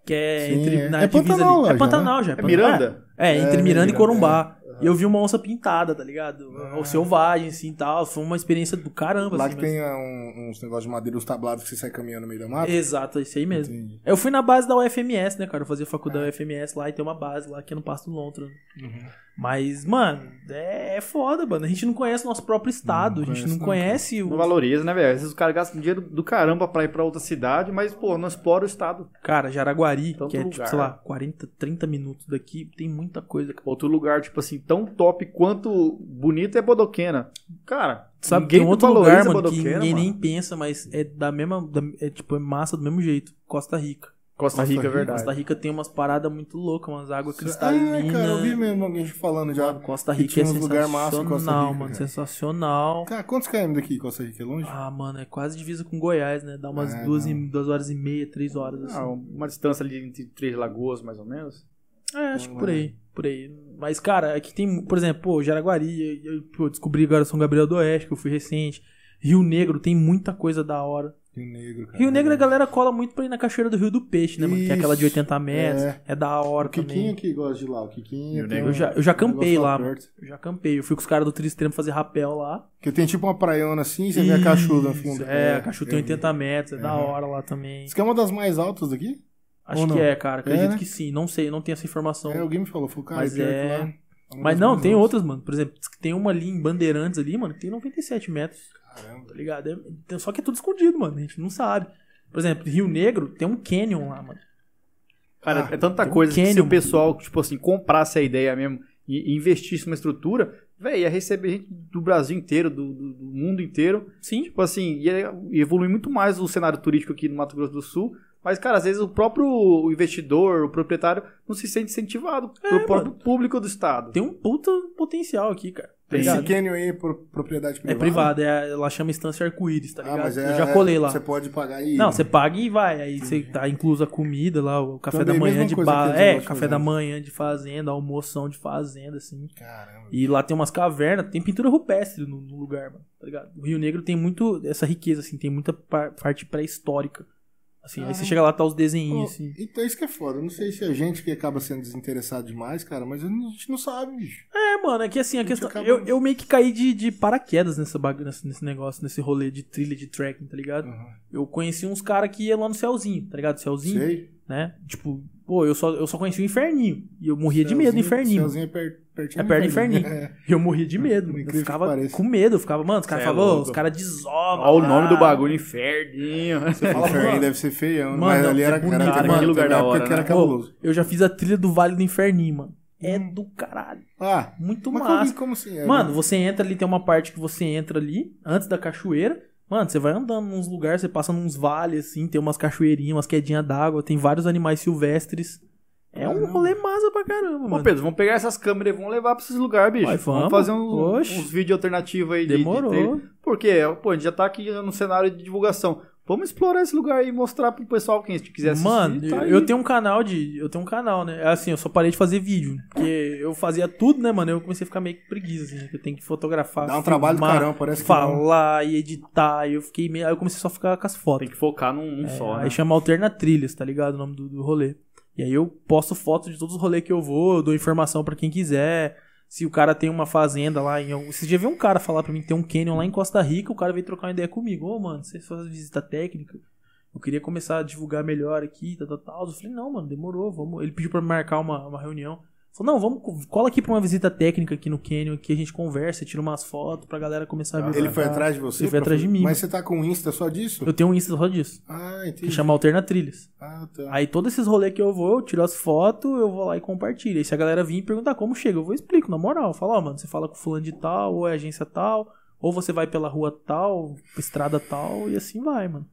[SPEAKER 3] Que é
[SPEAKER 1] Sim,
[SPEAKER 3] entre.
[SPEAKER 1] é.
[SPEAKER 3] Na
[SPEAKER 1] É
[SPEAKER 3] divisa
[SPEAKER 1] Pantanal
[SPEAKER 3] ali.
[SPEAKER 1] lá
[SPEAKER 3] é
[SPEAKER 1] já, né?
[SPEAKER 3] Pantanal já.
[SPEAKER 2] É
[SPEAKER 3] Pantanal.
[SPEAKER 2] Miranda?
[SPEAKER 3] É,
[SPEAKER 1] É,
[SPEAKER 3] entre Miranda e
[SPEAKER 1] Miranda, é.
[SPEAKER 3] Corumbá. E eu vi uma onça pintada, tá ligado? Ou selvagem, assim e tal. Foi uma experiência do caramba,
[SPEAKER 1] Lá
[SPEAKER 3] assim.
[SPEAKER 1] que
[SPEAKER 3] mas-
[SPEAKER 1] tem ah, um- uns negócios de madeira, uns tablados que você sai caminhando no meio da mata.
[SPEAKER 3] Exato, isso aí É mesmo.
[SPEAKER 1] Entendi. É.
[SPEAKER 3] Eu fui na base da UFMS, né, cara? Eu fazia faculdade da UFMS lá e tem uma base lá que é no Pasto do Lontra. né?
[SPEAKER 1] Uhum.
[SPEAKER 3] Mas, mano, é, é foda, mano. A gente não conhece o nosso próprio estado.
[SPEAKER 1] Não
[SPEAKER 3] a gente não
[SPEAKER 1] conhece,
[SPEAKER 3] conhece
[SPEAKER 2] Não
[SPEAKER 3] o.
[SPEAKER 2] valoriza, né, velho? Às vezes os caras gastam dinheiro do caramba pra ir pra outra cidade, mas, pô, não explora o estado.
[SPEAKER 3] Cara, Jaraguari,
[SPEAKER 2] Tanto
[SPEAKER 3] que é tipo,
[SPEAKER 2] lugar.
[SPEAKER 3] sei lá, 40, 30 minutos daqui, tem muita coisa. cara.
[SPEAKER 2] Outro lugar, tipo assim, tão top quanto bonito é Bodoquena. Cara,
[SPEAKER 3] Sabe,
[SPEAKER 2] ninguém
[SPEAKER 3] tem outro
[SPEAKER 2] valoriza
[SPEAKER 3] lugar, mano, que
[SPEAKER 2] Bodoquena,
[SPEAKER 3] ninguém
[SPEAKER 2] mano.
[SPEAKER 3] nem pensa, mas é da mesma. da- é tipo, é massa do mesmo jeito. Costa Rica.
[SPEAKER 2] Costa Rica, é
[SPEAKER 1] Rica,
[SPEAKER 2] verdade.
[SPEAKER 3] Costa Rica tem umas paradas muito loucas, umas águas cristalinas.
[SPEAKER 1] Ah, cara, eu vi mesmo alguém falando já.
[SPEAKER 3] Costa
[SPEAKER 1] que
[SPEAKER 3] Rica é
[SPEAKER 1] tinha uns lugar
[SPEAKER 3] sensacional,
[SPEAKER 1] massa em Costa Rica,
[SPEAKER 3] mano.
[SPEAKER 1] cara.
[SPEAKER 3] Sensacional.
[SPEAKER 1] Cara, quantos km daqui, Costa Rica? É longe?
[SPEAKER 3] Ah, mano, é quase divisa com Goiás, né? Dá umas
[SPEAKER 1] É,
[SPEAKER 3] duas,
[SPEAKER 1] não.
[SPEAKER 3] e, duas horas e meia, três horas, assim.
[SPEAKER 2] Ah, uma distância ali entre Três Lagoas, mais ou menos.
[SPEAKER 3] É, acho que por
[SPEAKER 1] né?
[SPEAKER 3] aí, por aí. Mas, cara, aqui tem, por exemplo, pô, Jaraguari, eu, eu, pô, descobri agora São Gabriel do Oeste, que eu fui recente. Rio Negro tem muita coisa da hora.
[SPEAKER 1] Rio Negro, cara.
[SPEAKER 3] Rio Negro é a galera cola muito pra ir na Cachoeira do Rio do Peixe, né, mano? Que é aquela de
[SPEAKER 1] Isso,
[SPEAKER 3] 80 metros, é,
[SPEAKER 1] é.
[SPEAKER 3] da hora
[SPEAKER 1] O Kikinho
[SPEAKER 3] também.
[SPEAKER 1] que gosta de lá. O Kikinho.
[SPEAKER 2] Rio
[SPEAKER 1] tem
[SPEAKER 2] Negro.
[SPEAKER 1] um
[SPEAKER 3] Eu já- eu já
[SPEAKER 1] negócio
[SPEAKER 3] campei lá,
[SPEAKER 1] perto.
[SPEAKER 3] Eu já campei, eu fui com os caras do Trio Extremo fazer rapel lá.
[SPEAKER 1] Que tem tipo uma praiona assim, você vê a cachoeira no fundo.
[SPEAKER 3] É, a cachoeira tem
[SPEAKER 1] eu vi.
[SPEAKER 3] 80 metros, é da hora lá também.
[SPEAKER 1] Isso que é uma das mais altas daqui?
[SPEAKER 3] Acho
[SPEAKER 1] Ou
[SPEAKER 3] que
[SPEAKER 1] não?
[SPEAKER 3] é, cara, acredito
[SPEAKER 1] né?
[SPEAKER 3] que sim, não sei, não tenho essa informação.
[SPEAKER 1] É, alguém me falou, falou, cara,
[SPEAKER 3] Mas
[SPEAKER 1] pior que
[SPEAKER 3] é-
[SPEAKER 1] lá é uma
[SPEAKER 3] Mas
[SPEAKER 1] das
[SPEAKER 3] não,
[SPEAKER 1] mais
[SPEAKER 3] tem
[SPEAKER 1] altas.
[SPEAKER 3] outras, mano. Por exemplo, diz que tem uma ali em Bandeirantes ali, mano, que tem 97 metros, tá
[SPEAKER 1] Caramba.
[SPEAKER 3] ligado? É- então, só que é tudo escondido, mano. A gente não sabe. Por exemplo, Rio Negro tem um canyon lá, mano.
[SPEAKER 2] Cara,
[SPEAKER 1] Ah,
[SPEAKER 2] é tanta
[SPEAKER 3] tem um
[SPEAKER 2] coisa que se
[SPEAKER 3] Canyon,
[SPEAKER 2] o pessoal, tipo assim, comprasse a ideia mesmo e e investisse uma estrutura, velho, ia receber gente do Brasil inteiro, do, do- do mundo inteiro.
[SPEAKER 3] Sim.
[SPEAKER 2] Tipo assim, ia evoluir muito mais o cenário turístico aqui no Mato Grosso do Sul. Mas, cara, às vezes o próprio investidor, o proprietário, não se sente incentivado pelo próprio público do estado.
[SPEAKER 3] É, Tem um puta potencial aqui, cara. Tá
[SPEAKER 2] Tem.
[SPEAKER 1] Esse
[SPEAKER 3] ligado?
[SPEAKER 1] canyon aí é pro- propriedade
[SPEAKER 3] É
[SPEAKER 1] privada?
[SPEAKER 3] privado, é, a- ela chama Estância Arco-Íris, tá
[SPEAKER 1] Ah,
[SPEAKER 3] ligado?
[SPEAKER 1] mas é,
[SPEAKER 3] Eu já colei lá.
[SPEAKER 1] Você pode pagar e...
[SPEAKER 3] Não, você paga e vai. Aí você tá inclusa a comida lá, o café
[SPEAKER 1] Também
[SPEAKER 3] da manhã
[SPEAKER 1] Então, mesma
[SPEAKER 3] de
[SPEAKER 1] coisa
[SPEAKER 3] bar.
[SPEAKER 1] que eles
[SPEAKER 3] É,
[SPEAKER 1] gostam
[SPEAKER 3] café
[SPEAKER 1] fazendo.
[SPEAKER 3] da manhã de fazenda, almoção de fazenda, assim.
[SPEAKER 1] Caramba.
[SPEAKER 3] E lá tem umas cavernas, tem pintura rupestre no, no lugar, mano, tá ligado? O Rio Negro tem muito essa riqueza, assim, tem muita par- parte pré-histórica. Assim, aí você
[SPEAKER 1] Caramba.
[SPEAKER 3] chega lá, tá os
[SPEAKER 1] Pô,
[SPEAKER 3] desenhinhos, assim.
[SPEAKER 1] Então isso que é foda. Eu não sei se é gente que acaba sendo desinteressado demais, cara, mas a gente não sabe, bicho.
[SPEAKER 3] É, mano, é que assim, a
[SPEAKER 1] gente
[SPEAKER 3] questão.
[SPEAKER 1] acaba-
[SPEAKER 3] Eu, eu meio que caí de, de paraquedas nessa bagunça, nesse, nesse negócio, nesse rolê de trilha, de trekking, tá ligado?
[SPEAKER 1] Uhum.
[SPEAKER 3] Eu conheci uns caras que iam lá no Céuzinho, tá ligado? Céuzinho,
[SPEAKER 1] Sei.
[SPEAKER 3] né? Tipo, pô, eu só, eu só conheci o Inferninho. E eu morria de medo do Inferninho.
[SPEAKER 1] Céuzinho é per, pertinho
[SPEAKER 3] É perto do Inferninho.
[SPEAKER 1] É.
[SPEAKER 3] Eu morria de medo, mano.
[SPEAKER 1] Incrível
[SPEAKER 3] Eu
[SPEAKER 1] que
[SPEAKER 3] ficava
[SPEAKER 1] pareça.
[SPEAKER 3] com medo, eu ficava, mano, os caras
[SPEAKER 2] Cê é
[SPEAKER 3] falavam, "Ô,
[SPEAKER 2] louco.
[SPEAKER 3] os caras desovam.
[SPEAKER 2] Olha o nome do
[SPEAKER 3] lá."
[SPEAKER 2] bagulho, inferdinho.
[SPEAKER 1] O Inferninho
[SPEAKER 3] mano.
[SPEAKER 1] deve ser feião, né?
[SPEAKER 3] Mano,
[SPEAKER 1] mas
[SPEAKER 3] não,
[SPEAKER 1] ali
[SPEAKER 3] é
[SPEAKER 1] era
[SPEAKER 3] bonito,
[SPEAKER 1] era-
[SPEAKER 3] cara, que
[SPEAKER 1] mano,
[SPEAKER 2] lugar
[SPEAKER 1] teve uma
[SPEAKER 2] da
[SPEAKER 1] época
[SPEAKER 2] hora,
[SPEAKER 1] que era
[SPEAKER 2] né?
[SPEAKER 1] cabuloso.
[SPEAKER 3] Ô, eu já fiz a trilha do Vale do Inferninho, mano. É do caralho.
[SPEAKER 1] Ah,
[SPEAKER 3] Muito
[SPEAKER 1] Hum. mas
[SPEAKER 3] massa.
[SPEAKER 1] como, como assim? É,
[SPEAKER 3] Mano, você entra ali, tem uma parte que você entra ali, antes da cachoeira. Mano, você vai andando nos lugares, você passa nos vales, assim, tem umas cachoeirinhas, umas quedinhas d'água, tem vários animais silvestres. É um
[SPEAKER 1] Caramba.
[SPEAKER 3] rolê massa pra caramba,
[SPEAKER 2] Ô
[SPEAKER 3] mano.
[SPEAKER 2] Pedro, vamos pegar essas câmeras e vamos levar pra esses lugares, bicho.
[SPEAKER 3] Vai, vamos.
[SPEAKER 2] fazer um-
[SPEAKER 3] Oxe.
[SPEAKER 2] uns vídeos alternativos aí. de- de
[SPEAKER 3] Demorou.
[SPEAKER 2] trilha. Porque, pô, a gente já tá aqui no cenário de divulgação. Vamos explorar esse lugar e mostrar pro pessoal quem quiser assistir.
[SPEAKER 3] Mano,
[SPEAKER 2] tá aí.
[SPEAKER 3] eu tenho um canal de. Eu tenho um canal, né? Assim, eu só parei de fazer vídeo. Porque eu fazia tudo, né, mano? Eu comecei a ficar meio que preguiça, assim. que Eu tenho que fotografar.
[SPEAKER 1] Dá um trabalho do
[SPEAKER 3] filmar,
[SPEAKER 1] caramba, parece que um- não.
[SPEAKER 3] Falar e editar. E eu fiquei meio. Aí eu comecei só a ficar com as fotos.
[SPEAKER 2] Tem que focar num, num só,
[SPEAKER 3] É, aí
[SPEAKER 2] né?
[SPEAKER 3] chama Alterna Trilhas, tá ligado? O nome do, do rolê. E aí eu posto foto de todos os rolês que eu vou, eu dou informação pra quem quiser. Se o cara tem uma fazenda lá em algum. Esse dia veio um cara falar pra mim que tem um canyon lá em Costa Rica, o cara veio trocar uma ideia comigo. Ô, mano, você faz visita técnica? Eu queria começar a divulgar melhor aqui, tal, tal, tal. Eu falei, não, mano, demorou, vamos. Ele pediu pra marcar uma, uma reunião. Falou, não, vamos, cola aqui pra uma visita técnica aqui no Canyon, que a gente conversa, tira umas fotos pra galera começar a ver.
[SPEAKER 1] Tá. Ele foi atrás de você?
[SPEAKER 3] Ele foi
[SPEAKER 1] pra-
[SPEAKER 3] atrás de mim.
[SPEAKER 1] Mas você tá com um Insta só disso?
[SPEAKER 3] Eu tenho um Insta só disso,
[SPEAKER 1] Ah,
[SPEAKER 3] que
[SPEAKER 1] entendi.
[SPEAKER 3] chama Alterna Trilhas.
[SPEAKER 1] Ah, tá.
[SPEAKER 3] Aí todos esses rolês que eu vou, eu tiro as fotos, eu vou lá e compartilho. E se a galera vir e perguntar "Ah, como chega, eu vou e explico, na moral. Fala, ó, mano, você fala com fulano de tal, ou é agência tal, ou você vai pela rua tal, estrada tal, e assim vai, mano.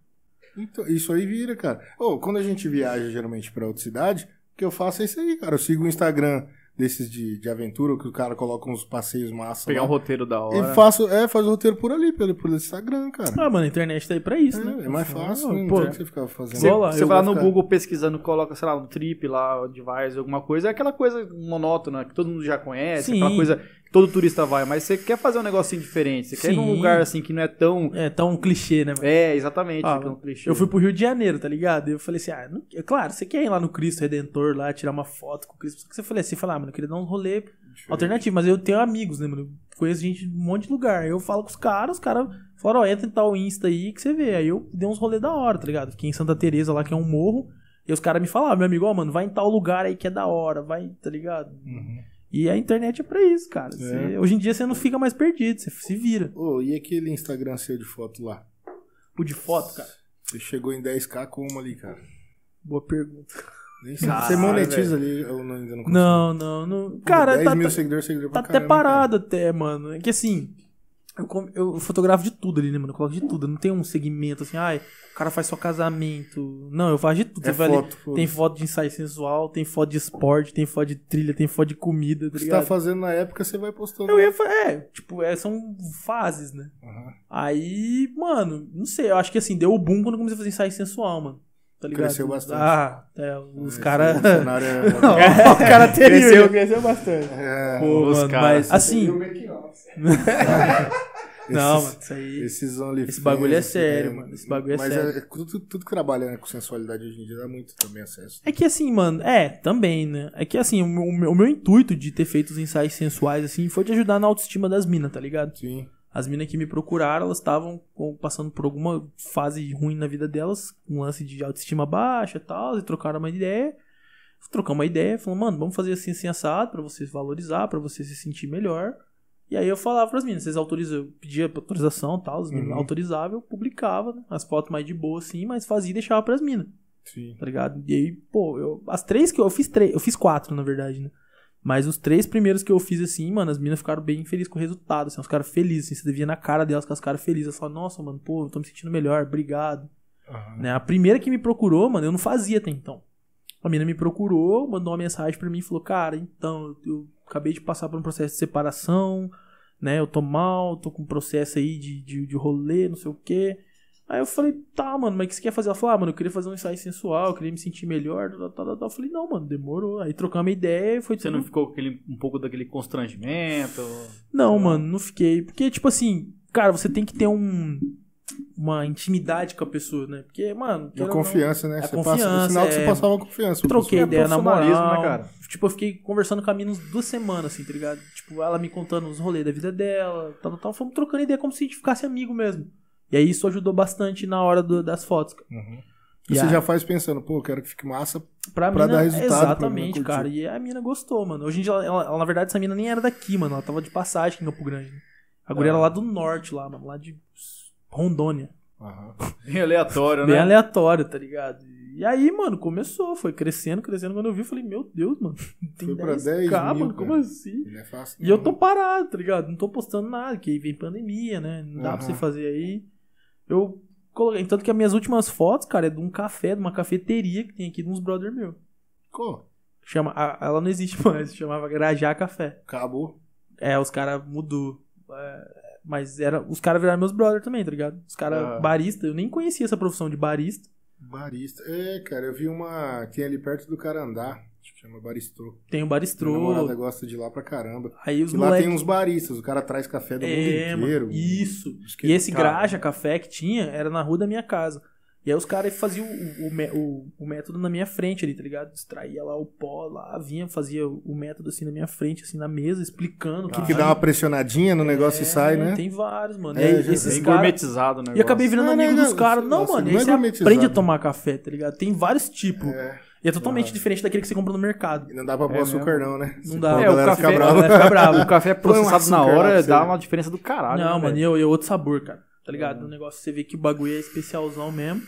[SPEAKER 1] Então, isso aí vira, cara. Ô, quando a gente viaja geralmente pra outra cidade, o que eu faço é isso aí, cara. Eu sigo o Instagram desses de, de aventura, que o cara coloca uns passeios massa.
[SPEAKER 2] Pegar um
[SPEAKER 1] lá,
[SPEAKER 2] roteiro da hora.
[SPEAKER 1] e faço, é, faz o roteiro por ali, pelo, pelo Instagram, cara.
[SPEAKER 3] Ah, mano, a internet tá aí pra isso, né?
[SPEAKER 1] é, é mais fácil, né? não
[SPEAKER 3] Pô,
[SPEAKER 1] tem o que você ficar fazendo.
[SPEAKER 2] Você,
[SPEAKER 3] Igual lá,
[SPEAKER 2] você
[SPEAKER 1] eu
[SPEAKER 2] vai lá
[SPEAKER 1] vou
[SPEAKER 2] no
[SPEAKER 1] ficar-
[SPEAKER 2] Google pesquisando, coloca, sei lá, um trip lá, um device, alguma coisa, é aquela coisa monótona que todo mundo já conhece,
[SPEAKER 3] Sim.
[SPEAKER 2] aquela coisa que todo turista vai, mas você quer fazer um negocinho diferente, você quer ir num
[SPEAKER 3] Sim.
[SPEAKER 2] lugar assim que não é tão.
[SPEAKER 3] é tão clichê, né, velho?
[SPEAKER 2] É, exatamente.
[SPEAKER 3] Ah,
[SPEAKER 2] que é um clichê.
[SPEAKER 3] Eu fui pro Rio de Janeiro, tá ligado? E eu falei assim, ah, não- é claro, você quer ir lá no Cristo Redentor, lá, tirar uma foto com o Cristo. Só que você falou assim, fala, ah, mano, eu queria dar um rolê
[SPEAKER 1] Uhum.
[SPEAKER 3] alternativo, mas eu tenho amigos, né, mano? Eu conheço gente de um monte de lugar. Eu falo com os caras, os caras falaram, ó, entra em tal Insta aí que você vê. Aí eu dei uns rolê da hora, tá ligado? Fiquei em Santa Teresa lá, que é um morro, e os caras me falaram, meu amigo, ó, mano, vai em tal lugar aí que é da hora, vai, tá ligado?
[SPEAKER 1] Uhum.
[SPEAKER 3] E a internet é pra isso, cara. Você- hoje em dia você não fica mais perdido, você se vira.
[SPEAKER 1] Ô, e aquele Instagram seu de foto lá?
[SPEAKER 3] O de foto, cara,
[SPEAKER 1] Você chegou em 10k como ali, cara?
[SPEAKER 3] boa pergunta.
[SPEAKER 1] Nem sei.
[SPEAKER 2] Caralho,
[SPEAKER 1] você monetiza ali ou não, ainda não consegue?
[SPEAKER 3] Não, não, não.
[SPEAKER 1] Pô,
[SPEAKER 3] Cara,
[SPEAKER 1] 10
[SPEAKER 3] tá,
[SPEAKER 1] mil
[SPEAKER 3] tá-
[SPEAKER 1] seguidores, seguidor
[SPEAKER 3] Tá
[SPEAKER 1] pra caramba,
[SPEAKER 3] até parado até, mano. É que assim, eu, com- eu fotografo de tudo ali, né, mano? Eu coloco de tudo. Eu não tem um segmento assim, ai, o cara faz só casamento. Não, eu faço de tudo.
[SPEAKER 1] Cara. É
[SPEAKER 3] Você vai ali-
[SPEAKER 1] foto, foda-se.
[SPEAKER 3] tem foto de ensaio sensual, tem foto de esporte, tem foto de trilha, tem foto de comida, tá
[SPEAKER 1] O que você tá
[SPEAKER 3] ligado?
[SPEAKER 1] fazendo na época, você vai postando.
[SPEAKER 3] Eu ia fa- é, tipo, é, são fases, né?
[SPEAKER 1] Aham.
[SPEAKER 3] Aí, mano, não sei, eu acho que assim, deu o boom quando eu comecei a fazer ensaio sensual, mano. Tá ligado?
[SPEAKER 1] Cresceu bastante.
[SPEAKER 3] Ah, é, os
[SPEAKER 1] Hum, Esse
[SPEAKER 3] caras.
[SPEAKER 1] cenário é-
[SPEAKER 3] o cara teria.
[SPEAKER 4] Cresceu, cresceu bastante.
[SPEAKER 1] É,
[SPEAKER 3] Pô,
[SPEAKER 2] Os
[SPEAKER 3] mano,
[SPEAKER 2] caras.
[SPEAKER 3] mas assim. Não,
[SPEAKER 1] esses-
[SPEAKER 3] mano, isso aí.
[SPEAKER 1] Esses OnlyFans.
[SPEAKER 3] Esse bagulho é sério, mano. Esse bagulho é
[SPEAKER 1] mas
[SPEAKER 3] sério.
[SPEAKER 1] é- tudo, tudo que trabalha né, com sensualidade hoje em dia dá muito também acesso.
[SPEAKER 3] É que assim, mano, é, também, né? É que assim, o meu, o meu- o meu intuito de ter feito os ensaios sensuais, assim, foi de ajudar na autoestima das minas, tá ligado?
[SPEAKER 1] Sim.
[SPEAKER 3] As minas que me procuraram, elas estavam com- passando por alguma fase ruim na vida delas, um lance de autoestima baixa e tal, e trocaram uma ideia. Trocamos uma ideia, falando, mano, vamos fazer assim, assim, assado, pra você se valorizar, pra você se sentir melhor. E aí eu falava pras minas, vocês autorizam, eu pedia autorização e tal, as minas
[SPEAKER 1] Uhum.
[SPEAKER 3] autorizavam, eu publicava né, as fotos mais de boa assim, mas fazia e deixava pras minas
[SPEAKER 1] Sim.
[SPEAKER 3] tá ligado? E aí, pô, eu, as três que eu, eu fiz três, eu fiz quatro, na verdade, né? Mas os três primeiros que eu fiz, assim, mano, as meninas ficaram bem felizes com o resultado, assim, os caras felizes, assim, você devia na cara delas com as caras felizes, eu falava, nossa, mano, pô, eu tô me sentindo melhor, obrigado,
[SPEAKER 1] Aham.
[SPEAKER 3] né? A primeira que me procurou, mano, eu não fazia até então. A menina me procurou, mandou uma mensagem pra mim e falou, cara, então, eu, eu acabei de passar por um processo de separação, né, eu tô mal, tô com um processo aí de, de, de rolê, não sei o quê, Aí eu falei, tá, mano, mas o que você quer fazer? Ela falou, ah, mano, eu queria fazer um ensaio sensual, eu queria me sentir melhor, tal, tal, tal, tal. Eu falei, não, mano, demorou. Aí trocamos uma ideia e foi
[SPEAKER 2] Você
[SPEAKER 3] tudo-
[SPEAKER 2] não ficou com aquele, um pouco daquele constrangimento?
[SPEAKER 3] Não, mano, não fiquei. Porque, tipo assim, cara, você tem que ter um... Uma intimidade com a pessoa, né? Porque, mano...
[SPEAKER 1] E a
[SPEAKER 3] querendo ou não-
[SPEAKER 1] confiança, né?
[SPEAKER 3] a
[SPEAKER 1] Você passa,
[SPEAKER 3] confiança,
[SPEAKER 1] o sinal que você
[SPEAKER 3] é.
[SPEAKER 1] passava confiança. pro
[SPEAKER 3] Troquei
[SPEAKER 1] pessoal.
[SPEAKER 3] ideia na
[SPEAKER 2] profissionalismo,
[SPEAKER 3] moral.
[SPEAKER 2] né, cara?
[SPEAKER 3] Tipo, eu fiquei conversando com a mina uns duas semanas, assim, tá ligado? Tipo, ela me contando os rolês da vida dela, tal, tal, tal. Fomos trocando ideia como se a gente ficasse amigo mesmo. E aí isso ajudou bastante na hora do- das fotos, cara.
[SPEAKER 1] Uhum.
[SPEAKER 3] E
[SPEAKER 1] Você
[SPEAKER 3] a-
[SPEAKER 1] já faz pensando, pô, eu quero que fique massa.
[SPEAKER 3] Pra,
[SPEAKER 1] Pra
[SPEAKER 3] mina,
[SPEAKER 1] dar resultado, pra mina
[SPEAKER 3] Exatamente,
[SPEAKER 1] curtir.
[SPEAKER 3] cara. E a mina gostou, mano. Hoje em dia, ela, ela- ela, na verdade, essa mina nem era daqui, mano. Ela tava de passagem em Campo Grande. né? A guria era lá do norte, lá, mano. Lá de Rondônia.
[SPEAKER 1] Aham.
[SPEAKER 2] Bem aleatório,
[SPEAKER 3] Bem
[SPEAKER 2] né?
[SPEAKER 3] aleatório, tá ligado? E aí, mano, começou. Foi crescendo, crescendo. Quando eu vi, eu falei, meu Deus, mano. Tem
[SPEAKER 1] Foi pra
[SPEAKER 3] 10
[SPEAKER 1] 10 mil,
[SPEAKER 3] mano.
[SPEAKER 1] cara.
[SPEAKER 3] Como assim?
[SPEAKER 1] Não é fácil.
[SPEAKER 3] E eu tô parado, tá ligado? Não tô postando nada, que aí vem pandemia, né? Não dá
[SPEAKER 1] Aham.
[SPEAKER 3] pra você fazer aí. Eu coloquei. Tanto que as minhas últimas fotos, cara, é de um café, de uma cafeteria que tem aqui de uns brother meu.
[SPEAKER 1] Ficou.
[SPEAKER 3] Chama, a- ela não existe mais, chamava Grajá Café.
[SPEAKER 1] Acabou.
[SPEAKER 3] É, os caras mudou. É, mas era, os caras viraram meus brother também, tá ligado? Os caras
[SPEAKER 1] Uhum.
[SPEAKER 2] Ah.
[SPEAKER 3] barista, eu nem conhecia essa profissão de barista.
[SPEAKER 1] Barista. É, cara, eu vi uma. Tem ali perto do Carandá. Acho que chama Baristro.
[SPEAKER 3] Tem o
[SPEAKER 1] Minha namorada
[SPEAKER 3] baristrô.
[SPEAKER 1] gosta de ir lá pra caramba.
[SPEAKER 3] Aí os
[SPEAKER 1] E lá tem
[SPEAKER 3] moleques.
[SPEAKER 1] uns baristas. O cara traz café do mundo
[SPEAKER 3] É, mano,
[SPEAKER 1] inteiro.
[SPEAKER 3] isso.
[SPEAKER 1] Acho que- tá né?
[SPEAKER 3] E esse
[SPEAKER 1] cara,
[SPEAKER 3] Graja Café que tinha era na rua da minha casa. E aí os caras faziam o, o, mé- o- o método na minha frente ali, tá ligado? Extraía lá o pó, lá vinha, fazia o método assim na minha frente, assim, na mesa, explicando.
[SPEAKER 1] Ah, Que dá uma pressionadinha
[SPEAKER 3] É,
[SPEAKER 1] no negócio e sai, né?
[SPEAKER 3] Tem vários, mano.
[SPEAKER 1] É,
[SPEAKER 3] E aí
[SPEAKER 1] já-
[SPEAKER 3] esses
[SPEAKER 2] Bem
[SPEAKER 3] caras-
[SPEAKER 2] gourmetizado o negócio.
[SPEAKER 3] e acabei virando
[SPEAKER 1] Ah,
[SPEAKER 3] amigo
[SPEAKER 1] né,
[SPEAKER 3] dos
[SPEAKER 1] não,
[SPEAKER 3] caras.
[SPEAKER 1] sei
[SPEAKER 3] Não,
[SPEAKER 1] lá,
[SPEAKER 3] mano,
[SPEAKER 1] assim,
[SPEAKER 3] aí
[SPEAKER 1] não é
[SPEAKER 3] você
[SPEAKER 1] gourmetizado.
[SPEAKER 3] aprende a tomar café, tá ligado? Tem vários tipos.
[SPEAKER 1] É.
[SPEAKER 3] E é totalmente diferente daquele que você compra no mercado.
[SPEAKER 1] E não dá pra pôr açúcar, não, né?
[SPEAKER 3] É Não dá.
[SPEAKER 1] Pô, a
[SPEAKER 2] É, o
[SPEAKER 1] galera
[SPEAKER 2] café,
[SPEAKER 1] fica brava.
[SPEAKER 2] a galera fica brava. o café é
[SPEAKER 1] Põe um
[SPEAKER 2] processado
[SPEAKER 1] açúcar
[SPEAKER 2] na
[SPEAKER 1] lá pra
[SPEAKER 2] hora
[SPEAKER 1] você
[SPEAKER 2] dá
[SPEAKER 1] ver.
[SPEAKER 2] uma diferença do caralho.
[SPEAKER 3] Não,
[SPEAKER 2] né,
[SPEAKER 3] mano, e
[SPEAKER 2] velho?
[SPEAKER 3] eu, eu outro sabor, cara. Tá
[SPEAKER 1] Uhum.
[SPEAKER 3] ligado? O negócio, você vê que o bagulho é especialzão mesmo.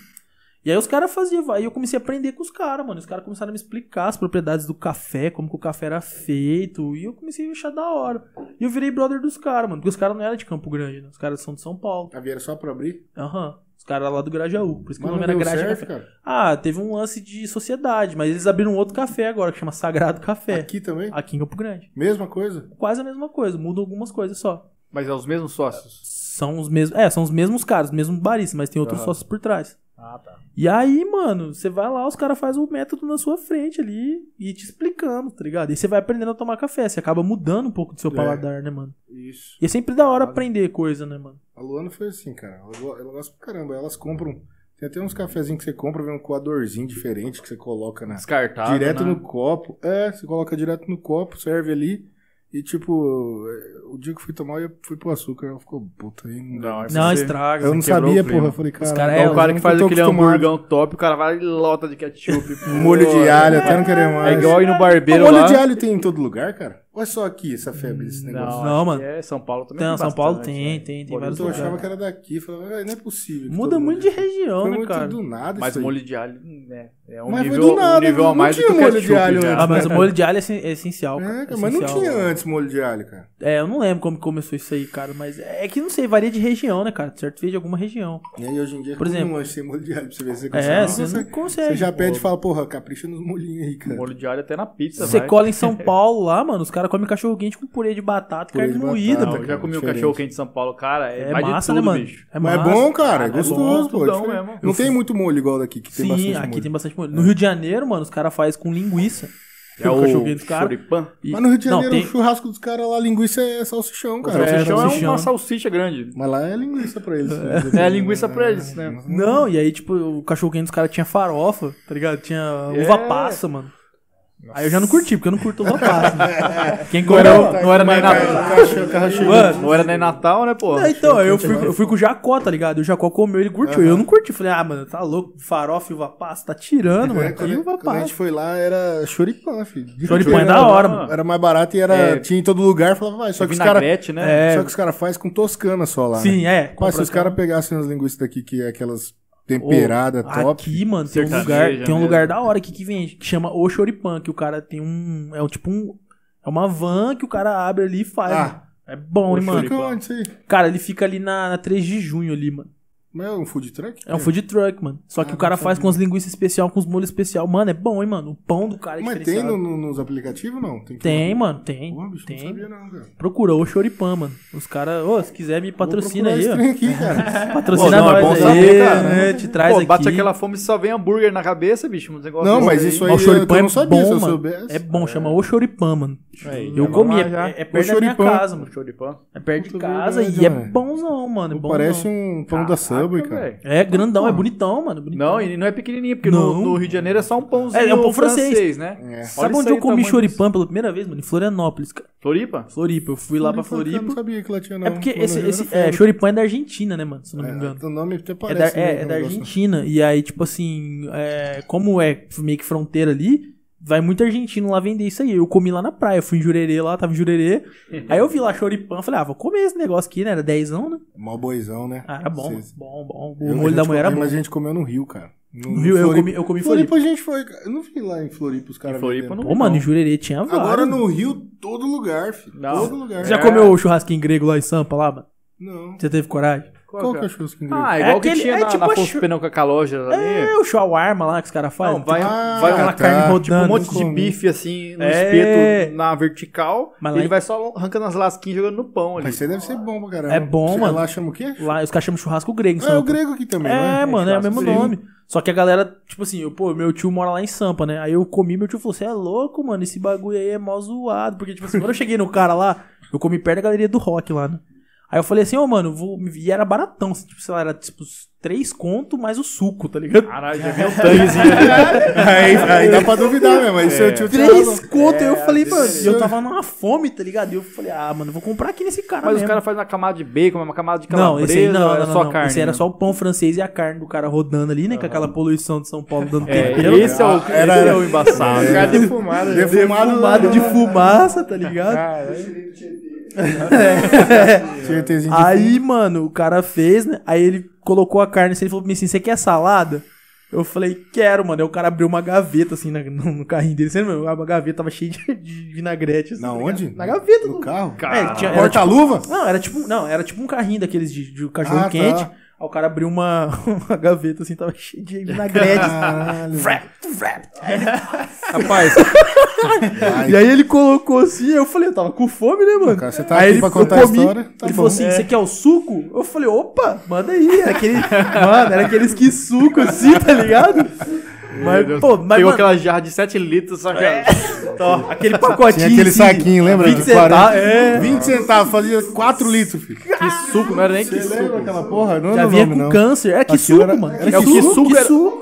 [SPEAKER 3] E aí os caras faziam, vai. E eu comecei a aprender com os caras, mano. Os caras começaram a me explicar as propriedades do café, como que o café era feito. E eu comecei a achar da hora. E eu virei brother dos caras, mano. Porque os caras não eram de Campo Grande, né? Os caras são de São Paulo.
[SPEAKER 1] A vieira só pra abrir.
[SPEAKER 3] Aham. Os caras lá do Grajaú. Por isso que
[SPEAKER 1] Mas
[SPEAKER 3] o
[SPEAKER 1] não
[SPEAKER 3] nome era
[SPEAKER 1] deu
[SPEAKER 3] Graja
[SPEAKER 1] certo,
[SPEAKER 3] Café.
[SPEAKER 1] cara.
[SPEAKER 3] Ah, teve um lance de sociedade, mas eles abriram um outro café agora, que chama Sagrado Café. Aqui,
[SPEAKER 1] Tá Aqui também.
[SPEAKER 3] em Campo Grande.
[SPEAKER 1] Mesma coisa.
[SPEAKER 3] Quase a mesma coisa, mudam algumas coisas só.
[SPEAKER 2] Mas é os mesmos sócios.
[SPEAKER 3] São os mesmos. É, são os mesmos caras, os mesmos baristas, mas tem outros
[SPEAKER 2] Aham.
[SPEAKER 3] sócios por trás.
[SPEAKER 2] Ah, tá.
[SPEAKER 3] E aí, mano, você vai lá, os caras fazem o método na sua frente ali e te explicando, tá ligado? E você vai aprendendo a tomar café, você acaba mudando um pouco do seu
[SPEAKER 1] É.
[SPEAKER 3] paladar, né, mano?
[SPEAKER 1] Isso.
[SPEAKER 3] E é sempre da hora
[SPEAKER 2] Caralho.
[SPEAKER 3] aprender coisa, né, mano?
[SPEAKER 1] A Luana foi assim, cara. Ela, go- ela gosta pra caramba. Elas compram. Tem até uns cafezinhos que você compra, vem um coadorzinho diferente que você coloca na.
[SPEAKER 2] Descartado.
[SPEAKER 1] direto
[SPEAKER 2] né?
[SPEAKER 1] no copo. É, você coloca direto no copo, serve ali. E tipo, é, o dia que eu fui tomar, eu fui pro açúcar. Ela ficou puta aí. Não, dá.
[SPEAKER 2] Não, é
[SPEAKER 3] Não,
[SPEAKER 2] você-
[SPEAKER 3] estraga.
[SPEAKER 1] eu não
[SPEAKER 2] quebrou o
[SPEAKER 1] sabia,
[SPEAKER 2] clima.
[SPEAKER 1] porra. Eu falei, cara.
[SPEAKER 3] caras-
[SPEAKER 2] É, o
[SPEAKER 3] Não,
[SPEAKER 2] cara que faz
[SPEAKER 1] eu tô
[SPEAKER 2] aquele
[SPEAKER 1] acostumado. É
[SPEAKER 2] hamburgão top, o cara vai e lota de ketchup.
[SPEAKER 1] Molho
[SPEAKER 2] porra.
[SPEAKER 1] de alho, tá até não querer mais.
[SPEAKER 2] É igual ir no
[SPEAKER 1] Mas
[SPEAKER 2] barbeiro
[SPEAKER 1] molho
[SPEAKER 2] lá. Hum,
[SPEAKER 1] de alho tem em todo lugar, cara? Ou é só aqui essa febre, esse negócio? Então,
[SPEAKER 2] Não,
[SPEAKER 3] Não,
[SPEAKER 2] acho
[SPEAKER 3] mano.
[SPEAKER 2] que É, São Paulo também
[SPEAKER 3] Não,
[SPEAKER 2] tem
[SPEAKER 3] São Paulo
[SPEAKER 2] bastante,
[SPEAKER 3] tem,
[SPEAKER 2] né?
[SPEAKER 3] tem, tem
[SPEAKER 2] Molho
[SPEAKER 3] vários
[SPEAKER 2] de
[SPEAKER 1] Eu
[SPEAKER 2] alho.
[SPEAKER 1] achava que era daqui. Falava, ah, não é possível. que
[SPEAKER 3] Muda
[SPEAKER 1] todo
[SPEAKER 3] muito
[SPEAKER 1] mundo- é-"
[SPEAKER 3] de região,
[SPEAKER 1] Foi
[SPEAKER 3] né,
[SPEAKER 1] muito
[SPEAKER 3] cara?
[SPEAKER 1] do nada
[SPEAKER 2] Mas
[SPEAKER 1] isso aí.
[SPEAKER 2] molho de alho né, é um
[SPEAKER 1] Mas foi
[SPEAKER 2] nível,
[SPEAKER 1] do nada,
[SPEAKER 2] um nível
[SPEAKER 1] não
[SPEAKER 2] a mais do que
[SPEAKER 1] tinha
[SPEAKER 2] o
[SPEAKER 1] molho de
[SPEAKER 2] ketchup.
[SPEAKER 1] alho
[SPEAKER 2] já.
[SPEAKER 1] antes.
[SPEAKER 3] Ah, mas o molho de alho é essen- é essencial.
[SPEAKER 1] É,
[SPEAKER 3] cara,
[SPEAKER 1] cara, mas não
[SPEAKER 3] essencial. né?
[SPEAKER 1] tinha antes molho de alho, cara.
[SPEAKER 3] É, eu não lembro como que começou isso aí, cara, mas é que não sei, varia de região, né, cara? Certo, veio de alguma região.
[SPEAKER 1] E aí hoje em dia,
[SPEAKER 3] Por
[SPEAKER 1] como
[SPEAKER 3] exemplo-
[SPEAKER 1] um lanche sem molho de alho, pra você ver se você consegue.
[SPEAKER 3] É,
[SPEAKER 1] Não
[SPEAKER 3] você não consegue.
[SPEAKER 1] Você já pede e fala, porra, capricha nos molhinhos aí, cara.
[SPEAKER 2] Molho de alho até na pizza,
[SPEAKER 3] Você
[SPEAKER 2] vai.
[SPEAKER 3] cola em São Paulo lá, mano, os caras comem cachorro quente com purê de batata,
[SPEAKER 1] Purê de
[SPEAKER 3] carne
[SPEAKER 1] batata,
[SPEAKER 3] moída,
[SPEAKER 2] Não,
[SPEAKER 1] cara.
[SPEAKER 3] velho.
[SPEAKER 2] eu já comi um
[SPEAKER 1] Diferente.
[SPEAKER 2] cachorro quente em São Paulo, cara. É,
[SPEAKER 3] É
[SPEAKER 2] mais
[SPEAKER 3] massa,
[SPEAKER 2] de
[SPEAKER 3] né,
[SPEAKER 2] tudo,
[SPEAKER 3] mano?
[SPEAKER 2] bicho.
[SPEAKER 3] É
[SPEAKER 1] Mas é
[SPEAKER 3] massa.
[SPEAKER 1] bom, cara, é
[SPEAKER 2] é
[SPEAKER 1] gostoso,
[SPEAKER 2] bom,
[SPEAKER 1] pô. é
[SPEAKER 2] tudão
[SPEAKER 1] diferente.
[SPEAKER 2] mesmo.
[SPEAKER 1] Não tem muito molho igual daqui, que tem
[SPEAKER 3] Sim,
[SPEAKER 1] bastante
[SPEAKER 3] aqui
[SPEAKER 1] molho.
[SPEAKER 3] tem bastante molho. No Rio de Janeiro, mano, os caras fazem com linguiça.
[SPEAKER 2] É
[SPEAKER 3] o cachorro quente
[SPEAKER 2] o
[SPEAKER 3] do cara.
[SPEAKER 2] choripan.
[SPEAKER 3] E-
[SPEAKER 1] Mas no Rio de Janeiro,
[SPEAKER 3] Não, tem...
[SPEAKER 1] o churrasco dos caras lá, linguiça é salsichão, cara.
[SPEAKER 3] É,
[SPEAKER 2] Salsichão é
[SPEAKER 3] salsichão.
[SPEAKER 2] uma salsicha grande.
[SPEAKER 1] Mas lá é linguiça pra eles.
[SPEAKER 2] É linguiça pra eles, né?
[SPEAKER 1] Hum.
[SPEAKER 3] Não, e aí, tipo, o cachorro quente dos caras tinha farofa, tá ligado? Tinha uva
[SPEAKER 2] É.
[SPEAKER 3] passa, mano. Aí eu já não curti, porque eu não curto uva passa. né? Quem
[SPEAKER 2] Não era,
[SPEAKER 3] comeu...
[SPEAKER 2] não era
[SPEAKER 1] né,
[SPEAKER 2] nem Natal.
[SPEAKER 3] Mano,
[SPEAKER 2] Não era nem Natal, né, pô?
[SPEAKER 3] Não, então, aí eu fui, eu fui com o Jacó, tá ligado? E o Jacó comeu, ele curtiu. Eu não curti. Falei, ah, mano, tá louco, farofa e uva passa, tá tirando, mano.
[SPEAKER 1] É,
[SPEAKER 3] Que
[SPEAKER 1] quando,
[SPEAKER 3] uva
[SPEAKER 1] quando a gente
[SPEAKER 3] passa.
[SPEAKER 1] foi lá, era choripan, filho.
[SPEAKER 3] Choripan é
[SPEAKER 1] Era-
[SPEAKER 3] da hora,
[SPEAKER 2] mano.
[SPEAKER 1] Era mais barato e era,
[SPEAKER 2] É.
[SPEAKER 1] tinha em todo lugar. Falava, vai, só que os caras...
[SPEAKER 2] Vinagrete, né?
[SPEAKER 3] É,
[SPEAKER 1] Só que os caras fazem com toscana só lá.
[SPEAKER 3] Sim,
[SPEAKER 1] né?
[SPEAKER 3] é.
[SPEAKER 1] Mas se
[SPEAKER 3] compra-
[SPEAKER 1] os caras pegassem as linguiças daqui, que é aquelas temperadas
[SPEAKER 3] Ô,
[SPEAKER 1] top. né?
[SPEAKER 3] Aqui, mano, tem um
[SPEAKER 2] Sertaneja
[SPEAKER 3] lugar, tem um
[SPEAKER 2] mesmo.
[SPEAKER 3] lugar da hora aqui que vende, que chama O Choripan, que o cara tem um. É um tipo um. É uma van que o cara abre ali e faz.
[SPEAKER 1] Ah.
[SPEAKER 3] mano. É bom, hein, mano.
[SPEAKER 1] Fica onde isso aí?
[SPEAKER 3] Cara, ele fica ali na, na 3 de junho ali, mano.
[SPEAKER 1] Não é um food truck?
[SPEAKER 3] É um food truck, mano. Só
[SPEAKER 1] Ah,
[SPEAKER 3] que o cara faz com as linguiças especial, com os molhos especial. Mano, é bom, hein, mano. O pão do cara é
[SPEAKER 1] Mas tem
[SPEAKER 3] diferenciado.
[SPEAKER 1] no- no- nos aplicativos, não? Tem, que-
[SPEAKER 3] Tem, mano, tem.
[SPEAKER 1] Porra, bicho, não
[SPEAKER 3] tem.
[SPEAKER 1] sabia não, cara.
[SPEAKER 3] Procura o Choripan, mano. Os caras, ô, se quiser me patrocina aí,
[SPEAKER 1] Vou
[SPEAKER 3] ó.
[SPEAKER 1] procurar esse trem aqui, cara.
[SPEAKER 3] Patrocina
[SPEAKER 2] Pô, não, é
[SPEAKER 3] nós
[SPEAKER 2] bom
[SPEAKER 3] aí,
[SPEAKER 2] saber, cara.
[SPEAKER 3] né? Te traz
[SPEAKER 2] Pô,
[SPEAKER 3] aqui.
[SPEAKER 2] bate aquela fome e só vem hambúrguer na cabeça, bicho. Um negócio
[SPEAKER 1] Não,
[SPEAKER 2] desse
[SPEAKER 1] mas
[SPEAKER 2] aí.
[SPEAKER 1] isso aí
[SPEAKER 3] Ó, o
[SPEAKER 1] eu,
[SPEAKER 3] Choripan
[SPEAKER 1] eu não
[SPEAKER 3] é
[SPEAKER 1] sabia, se eu
[SPEAKER 3] bom, mano.
[SPEAKER 1] soubesse.
[SPEAKER 3] É bom, chama O Choripan, mano.
[SPEAKER 2] Aí,
[SPEAKER 3] Eu
[SPEAKER 2] já
[SPEAKER 3] comi,
[SPEAKER 2] vamos
[SPEAKER 3] é,
[SPEAKER 2] lá, já.
[SPEAKER 3] é- é perto da minha
[SPEAKER 1] Choripan.
[SPEAKER 3] casa, mano.
[SPEAKER 2] Choripan.
[SPEAKER 3] É perto de
[SPEAKER 1] Puta
[SPEAKER 3] casa
[SPEAKER 1] verdade,
[SPEAKER 3] e é
[SPEAKER 1] mano.
[SPEAKER 3] bonzão, mano. É
[SPEAKER 1] Pô,
[SPEAKER 3] bonzão.
[SPEAKER 1] Parece um pão da Subway,
[SPEAKER 2] Caraca,
[SPEAKER 1] cara.
[SPEAKER 2] velho.
[SPEAKER 3] É grandão, é bonitão, mano. bonitão.
[SPEAKER 2] Não, e não é pequenininho, porque
[SPEAKER 3] Então, Não.
[SPEAKER 2] no, no Rio de Janeiro é só um pãozinho.
[SPEAKER 3] É, é um pão francês,
[SPEAKER 2] né?
[SPEAKER 1] É.
[SPEAKER 2] Olha
[SPEAKER 3] Sabe
[SPEAKER 2] isso
[SPEAKER 3] onde
[SPEAKER 2] aí,
[SPEAKER 3] eu comi
[SPEAKER 2] tamanho
[SPEAKER 3] choripan pela primeira vez, mano? Em Florianópolis, cara.
[SPEAKER 2] disso. Floripa?
[SPEAKER 3] Floripa, eu fui lá pra
[SPEAKER 1] Eu não
[SPEAKER 3] Floripa.
[SPEAKER 1] sabia que lá tinha, não.
[SPEAKER 3] É porque
[SPEAKER 1] Quando
[SPEAKER 3] esse,
[SPEAKER 1] eu era
[SPEAKER 3] esse é,
[SPEAKER 1] febre.
[SPEAKER 3] choripan é da Argentina, né, mano? Se eu não me engano.
[SPEAKER 1] É, o nome até
[SPEAKER 3] É da,
[SPEAKER 1] parece.
[SPEAKER 3] é,
[SPEAKER 1] né,
[SPEAKER 3] é
[SPEAKER 1] o
[SPEAKER 3] da
[SPEAKER 1] negócio.
[SPEAKER 3] Argentina. E aí, tipo assim, é, como é meio que fronteira ali, vai muito argentino lá vender isso aí. Eu comi lá na praia, eu fui em Jurerê lá, tava em Jurerê.
[SPEAKER 2] Uhum.
[SPEAKER 3] aí eu vi lá choripan, falei, ah, vou comer esse negócio aqui, né? Era dezão, né?
[SPEAKER 1] Mó boizão, né?
[SPEAKER 3] Ah, era bom,
[SPEAKER 1] Vocês-
[SPEAKER 3] bom, bom.
[SPEAKER 1] Eu-
[SPEAKER 3] O
[SPEAKER 1] a
[SPEAKER 3] molho
[SPEAKER 1] gente
[SPEAKER 3] da mulher era
[SPEAKER 1] comeu,
[SPEAKER 3] bom.
[SPEAKER 1] Mas a gente comeu no Rio, cara. No,
[SPEAKER 3] No Rio, eu
[SPEAKER 1] Floripa.
[SPEAKER 3] comi, eu comi
[SPEAKER 1] Floripa
[SPEAKER 3] Floripa.
[SPEAKER 1] a gente foi. cara. Eu não vi lá em Floripa os caras.
[SPEAKER 2] Em Floripa
[SPEAKER 1] vendendo.
[SPEAKER 2] não
[SPEAKER 3] Ô, mano, em Jurerê tinha vários.
[SPEAKER 1] Agora no Rio, todo lugar, filho.
[SPEAKER 2] Não.
[SPEAKER 1] Todo lugar.
[SPEAKER 3] Ah, é? Você já
[SPEAKER 2] É.
[SPEAKER 3] comeu o churrasquinho grego lá em Sampa, lá, mano?
[SPEAKER 1] Não.
[SPEAKER 3] Você teve coragem?
[SPEAKER 1] Qual que é o churrasco inglês?
[SPEAKER 2] Ah,
[SPEAKER 3] É
[SPEAKER 2] igual
[SPEAKER 3] aquele-
[SPEAKER 2] que tinha
[SPEAKER 3] é
[SPEAKER 2] na,
[SPEAKER 3] tipo
[SPEAKER 2] na
[SPEAKER 3] a
[SPEAKER 2] Afonso
[SPEAKER 3] chu-
[SPEAKER 2] Pernão com a calógeras ali.
[SPEAKER 3] É, o shawarma lá que os caras fazem.
[SPEAKER 2] Não, vai,
[SPEAKER 1] Ah,
[SPEAKER 2] vai uma
[SPEAKER 1] tá.
[SPEAKER 2] carne rodando, tipo um monte
[SPEAKER 1] Não
[SPEAKER 2] de
[SPEAKER 1] comi.
[SPEAKER 2] bife assim, no
[SPEAKER 3] É.
[SPEAKER 2] espeto, na vertical.
[SPEAKER 3] Mas
[SPEAKER 2] Mas
[SPEAKER 3] lá
[SPEAKER 2] ele
[SPEAKER 3] em-
[SPEAKER 2] vai só arrancando as lasquinhas e jogando no pão ali.
[SPEAKER 1] Mas isso aí deve ser bom pra caramba.
[SPEAKER 3] É bom,
[SPEAKER 1] Você
[SPEAKER 3] mano.
[SPEAKER 1] Lá chama o quê?
[SPEAKER 3] Lá, os caras chamam churrasco grego em
[SPEAKER 1] Ah, é o
[SPEAKER 3] Sampa.
[SPEAKER 1] grego aqui também, né?
[SPEAKER 3] É, mano, é o
[SPEAKER 2] churrasco
[SPEAKER 3] mesmo
[SPEAKER 2] grego.
[SPEAKER 3] nome. Só que a galera, tipo assim, eu, pô, meu tio mora lá em Sampa, né? Aí eu comi, meu tio falou, você é louco, mano, esse bagulho aí é mó zoado. Porque, tipo assim, quando eu cheguei no cara lá, eu comi perto da galeria do rock lá, né? Aí eu falei assim, ô, mano, vou... e era baratão, assim, tipo, sei lá, era tipo uns três conto mais o suco, tá ligado?
[SPEAKER 2] Caralho, já veio um tanquezinho ali.
[SPEAKER 3] É,
[SPEAKER 1] Aí, aí dá pra duvidar mesmo. Aí
[SPEAKER 2] É.
[SPEAKER 1] seu tio tinha
[SPEAKER 3] Três
[SPEAKER 1] razão.
[SPEAKER 3] conto, eu falei, mano, e eu
[SPEAKER 1] absurdo.
[SPEAKER 3] tava numa fome, tá ligado? E eu falei, ah, mano, eu vou comprar aqui nesse cara
[SPEAKER 2] Mas os
[SPEAKER 3] mesmo.
[SPEAKER 2] caras fazem uma camada de bacon, uma camada de
[SPEAKER 3] Não,
[SPEAKER 2] calabresa,
[SPEAKER 3] esse aí não, não,
[SPEAKER 2] era
[SPEAKER 3] não,
[SPEAKER 2] só
[SPEAKER 3] não.
[SPEAKER 2] carne.
[SPEAKER 3] Esse era
[SPEAKER 2] né?
[SPEAKER 3] só um o pão francês e a carne do cara rodando ali, né? Com aquela poluição de São Paulo dando
[SPEAKER 2] É,
[SPEAKER 3] tempero.
[SPEAKER 2] esse é o,
[SPEAKER 1] Era-
[SPEAKER 2] esse é o embaçado.
[SPEAKER 1] É.
[SPEAKER 4] Cara defumado.
[SPEAKER 1] Defumado,
[SPEAKER 3] Fumado de fumaça, tá
[SPEAKER 1] Ah.
[SPEAKER 3] ligado?
[SPEAKER 4] Caralho.
[SPEAKER 1] Tinha tezinho de
[SPEAKER 3] Aí, mano, o cara fez, né? Aí ele colocou a carne assim, ele falou pra mim assim, você quer salada? Eu falei, quero, mano. Aí o cara abriu uma gaveta, assim, na- no, no carrinho dele. Você não lembra? A gaveta tava cheia de, de vinagrete. Assim,
[SPEAKER 1] Na
[SPEAKER 3] tá ligado?
[SPEAKER 1] onde?
[SPEAKER 3] Na gaveta
[SPEAKER 1] No
[SPEAKER 3] do
[SPEAKER 1] carro?
[SPEAKER 3] É, ele tinha- era
[SPEAKER 1] Porta-luva?
[SPEAKER 3] Não, era tipo, não, era tipo um carrinho daqueles de, de cachorro
[SPEAKER 1] Ah, tá.
[SPEAKER 3] quente. Aí o cara abriu uma, uma gaveta assim, tava cheio de vinagrete.
[SPEAKER 1] Caralho.
[SPEAKER 2] Rapaz,
[SPEAKER 3] É,
[SPEAKER 1] Ai,
[SPEAKER 3] e aí ele colocou assim, eu falei, eu tava com fome, né, mano?
[SPEAKER 1] Cara, você tá
[SPEAKER 3] aí
[SPEAKER 1] aqui
[SPEAKER 3] ele-
[SPEAKER 1] pra
[SPEAKER 3] eu
[SPEAKER 1] contar a história, tá
[SPEAKER 3] ele
[SPEAKER 1] bom.
[SPEAKER 3] falou assim,
[SPEAKER 1] É.
[SPEAKER 3] você quer o suco? Eu falei, opa, manda aí. Era aquele, mano, era aqueles que suco assim, tá ligado? Mas, pô, mas,
[SPEAKER 2] pegou
[SPEAKER 3] mano,
[SPEAKER 2] aquela jarra de 7 litros, só que...
[SPEAKER 3] É. ó, aquele pacotinho
[SPEAKER 1] Tinha aquele
[SPEAKER 3] assim,
[SPEAKER 1] saquinho, lembra?
[SPEAKER 3] 20
[SPEAKER 1] De
[SPEAKER 3] centavos,
[SPEAKER 1] 40.
[SPEAKER 3] é.
[SPEAKER 1] 20 centavos, fazia 4 litros, filho.
[SPEAKER 2] Que suco, não era nem que
[SPEAKER 1] Ah, Você lembra
[SPEAKER 2] suco.
[SPEAKER 1] aquela porra? Não
[SPEAKER 3] Já
[SPEAKER 1] era
[SPEAKER 3] vinha
[SPEAKER 1] nome,
[SPEAKER 3] com
[SPEAKER 1] não.
[SPEAKER 3] câncer. Era que
[SPEAKER 1] Aquilo
[SPEAKER 3] suco,
[SPEAKER 1] era-
[SPEAKER 3] mano.
[SPEAKER 1] era
[SPEAKER 2] É, o
[SPEAKER 1] que
[SPEAKER 2] que suco,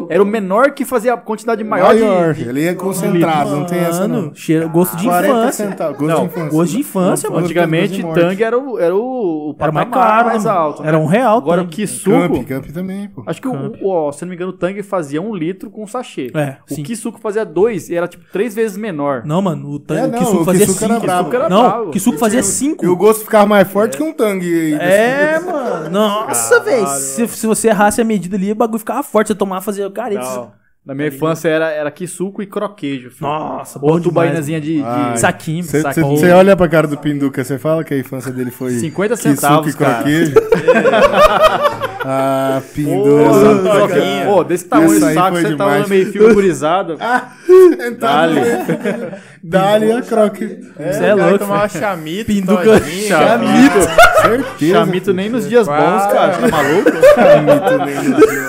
[SPEAKER 2] era, era o menor que fazia a quantidade maior,
[SPEAKER 1] Maior,
[SPEAKER 2] de...
[SPEAKER 1] ele é concentrado, não tem essa não.
[SPEAKER 3] Mano, cheiro, gosto de
[SPEAKER 1] 40
[SPEAKER 3] infância.
[SPEAKER 1] centavos, gosto de infância.
[SPEAKER 3] Gosto de infância, mano.
[SPEAKER 2] Antigamente,
[SPEAKER 1] Gosto de morte.
[SPEAKER 2] Tang era o, era o, o
[SPEAKER 3] Era mais
[SPEAKER 2] patamar
[SPEAKER 3] caro,
[SPEAKER 2] mais
[SPEAKER 3] né, mano?
[SPEAKER 2] alto. né?
[SPEAKER 3] Era um real,
[SPEAKER 2] Agora o
[SPEAKER 3] Tang.
[SPEAKER 2] que suco...
[SPEAKER 1] Camp, Camp também, pô.
[SPEAKER 2] Acho que, o, o- ó, se não me engano, o Tang fazia um litro com sachê.
[SPEAKER 3] É,
[SPEAKER 2] o
[SPEAKER 3] sim.
[SPEAKER 2] que suco fazia dois e era tipo três vezes menor.
[SPEAKER 3] Não, mano, o, Tang,
[SPEAKER 1] É,
[SPEAKER 3] o
[SPEAKER 1] não,
[SPEAKER 3] Kisuko
[SPEAKER 1] o
[SPEAKER 3] fazia
[SPEAKER 1] Kisuko
[SPEAKER 3] 5.
[SPEAKER 1] era brabo.
[SPEAKER 2] era
[SPEAKER 3] Não,
[SPEAKER 2] brabo.
[SPEAKER 3] o Kisuko fazia 5.
[SPEAKER 1] E o gosto ficava mais forte que um tangue. aí.
[SPEAKER 3] É, mano. Nossa, velho. Se, se você errasse a medida ali, o bagulho ficava forte. Você tomava, fazia careta.
[SPEAKER 2] Não. Na minha infância era, era que suco e croquejo. Filho.
[SPEAKER 3] Nossa, bom
[SPEAKER 2] Ou
[SPEAKER 3] demais.
[SPEAKER 2] tubainazinha de, de
[SPEAKER 1] Ai.
[SPEAKER 3] Saquinho,
[SPEAKER 1] Você
[SPEAKER 3] saquinho.
[SPEAKER 1] você olha pra cara do Pinduca, você fala que a infância dele foi
[SPEAKER 2] 50
[SPEAKER 1] que suco
[SPEAKER 2] centavos,
[SPEAKER 1] e
[SPEAKER 2] cara.
[SPEAKER 1] croquejo?
[SPEAKER 3] É.
[SPEAKER 1] ah,
[SPEAKER 2] Nossa,
[SPEAKER 1] Pinduca.
[SPEAKER 2] troquinha. Pô, desse tamanho
[SPEAKER 1] Esse
[SPEAKER 2] de
[SPEAKER 1] aí
[SPEAKER 2] saco,
[SPEAKER 1] foi
[SPEAKER 2] você tá
[SPEAKER 1] demais.
[SPEAKER 2] olhando meio fio gurizado.
[SPEAKER 3] Ah,
[SPEAKER 1] Dali. Dali a croque.
[SPEAKER 3] Você é louco,
[SPEAKER 4] Tomar
[SPEAKER 3] velho.
[SPEAKER 4] chamito,
[SPEAKER 1] um
[SPEAKER 3] Pinduca-
[SPEAKER 4] todinho,
[SPEAKER 2] Chamito.
[SPEAKER 1] Certeza.
[SPEAKER 2] Chamito nem nos dias bons, cara. Tá maluco?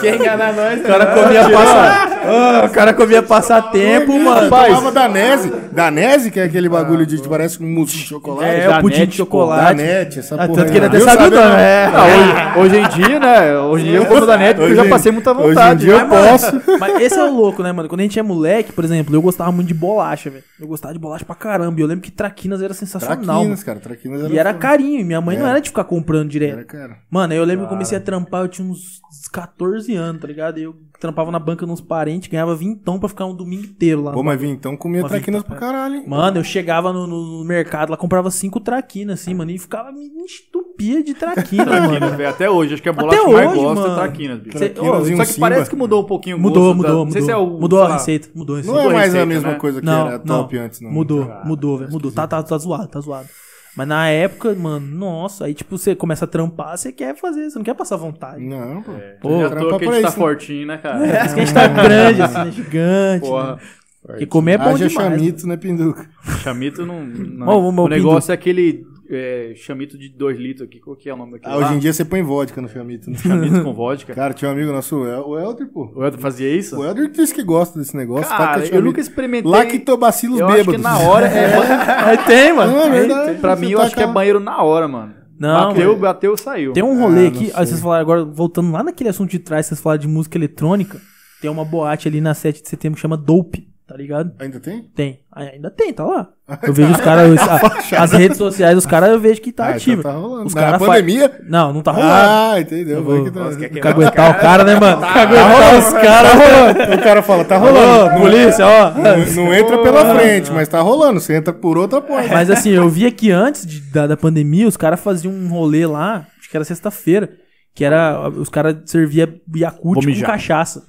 [SPEAKER 4] Quer enganar nós?
[SPEAKER 2] né?
[SPEAKER 3] Ah, O cara
[SPEAKER 1] é
[SPEAKER 3] comia passar. Ah, o cara comia passatempo, mano.
[SPEAKER 1] Rapaz. Tomava Danese. Danese, que é aquele bagulho de que parece um mousse de chocolate.
[SPEAKER 3] Ah, É, o pudim
[SPEAKER 2] Danete,
[SPEAKER 3] de
[SPEAKER 2] pô,
[SPEAKER 3] chocolate.
[SPEAKER 1] Danete, essa
[SPEAKER 3] Ah,
[SPEAKER 1] porra.
[SPEAKER 3] tanto que ele
[SPEAKER 1] aí.
[SPEAKER 3] até
[SPEAKER 1] Eu
[SPEAKER 3] sabe o
[SPEAKER 1] sabia-
[SPEAKER 3] nome. É.
[SPEAKER 2] Ah, hoje, hoje em dia, né? Hoje em dia eu como da net porque eu
[SPEAKER 1] Hoje
[SPEAKER 2] já
[SPEAKER 1] em-
[SPEAKER 2] passei muita
[SPEAKER 1] hoje em
[SPEAKER 2] vontade.
[SPEAKER 1] dia eu
[SPEAKER 2] né, mano?
[SPEAKER 1] posso.
[SPEAKER 3] Mas esse é o louco, né, mano? Quando a gente é moleque, por exemplo, eu gostava muito de bolacha, velho. Eu gostava de bolacha pra caramba. E eu lembro que traquinas era sensacional.
[SPEAKER 1] Traquinas, cara. Traquinas era
[SPEAKER 3] mano. E era
[SPEAKER 1] foda.
[SPEAKER 3] carinho. E minha mãe não
[SPEAKER 1] É.
[SPEAKER 3] era de ficar comprando direto.
[SPEAKER 1] Era, cara.
[SPEAKER 3] Mano, eu lembro que eu comecei a trampar, eu tinha uns 14 anos, tá ligado? E eu trampava na banca nos parentes, ganhava vintão pra ficar um domingo inteiro lá.
[SPEAKER 1] Pô, mas vim então comia
[SPEAKER 3] Uma
[SPEAKER 1] traquinas
[SPEAKER 3] vinha,
[SPEAKER 1] pra caralho, hein?
[SPEAKER 3] Mano, eu chegava no, no- no mercado lá, comprava cinco traquinas, assim, mano, e ficava me entupia de traquina,
[SPEAKER 2] Traquinas,
[SPEAKER 3] mano.
[SPEAKER 2] velho. Até hoje, acho que a bolacha que
[SPEAKER 3] hoje,
[SPEAKER 2] mais gosta
[SPEAKER 3] mano.
[SPEAKER 2] é traquinas, bicho.
[SPEAKER 3] Cê-
[SPEAKER 1] Traquinas
[SPEAKER 2] Ô,
[SPEAKER 1] e um
[SPEAKER 2] Só que parece
[SPEAKER 1] Simba.
[SPEAKER 2] que mudou um pouquinho o
[SPEAKER 3] Mudou,
[SPEAKER 2] gosto da-
[SPEAKER 3] mudou,
[SPEAKER 2] Não sei se é
[SPEAKER 3] mudou.
[SPEAKER 2] o.
[SPEAKER 3] Mudou
[SPEAKER 2] sei
[SPEAKER 3] a
[SPEAKER 2] lá.
[SPEAKER 3] receita, mudou a receita.
[SPEAKER 1] Não é mais
[SPEAKER 2] receita,
[SPEAKER 1] a mesma
[SPEAKER 2] né?
[SPEAKER 1] coisa que
[SPEAKER 3] Não,
[SPEAKER 1] era
[SPEAKER 3] não.
[SPEAKER 1] top antes, não.
[SPEAKER 3] Mudou, mudou, velho. Mudou. Tá, tá, tá zoado, tá zoado. Mas na época, mano, nossa, aí tipo, você começa a trampar, você quer fazer, você não quer passar vontade.
[SPEAKER 1] Não, pô.
[SPEAKER 2] Pô, já
[SPEAKER 1] trampa
[SPEAKER 2] tô aqui,
[SPEAKER 1] pra
[SPEAKER 2] a gente tá
[SPEAKER 1] isso, né?
[SPEAKER 2] fortinho, né,
[SPEAKER 3] Por
[SPEAKER 2] cara?
[SPEAKER 3] isso que a gente tá grande, assim, né, gigante. Né?
[SPEAKER 2] Porra.
[SPEAKER 3] Porque comer é bom
[SPEAKER 1] Haja
[SPEAKER 3] demais. mano.
[SPEAKER 1] chamito, né, Pinduca?
[SPEAKER 2] Chamito não. não-
[SPEAKER 3] Ó, o meu
[SPEAKER 2] o negócio é aquele é, chamito de 2 litros aqui. Qual que é o nome daquele?
[SPEAKER 1] Ah, hoje
[SPEAKER 2] lá?
[SPEAKER 1] em dia você põe vodka no chamito. né?
[SPEAKER 2] Chamito com vodka.
[SPEAKER 1] Cara, tinha um amigo nosso, o El- o Helder, pô.
[SPEAKER 2] O Edson fazia isso?
[SPEAKER 1] O Helder disse que gosta desse negócio. tá? Que
[SPEAKER 2] Cara,
[SPEAKER 1] é
[SPEAKER 2] eu
[SPEAKER 1] chamito.
[SPEAKER 2] nunca experimentei.
[SPEAKER 1] Lactobacilos
[SPEAKER 2] eu
[SPEAKER 1] bêbados.
[SPEAKER 2] acho que na hora. É,
[SPEAKER 3] Aí tem, mano.
[SPEAKER 1] Não, é
[SPEAKER 3] Aí
[SPEAKER 1] verdade.
[SPEAKER 3] tem.
[SPEAKER 2] pra
[SPEAKER 1] Você
[SPEAKER 2] mim, eu
[SPEAKER 1] tá
[SPEAKER 2] acho que é
[SPEAKER 1] com-
[SPEAKER 2] banheiro na hora, mano.
[SPEAKER 3] Não,
[SPEAKER 2] bateu,
[SPEAKER 3] mano.
[SPEAKER 2] bateu, saiu.
[SPEAKER 3] Tem um rolê
[SPEAKER 1] Ah,
[SPEAKER 3] aqui.
[SPEAKER 1] não
[SPEAKER 3] Aí
[SPEAKER 1] sei.
[SPEAKER 3] vocês falaram agora, voltando lá naquele assunto de trás, vocês falaram de música eletrônica. Tem uma boate ali na 7 de setembro que chama Dope, tá ligado?
[SPEAKER 1] Ainda tem?
[SPEAKER 3] Tem. Aí Ainda tem, tá lá. Eu vejo os caras. os- a- As redes sociais dos caras eu vejo que tá
[SPEAKER 1] Tá Ah, então
[SPEAKER 3] ativo.
[SPEAKER 1] tá rolando.
[SPEAKER 3] Os
[SPEAKER 1] Na
[SPEAKER 3] caras fa-
[SPEAKER 1] pandemia?
[SPEAKER 3] Não, não tá rolando.
[SPEAKER 1] Ah, entendeu. Vai que tá-
[SPEAKER 3] Tem que aguentar o cara, né, mano? Tem que aguentar os
[SPEAKER 1] Tá
[SPEAKER 3] caras.
[SPEAKER 1] rolando. O cara fala, tá rolando.
[SPEAKER 3] Ô, polícia, ó.
[SPEAKER 1] Não, não entra pela frente, mas tá rolando. Você entra por outra porta.
[SPEAKER 3] Mas assim, eu via que antes de- da, da pandemia, os caras faziam um rolê lá, acho que era sexta-feira, que era. Os caras serviam
[SPEAKER 2] Vou
[SPEAKER 3] Yakut com
[SPEAKER 2] mijar.
[SPEAKER 3] cachaça.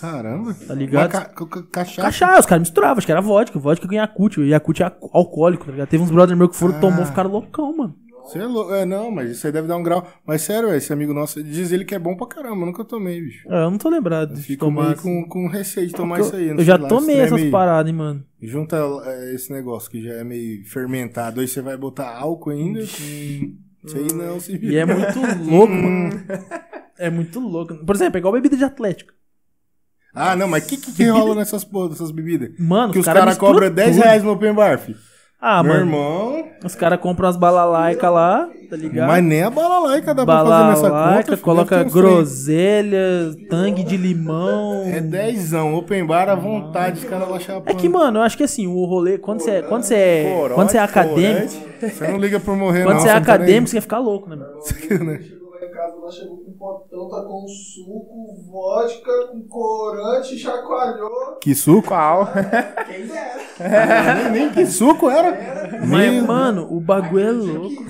[SPEAKER 1] Caramba. Tá
[SPEAKER 3] ligado?
[SPEAKER 1] Cachaça.
[SPEAKER 3] Cachaça, os caras misturavam, acho que era vodka, vodka com Yakut. O Yakut é alco- alcoólico, tá ligado? Teve uns brother meu que
[SPEAKER 1] Ah.
[SPEAKER 3] foram, tomou, ficaram loucão, mano.
[SPEAKER 1] Você é louco. É, não, mas isso aí deve dar um grau. Mas sério, esse amigo nosso diz ele que é bom pra caramba. Eu nunca tomei, bicho.
[SPEAKER 3] É, Eu não tô lembrado de
[SPEAKER 1] Fico
[SPEAKER 3] tomar.
[SPEAKER 1] meio
[SPEAKER 3] assim.
[SPEAKER 1] com, com receio de tomar
[SPEAKER 3] Eu-
[SPEAKER 1] isso aí. não
[SPEAKER 3] eu
[SPEAKER 1] sei
[SPEAKER 3] já
[SPEAKER 1] lá,
[SPEAKER 3] tomei
[SPEAKER 1] esse
[SPEAKER 3] essas
[SPEAKER 1] trem aí.
[SPEAKER 3] paradas, hein, mano.
[SPEAKER 1] Junta é, esse negócio que já é meio fermentado. Aí você vai botar álcool ainda. Hum, Isso aí não se
[SPEAKER 3] E é muito louco, mano. É muito louco. Por exemplo, é igual bebida de atlético.
[SPEAKER 1] Ah, não, mas o que, que, que rola nessas porra dessas bebidas?
[SPEAKER 3] Mano,
[SPEAKER 1] que os
[SPEAKER 3] cara
[SPEAKER 1] caras
[SPEAKER 3] misturam
[SPEAKER 1] cobram 10
[SPEAKER 3] tudo.
[SPEAKER 1] reais no open bar, filho.
[SPEAKER 3] Ah,
[SPEAKER 1] Meu
[SPEAKER 3] mano,
[SPEAKER 1] irmão.
[SPEAKER 3] os caras compram umas balalaica lá, tá ligado?
[SPEAKER 1] Mas nem a balalaica dá pra fazer nessa conta.
[SPEAKER 3] balalaica,
[SPEAKER 1] filho.
[SPEAKER 3] coloca
[SPEAKER 1] Deve ter uns três.
[SPEAKER 3] groselha, tangue de limão.
[SPEAKER 1] É dezão, open bar à vontade, os caras lá chapando.
[SPEAKER 3] É que, mano, eu acho que assim, o rolê, quando você é, quando você é,
[SPEAKER 4] Corote,
[SPEAKER 3] quando você é acadêmico,
[SPEAKER 1] Você não liga pra morrer,
[SPEAKER 3] quando
[SPEAKER 1] não.
[SPEAKER 3] você é
[SPEAKER 1] não tá nem aí.
[SPEAKER 3] acadêmico, você quer ficar louco, né, mano?
[SPEAKER 5] Chegou lá em casa, lá chegou com um potão, tacou um suco, vodka, com corante, chacoalhou.
[SPEAKER 1] Que suco?
[SPEAKER 5] Quem dera.
[SPEAKER 1] Nem, nem que suco era.
[SPEAKER 3] Mas,
[SPEAKER 1] Meu-
[SPEAKER 3] mano, o bagulho é louco.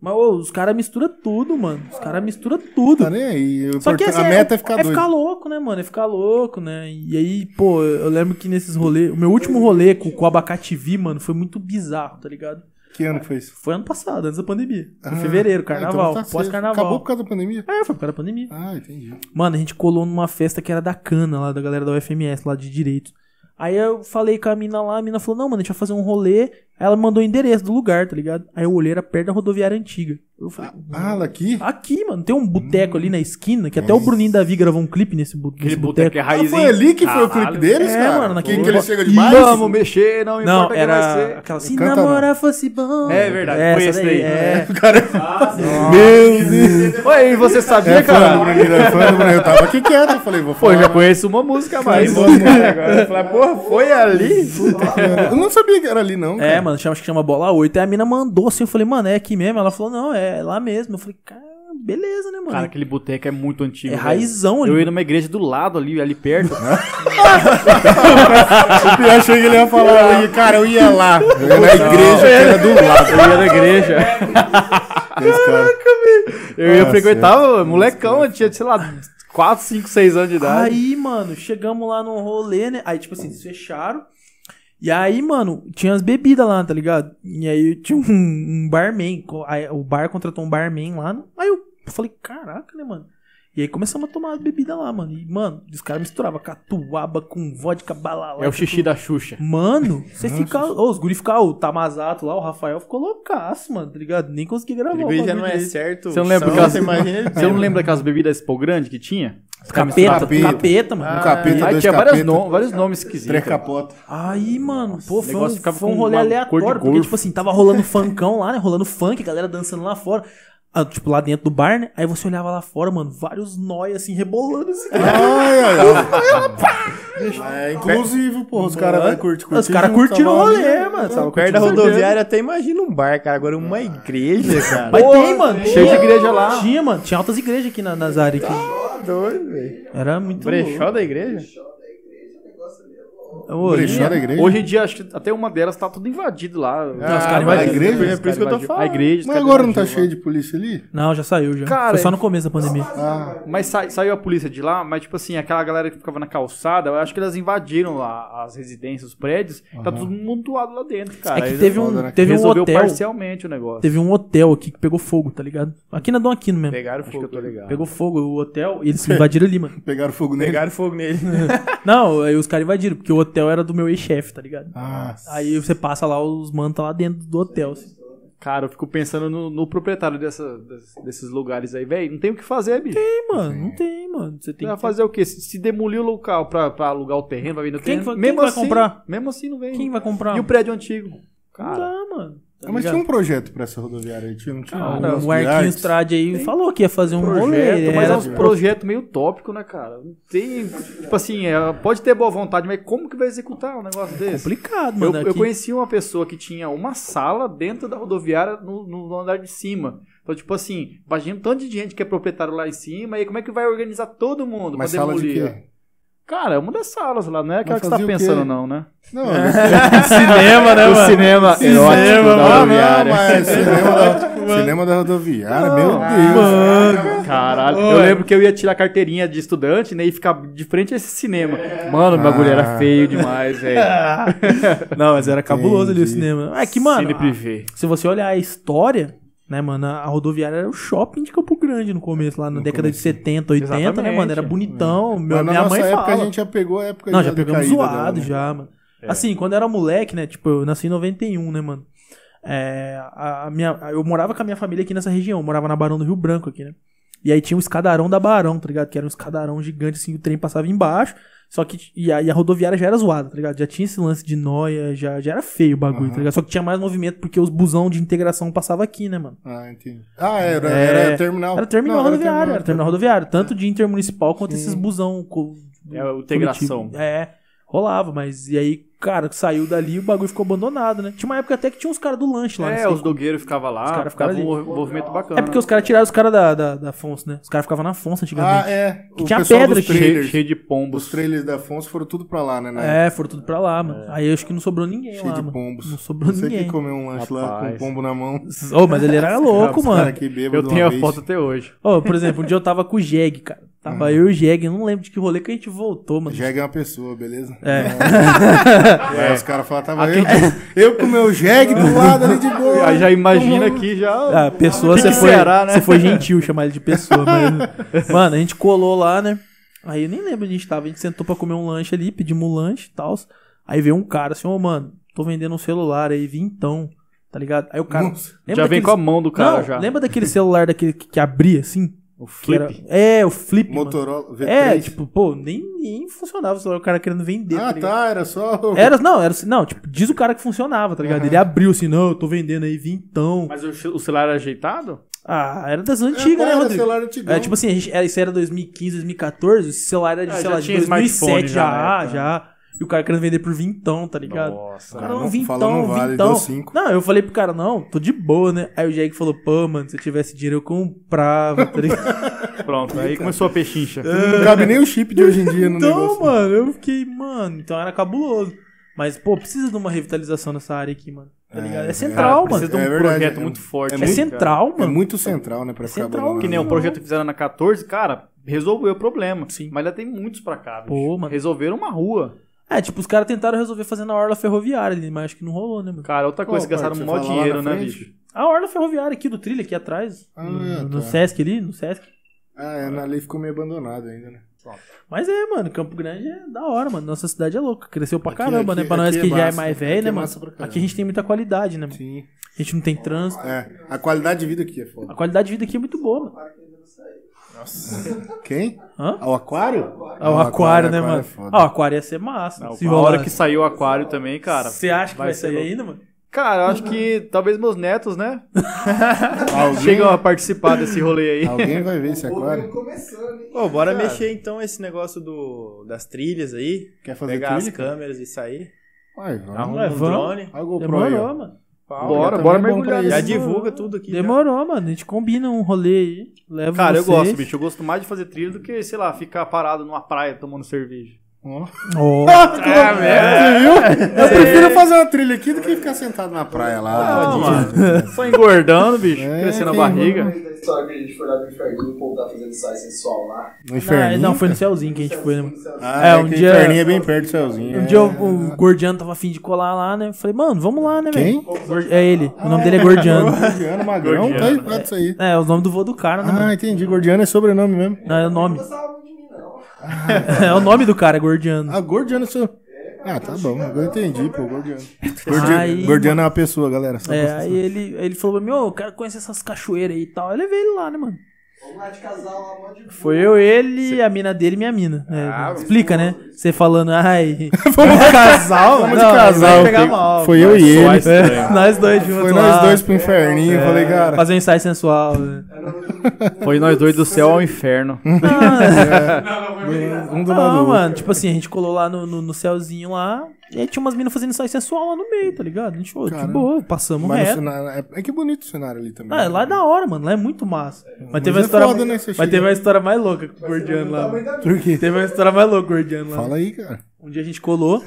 [SPEAKER 3] Mas, ô, os caras misturam tudo, mano. Os caras misturam tudo.
[SPEAKER 1] Tá nem aí. O
[SPEAKER 3] Só que
[SPEAKER 1] importan-
[SPEAKER 3] assim,
[SPEAKER 1] a meta é ficar doido.
[SPEAKER 3] louco, né, mano? É ficar louco, né? E aí, pô, eu lembro que nesses rolês. O meu último rolê com, com o Abacate Vi, mano, foi muito bizarro, tá ligado?
[SPEAKER 1] Que ano que foi isso?
[SPEAKER 3] Foi ano passado, antes da pandemia. Foi
[SPEAKER 1] Ah,
[SPEAKER 3] fevereiro,
[SPEAKER 1] ah, então
[SPEAKER 3] carnaval,
[SPEAKER 1] tá cedo. Acabou
[SPEAKER 3] pós-carnaval.
[SPEAKER 1] por causa da pandemia?
[SPEAKER 3] É, foi por causa da pandemia.
[SPEAKER 1] Ah, entendi.
[SPEAKER 3] Mano, a gente colou numa festa que era da cana lá, da galera da UFMS, lá de direito. Aí eu falei com a mina lá, a mina falou, não, mano, a gente vai fazer um rolê. Aí ela me mandou o endereço do lugar, tá ligado? Aí eu olhei, era perto da rodoviária antiga. Eu falei,
[SPEAKER 1] Ah, Hum, lá aqui?
[SPEAKER 3] aqui, mano, tem um boteco ali na esquina, que até o Bruninho Davi gravou um clipe nesse, bu- nesse
[SPEAKER 2] Aquele boteco
[SPEAKER 3] boteco.
[SPEAKER 2] é
[SPEAKER 1] Ah,
[SPEAKER 2] raiz,
[SPEAKER 1] foi
[SPEAKER 2] hein?
[SPEAKER 1] ali que foi o
[SPEAKER 2] Caralho.
[SPEAKER 1] clipe deles,
[SPEAKER 3] É,
[SPEAKER 1] cara?
[SPEAKER 3] mano, naquele
[SPEAKER 1] Quem que ele
[SPEAKER 3] bo-
[SPEAKER 1] chega
[SPEAKER 2] E
[SPEAKER 1] de bike?
[SPEAKER 2] vamos mexer, não importa
[SPEAKER 3] Não,
[SPEAKER 2] quem vai
[SPEAKER 3] era
[SPEAKER 2] ser.
[SPEAKER 3] aquela, se
[SPEAKER 1] Canta,
[SPEAKER 3] namorar fosse bom...
[SPEAKER 2] É verdade,
[SPEAKER 3] Essa
[SPEAKER 2] foi esse
[SPEAKER 3] daí,
[SPEAKER 2] daí.
[SPEAKER 3] É,
[SPEAKER 1] Meu Deus.
[SPEAKER 2] Oi, você sabia,
[SPEAKER 1] É fã do
[SPEAKER 2] Né, cara?
[SPEAKER 1] Bruninho, é fã do Bruninho. Eu tava aqui quieto, eu falei, vou
[SPEAKER 2] Pô, é
[SPEAKER 1] falar.
[SPEAKER 2] eu já conheço uma música a mais.
[SPEAKER 4] Agora eu falei, porra, foi ali?
[SPEAKER 1] Eu não sabia que era ali, não.
[SPEAKER 3] é,
[SPEAKER 1] cara.
[SPEAKER 3] mano, chama, acho que chama Bola 8. Aí a mina mandou assim, eu falei, mano, é aqui mesmo? Ela falou, não, é lá mesmo. Eu falei, cara, beleza, né, mano?
[SPEAKER 2] Cara, aquele boteco é muito antigo.
[SPEAKER 3] é
[SPEAKER 2] velho.
[SPEAKER 3] raizão ali.
[SPEAKER 2] Eu ia numa igreja do lado ali, ali perto.
[SPEAKER 1] Eu achei que ele ia falar, eu ia- cara, eu ia lá. Eu ia na igreja que era do lado.
[SPEAKER 2] Eu ia na igreja.
[SPEAKER 1] Esse cara.
[SPEAKER 2] Eu ia
[SPEAKER 1] Ah,
[SPEAKER 2] frequentar, o molecão, eu tinha, sei lá, 4, 5, 6 anos de idade.
[SPEAKER 3] Aí, mano, chegamos lá no rolê, né? Aí, tipo assim, eles fecharam. E aí, mano, tinha as bebidas lá, tá ligado? E aí tinha um, um barman. co- aí o bar contratou um barman lá. né? Aí eu falei, caraca, né, mano? E aí começamos a tomar as bebidas lá, mano. E, mano, os caras misturavam catuaba com vodka balalá.
[SPEAKER 2] é o xixi da Xuxa.
[SPEAKER 3] Mano, você fica. Ô, os guri ficaram, o Tamazato lá, o Rafael ficou loucaço, mano, tá ligado? Nem consegui gravar. o
[SPEAKER 4] Ele já
[SPEAKER 3] bagulho
[SPEAKER 4] não é
[SPEAKER 3] direito.
[SPEAKER 4] certo.
[SPEAKER 2] Você não lembra
[SPEAKER 4] são,
[SPEAKER 2] aquela-
[SPEAKER 4] Você imagina ele
[SPEAKER 2] Você não lembra daquelas bebidas Expo Grande que tinha?
[SPEAKER 3] Capeta, capeta,
[SPEAKER 1] Capeta.
[SPEAKER 4] Ah,
[SPEAKER 3] mano.
[SPEAKER 1] Um capeta,
[SPEAKER 2] Aí
[SPEAKER 1] dois
[SPEAKER 2] tinha várias
[SPEAKER 1] capeta,
[SPEAKER 2] nom- vários nomes esquisitos.
[SPEAKER 1] três capota.
[SPEAKER 3] Aí, mano, pô, foi um,
[SPEAKER 2] negócio ficava
[SPEAKER 3] foi um
[SPEAKER 2] com
[SPEAKER 3] rolê
[SPEAKER 2] uma cor de
[SPEAKER 3] aleatório, porque,
[SPEAKER 2] gorro.
[SPEAKER 3] tipo assim, tava rolando funkão lá, né? Rolando funk, galera dançando lá fora. Ah, tipo, lá dentro do bar, né? Aí você olhava lá fora, mano, vários nós, assim, rebolando. Assim,
[SPEAKER 1] Ai, ai, ai. É inclusive, pô, os caras vai curtir. tá
[SPEAKER 3] os caras curtiram o rolê, mano.
[SPEAKER 1] Tava
[SPEAKER 3] Tava
[SPEAKER 1] ali,
[SPEAKER 4] Perto da
[SPEAKER 3] curtindo cerveja.
[SPEAKER 4] rodoviária até imagina um bar, cara. Agora uma igreja, cara.
[SPEAKER 3] Mas tem, mano.
[SPEAKER 2] Cheio de
[SPEAKER 3] tinha.
[SPEAKER 2] igreja lá.
[SPEAKER 3] Tinha, mano. Tinha altas igrejas aqui na, nas áreas. Aqui.
[SPEAKER 4] doido, velho.
[SPEAKER 3] Era muito
[SPEAKER 4] Brechó da igreja?
[SPEAKER 3] louco. Ô,
[SPEAKER 1] Brechó da igreja.
[SPEAKER 2] Hoje em dia, acho que até uma delas tá tudo invadido lá.
[SPEAKER 3] os
[SPEAKER 4] Ah,
[SPEAKER 3] caras
[SPEAKER 4] mas
[SPEAKER 1] a
[SPEAKER 3] invadiram.
[SPEAKER 1] igreja?
[SPEAKER 2] né?
[SPEAKER 4] É por isso que eu tô falando.
[SPEAKER 2] A igreja. os
[SPEAKER 1] Mas
[SPEAKER 2] caras
[SPEAKER 1] agora não tá
[SPEAKER 2] invadiram lá.
[SPEAKER 1] cheio de polícia ali?
[SPEAKER 3] Não, já saiu, já.
[SPEAKER 2] Cara,
[SPEAKER 3] Foi só no começo da pandemia.
[SPEAKER 1] Ah,
[SPEAKER 2] Mas sa- saiu a polícia de lá, mas tipo assim, aquela galera que ficava na calçada, eu acho que elas invadiram lá as residências, os prédios, tá todo mundo montuado lá dentro, cara.
[SPEAKER 3] É que
[SPEAKER 2] Aí
[SPEAKER 3] teve
[SPEAKER 1] foda,
[SPEAKER 3] um,
[SPEAKER 1] né?
[SPEAKER 3] teve um
[SPEAKER 2] resolveu
[SPEAKER 3] hotel.
[SPEAKER 2] parcialmente o negócio.
[SPEAKER 3] Teve um hotel aqui que pegou fogo, tá ligado? Aqui na Dom Aquino mesmo.
[SPEAKER 4] Pegaram
[SPEAKER 2] Acho que eu
[SPEAKER 4] fogo. né?
[SPEAKER 2] tô ligado.
[SPEAKER 3] Pegou fogo o hotel e eles invadiram ali, mano.
[SPEAKER 1] pegaram fogo nele.
[SPEAKER 4] Pegaram fogo nele.
[SPEAKER 3] Não, aí os caras invadiram, porque o hotel era do meu ex-chefe, tá ligado?
[SPEAKER 1] Ah,
[SPEAKER 3] Aí você passa lá, os manos tá lá dentro do hotel. assim.
[SPEAKER 2] Cara, eu fico pensando no, no proprietário dessa- des- desses lugares aí, velho. Não tem o que fazer, bicho.
[SPEAKER 3] Tem, mano, não tem, mano. Você tem
[SPEAKER 2] Vai
[SPEAKER 3] que.
[SPEAKER 2] fazer o quê? Se, se demolir o local pra, pra alugar o terreno, vai vender o
[SPEAKER 3] Quem
[SPEAKER 2] terreno.
[SPEAKER 3] vai- quem
[SPEAKER 2] mesmo
[SPEAKER 3] vai
[SPEAKER 2] assim,
[SPEAKER 3] comprar?
[SPEAKER 2] Mesmo assim não vem.
[SPEAKER 3] Quem vai comprar? um?
[SPEAKER 2] E o prédio antigo?
[SPEAKER 3] Não
[SPEAKER 2] Cara,
[SPEAKER 3] dá, mano. tá
[SPEAKER 1] mas
[SPEAKER 3] ligado?
[SPEAKER 1] tinha um projeto pra essa rodoviária aí, tinha, não tinha?
[SPEAKER 3] Ah,
[SPEAKER 1] um
[SPEAKER 3] não,
[SPEAKER 1] negócio
[SPEAKER 3] o
[SPEAKER 1] de
[SPEAKER 3] Arquinhos
[SPEAKER 1] artes?
[SPEAKER 3] Trade aí falou que ia fazer um rolê.
[SPEAKER 2] projeto, mas é
[SPEAKER 3] era-
[SPEAKER 2] um projeto meio utópico, né, cara? Não tem. Tipo assim, é, pode ter boa vontade, mas como que vai executar um negócio desse?
[SPEAKER 3] complicado,
[SPEAKER 2] Eu,
[SPEAKER 3] mano.
[SPEAKER 2] eu
[SPEAKER 3] aqui.
[SPEAKER 2] conheci uma pessoa que tinha uma sala dentro da rodoviária no, no andar de cima. Então, tipo assim, imagina um tanto de gente que é proprietário lá em cima, e como é que vai organizar todo mundo
[SPEAKER 1] Mas
[SPEAKER 2] pra
[SPEAKER 1] sala de
[SPEAKER 2] demolir?
[SPEAKER 1] quê?
[SPEAKER 2] Cara, é uma das salas lá, não é aquela que você tá
[SPEAKER 1] fazia o quê?
[SPEAKER 2] pensando, não, né?
[SPEAKER 1] Não, eu sei.
[SPEAKER 4] Cinema, né, mano?
[SPEAKER 2] cinema
[SPEAKER 4] Cinema,
[SPEAKER 1] Ah,
[SPEAKER 4] mano.
[SPEAKER 1] não, mas
[SPEAKER 3] é
[SPEAKER 1] cinema
[SPEAKER 3] né? Tipo,
[SPEAKER 1] da, cinema da rodoviária, meu Deus.
[SPEAKER 2] Caralho, eu lembro que eu ia tirar carteirinha de estudante, né? E ficar de frente a esse cinema. Mano, o bagulho era
[SPEAKER 1] Ah.
[SPEAKER 2] feio demais, velho.
[SPEAKER 3] Não, mas era cabuloso ali o
[SPEAKER 1] Entendi.
[SPEAKER 3] cinema. É que, mano,
[SPEAKER 2] Cine
[SPEAKER 3] a-
[SPEAKER 2] privê.
[SPEAKER 3] se você olhar a história, né, mano, a a rodoviária era o shopping de Campo Grande no começo, lá na década de 70, 80, né,
[SPEAKER 2] Exatamente.
[SPEAKER 3] mano? Era bonitão. Meu,
[SPEAKER 1] Mas na
[SPEAKER 3] minha
[SPEAKER 1] nossa
[SPEAKER 3] mãe
[SPEAKER 1] época
[SPEAKER 3] fala.
[SPEAKER 1] a gente já pegou a época
[SPEAKER 3] Não,
[SPEAKER 1] da
[SPEAKER 3] já pegamos
[SPEAKER 1] decaída
[SPEAKER 3] zoado
[SPEAKER 1] tá dela, né?
[SPEAKER 3] já, mano. Assim, quando eu era moleque, né? Tipo, eu nasci em 91, né, mano? É, a a minha, eu morava com a minha família aqui nessa região. Eu morava na Barão do Rio Branco aqui, né? E aí tinha um escadarão da Barão, tá ligado? Que era um escadarão gigante, assim, o trem passava embaixo. Só que. E aí a rodoviária já era zoada, tá ligado? Já tinha esse lance de noia, já, já era feio o bagulho, tá ligado? Só que tinha mais movimento porque os busão de integração passavam aqui, né, mano?
[SPEAKER 1] Ah, entendi. Ah, era, era É. terminal.
[SPEAKER 3] É, Era terminal
[SPEAKER 1] Não,
[SPEAKER 3] rodoviário, era terminal rodoviário. Tanto de intermunicipal quanto esses busão. co-
[SPEAKER 2] É o integração.
[SPEAKER 3] coletivo. É, rolava, mas. E aí, cara, saiu dali e o bagulho ficou abandonado, né? Tinha uma época até que tinha uns caras do lanche lá, né?
[SPEAKER 2] É, os dogueiros ficavam lá, os
[SPEAKER 3] Os cara
[SPEAKER 2] cara
[SPEAKER 3] ficava
[SPEAKER 2] ficava um mov- movimento bacana.
[SPEAKER 3] É porque os caras tiraram os caras da, da, da Afonso, né? Os caras ficavam na Afonso antigamente.
[SPEAKER 1] Ah, é.
[SPEAKER 3] né? Que
[SPEAKER 1] o
[SPEAKER 3] tinha
[SPEAKER 1] pessoal
[SPEAKER 3] pedra
[SPEAKER 1] dos
[SPEAKER 3] aqui.
[SPEAKER 2] cheio,
[SPEAKER 1] trailers.
[SPEAKER 2] cheio de
[SPEAKER 1] Os
[SPEAKER 2] pombos.
[SPEAKER 1] trailers da Afonso foram tudo pra lá, né? na
[SPEAKER 3] É, foram tudo pra lá, mano. Aí eu acho que não sobrou ninguém
[SPEAKER 1] Cheio
[SPEAKER 3] lá,
[SPEAKER 1] de
[SPEAKER 3] É, mano.
[SPEAKER 1] pombos.
[SPEAKER 3] Não sobrou
[SPEAKER 1] Você
[SPEAKER 3] ninguém.
[SPEAKER 1] que comeu um lanche lá com um
[SPEAKER 2] Rapaz.
[SPEAKER 1] pombo na mão.
[SPEAKER 3] Ô, mas é? ele era louco,
[SPEAKER 1] Os cara
[SPEAKER 3] mano.
[SPEAKER 1] aqui bêbado
[SPEAKER 2] Eu
[SPEAKER 1] uma
[SPEAKER 2] tenho a
[SPEAKER 1] vez.
[SPEAKER 2] foto até hoje.
[SPEAKER 3] Ô, por exemplo, um dia eu tava com o Jeg, cara. Tava eu e o Jeg, eu não lembro de que rolê que a gente voltou, mano.
[SPEAKER 1] Jeg é uma pessoa, beleza? né?
[SPEAKER 3] É.
[SPEAKER 1] Aí os caras falaram, tava eu, eu com o meu jegue do lado ali de boa.
[SPEAKER 2] Aí já imagina aqui já.
[SPEAKER 3] A Ah, pessoa,
[SPEAKER 2] Ah, Que
[SPEAKER 3] você
[SPEAKER 2] que
[SPEAKER 3] foi,
[SPEAKER 2] será, né?
[SPEAKER 3] você foi gentil chamar ele de pessoa, mas... Mano, a gente colou lá, né? Aí eu nem lembro onde a gente tava. A gente sentou pra comer um lanche ali, pedimos um lanche e tal. Aí veio um cara assim, ô, mano, tô vendendo um celular aí, vim então, tá ligado? Aí o cara...
[SPEAKER 1] Nossa.
[SPEAKER 2] já vem
[SPEAKER 3] daqueles-
[SPEAKER 2] com a mão do cara
[SPEAKER 3] Não,
[SPEAKER 2] já.
[SPEAKER 3] Lembra daquele celular daquele que, que abria, assim?
[SPEAKER 2] O
[SPEAKER 3] Que era-
[SPEAKER 2] flip.
[SPEAKER 3] É, o flip, mano.
[SPEAKER 1] Motorola V3.
[SPEAKER 3] É, tipo, pô, nem, nem funcionava o celular, o cara querendo vender,
[SPEAKER 1] ah,
[SPEAKER 3] tá ligado?
[SPEAKER 1] tá, era só...
[SPEAKER 3] Era, não, era, não, tipo, diz o cara que funcionava, tá ligado? Ele abriu assim, não, eu tô vendendo aí vintão.
[SPEAKER 2] Mas o, o celular era ajeitado?
[SPEAKER 3] Ah, era das antigas, né,
[SPEAKER 1] era
[SPEAKER 3] Rodrigo?
[SPEAKER 1] celular antigão.
[SPEAKER 3] É, tipo assim, a gente, era, isso era 2015, 2014, esse celular era de,
[SPEAKER 2] Ah,
[SPEAKER 3] sei
[SPEAKER 2] já
[SPEAKER 3] lá, de
[SPEAKER 2] tinha smartphone
[SPEAKER 3] 2007
[SPEAKER 2] já na
[SPEAKER 3] já, já,
[SPEAKER 2] época, né?
[SPEAKER 3] E o cara querendo vender por vintão, tá ligado?
[SPEAKER 2] Nossa.
[SPEAKER 3] O cara,
[SPEAKER 1] Ah,
[SPEAKER 3] não,
[SPEAKER 1] não,
[SPEAKER 3] vintão,
[SPEAKER 1] falou não vale,
[SPEAKER 3] vintão.
[SPEAKER 1] deu cinco.
[SPEAKER 3] Não, eu falei pro cara, não, tô de boa, né? Aí o Jack falou, pô, mano, se eu tivesse dinheiro eu comprava, tá ligado?
[SPEAKER 2] Pronto, aí começou a pechincha.
[SPEAKER 1] Não cabe nem o chip de hoje em dia no
[SPEAKER 3] é. então,
[SPEAKER 1] negócio.
[SPEAKER 3] mano, eu fiquei, mano, então era cabuloso. Mas, pô, precisa de uma revitalização nessa área aqui, mano. Tá ligado? É, central,
[SPEAKER 2] Cara,
[SPEAKER 3] mano.
[SPEAKER 2] Precisa de um
[SPEAKER 1] É verdade,
[SPEAKER 2] projeto
[SPEAKER 1] é
[SPEAKER 2] muito
[SPEAKER 1] mu-
[SPEAKER 2] forte.
[SPEAKER 1] é
[SPEAKER 2] aí,
[SPEAKER 3] É
[SPEAKER 1] muito-
[SPEAKER 2] cara.
[SPEAKER 3] central,
[SPEAKER 1] É
[SPEAKER 3] mano.
[SPEAKER 1] muito central, né, pra ficar
[SPEAKER 3] Central,
[SPEAKER 1] abandonado.
[SPEAKER 2] Que
[SPEAKER 4] Uhum.
[SPEAKER 2] nem o projeto que fizeram na 14, cara, resolveu o problema.
[SPEAKER 3] Sim.
[SPEAKER 2] Mas ainda tem muitos pra cá, bicho.
[SPEAKER 3] Pô, mano.
[SPEAKER 2] Resolveram uma rua.
[SPEAKER 3] É, tipo, os caras tentaram resolver fazendo a orla ferroviária ali, mas acho que não rolou, né, mano?
[SPEAKER 2] Cara, outra coisa,
[SPEAKER 1] Pô,
[SPEAKER 2] que gastaram
[SPEAKER 1] Bart,
[SPEAKER 2] um
[SPEAKER 1] você
[SPEAKER 2] maior
[SPEAKER 1] fala lá
[SPEAKER 2] dinheiro,
[SPEAKER 1] na
[SPEAKER 2] né,
[SPEAKER 1] frente?
[SPEAKER 2] bicho?
[SPEAKER 3] A orla ferroviária aqui do trilho, aqui atrás.
[SPEAKER 1] Ah,
[SPEAKER 3] no,
[SPEAKER 1] tá.
[SPEAKER 3] no Sesc ali, no Sesc.
[SPEAKER 1] Ah, é, na lei ficou meio abandonado ainda, né?
[SPEAKER 3] Mas é, mano, Campo Grande é da hora, mano. Nossa cidade é louca. Cresceu pra
[SPEAKER 1] Aqui-
[SPEAKER 3] caramba,
[SPEAKER 1] aqui-
[SPEAKER 3] né? Pra nós
[SPEAKER 1] aqui
[SPEAKER 3] que
[SPEAKER 1] é
[SPEAKER 3] já é
[SPEAKER 1] massa.
[SPEAKER 3] mais
[SPEAKER 1] Aqui
[SPEAKER 3] velho,
[SPEAKER 1] é
[SPEAKER 3] né, mano?
[SPEAKER 1] massa pra caramba.
[SPEAKER 3] Aqui a gente tem muita qualidade, né, mano?
[SPEAKER 1] Sim.
[SPEAKER 3] A gente não tem trânsito.
[SPEAKER 1] É, a qualidade de vida aqui é
[SPEAKER 3] A
[SPEAKER 1] foda.
[SPEAKER 3] qualidade de vida aqui é muito boa, mano.
[SPEAKER 1] Quem?
[SPEAKER 3] Hã?
[SPEAKER 1] Ah, O aquário?
[SPEAKER 3] Ah, o aquário, né,
[SPEAKER 1] aquário
[SPEAKER 3] mano?
[SPEAKER 1] é foda.
[SPEAKER 3] ah, o aquário ia ser massa.
[SPEAKER 2] Não,
[SPEAKER 3] se
[SPEAKER 2] a hora que saiu o aquário também, cara.
[SPEAKER 3] Você acha que vai,
[SPEAKER 2] vai ser
[SPEAKER 3] sair
[SPEAKER 2] louco.
[SPEAKER 3] ainda, mano?
[SPEAKER 2] Cara, eu acho que talvez meus netos, né?
[SPEAKER 1] Alguém-
[SPEAKER 2] Chegam a participar desse rolê aí.
[SPEAKER 1] Alguém vai ver esse
[SPEAKER 5] O povo
[SPEAKER 1] aquário?
[SPEAKER 5] começando, hein?
[SPEAKER 4] Pô, bora mexer então esse negócio do, das trilhas aí.
[SPEAKER 1] Quer fazer
[SPEAKER 4] pegar as
[SPEAKER 1] trilha, cara?
[SPEAKER 4] câmeras e sair.
[SPEAKER 1] Vai, vamos.
[SPEAKER 4] Arruma
[SPEAKER 3] é,
[SPEAKER 4] um
[SPEAKER 3] vamos.
[SPEAKER 4] drone.
[SPEAKER 1] Olha o GoPro aí,
[SPEAKER 3] Demorou,
[SPEAKER 1] ó.
[SPEAKER 3] mano.
[SPEAKER 4] pau.
[SPEAKER 2] Bora,
[SPEAKER 1] também
[SPEAKER 2] bora
[SPEAKER 1] é bom pra
[SPEAKER 2] mergulhar
[SPEAKER 1] isso.
[SPEAKER 4] Já
[SPEAKER 2] nesse
[SPEAKER 4] divulga tudo aqui. já.
[SPEAKER 3] Demorou, mano. A gente combina um rolê aí. Leva
[SPEAKER 2] Cara, eu
[SPEAKER 3] vocês.
[SPEAKER 2] gosto, bicho. Eu gosto mais de fazer trilha do que, sei lá, ficar parado numa praia tomando cerveja.
[SPEAKER 1] Ó.
[SPEAKER 3] Ó.
[SPEAKER 1] Tá,
[SPEAKER 2] É
[SPEAKER 3] É.
[SPEAKER 1] Eu prefiro fazer uma trilha aqui do que ficar sentado na praia lá.
[SPEAKER 2] Não,
[SPEAKER 1] tadinho.
[SPEAKER 2] mano. É, Só engordando, bicho.
[SPEAKER 1] É,
[SPEAKER 2] crescendo a
[SPEAKER 1] quem-
[SPEAKER 3] um
[SPEAKER 2] barriga.
[SPEAKER 5] Da história que a gente foi lá no inferninho, o povo tá fazendo sai sensual lá.
[SPEAKER 1] No
[SPEAKER 3] Não,
[SPEAKER 1] inferninho?
[SPEAKER 3] não, foi no céuzinho que a gente foi, né, mano?
[SPEAKER 1] Ah,
[SPEAKER 3] É,
[SPEAKER 1] é,
[SPEAKER 3] um
[SPEAKER 1] um
[SPEAKER 3] dia-
[SPEAKER 1] inferninho é bem perto do céuzinho.
[SPEAKER 3] Um
[SPEAKER 1] é.
[SPEAKER 3] dia o, o Gordiano tava afim de colar lá, né? Eu Falei, mano, vamos lá, né, velho?
[SPEAKER 1] Quem?
[SPEAKER 3] Gor- É ele. O nome dele é Gordiano.
[SPEAKER 1] Gordiano Magrão, tá aí, tá isso aí.
[SPEAKER 3] é, é o nome do voo do cara, né, mano?
[SPEAKER 1] Ah, entendi. Gordiano é sobrenome mesmo.
[SPEAKER 3] Não, é o nome.
[SPEAKER 5] Não sabe de mim, não.
[SPEAKER 3] é o nome do cara, é Gordiano.
[SPEAKER 1] Ah, Gordiano é seu. Ah, tá bom. Agora eu entendi, pô, Gordiano. Gordi...
[SPEAKER 3] Aí,
[SPEAKER 1] Gordiano é uma pessoa, galera. Só
[SPEAKER 3] É,
[SPEAKER 1] pra-
[SPEAKER 3] aí ele, ele falou pra mim, ô, eu quero conhecer essas cachoeiras aí e tal. Eu levei ele lá, né, mano?
[SPEAKER 5] Vamos lá de casal lá, um monte de
[SPEAKER 3] Foi eu, ele, a mina dele e minha mina. É, explica, né? Você falando, ai.
[SPEAKER 1] Vamos de casal,
[SPEAKER 3] mano.
[SPEAKER 1] Vamos
[SPEAKER 3] né? Não,
[SPEAKER 1] de
[SPEAKER 3] vai
[SPEAKER 1] casal.
[SPEAKER 3] pegar mal,
[SPEAKER 1] Foi eu e
[SPEAKER 2] Só
[SPEAKER 1] ele.
[SPEAKER 2] estranho.
[SPEAKER 3] nós dois juntos.
[SPEAKER 1] Foi
[SPEAKER 3] lá,
[SPEAKER 1] nós dois pro inferninho. Falei, cara.
[SPEAKER 3] Fazer um ensaio sensual. né?
[SPEAKER 2] Foi nós dois do céu ao inferno.
[SPEAKER 1] Um do lado do
[SPEAKER 3] Não,
[SPEAKER 1] outro.
[SPEAKER 3] mano, tipo assim, a gente colou lá no, no, no céuzinho lá, e aí tinha umas minas fazendo ensaio sensual lá no meio, tá ligado? A gente falou, de
[SPEAKER 1] Caramba.
[SPEAKER 3] boa, passamos
[SPEAKER 1] Mas no
[SPEAKER 3] um reto.
[SPEAKER 1] cenário, é, é que bonito o cenário ali também. né?
[SPEAKER 3] Ah, lá é da hora, mano, lá é muito massa. Mas teve
[SPEAKER 1] é
[SPEAKER 3] uma história,
[SPEAKER 1] foda, né,
[SPEAKER 3] mas
[SPEAKER 1] você chega-
[SPEAKER 3] teve uma história mais louca com o Gordiano lá. mano.
[SPEAKER 1] Por quê?
[SPEAKER 3] Teve uma história mais louca com o Gordiano lá.
[SPEAKER 1] Fala aí, cara.
[SPEAKER 3] Um dia a gente colou,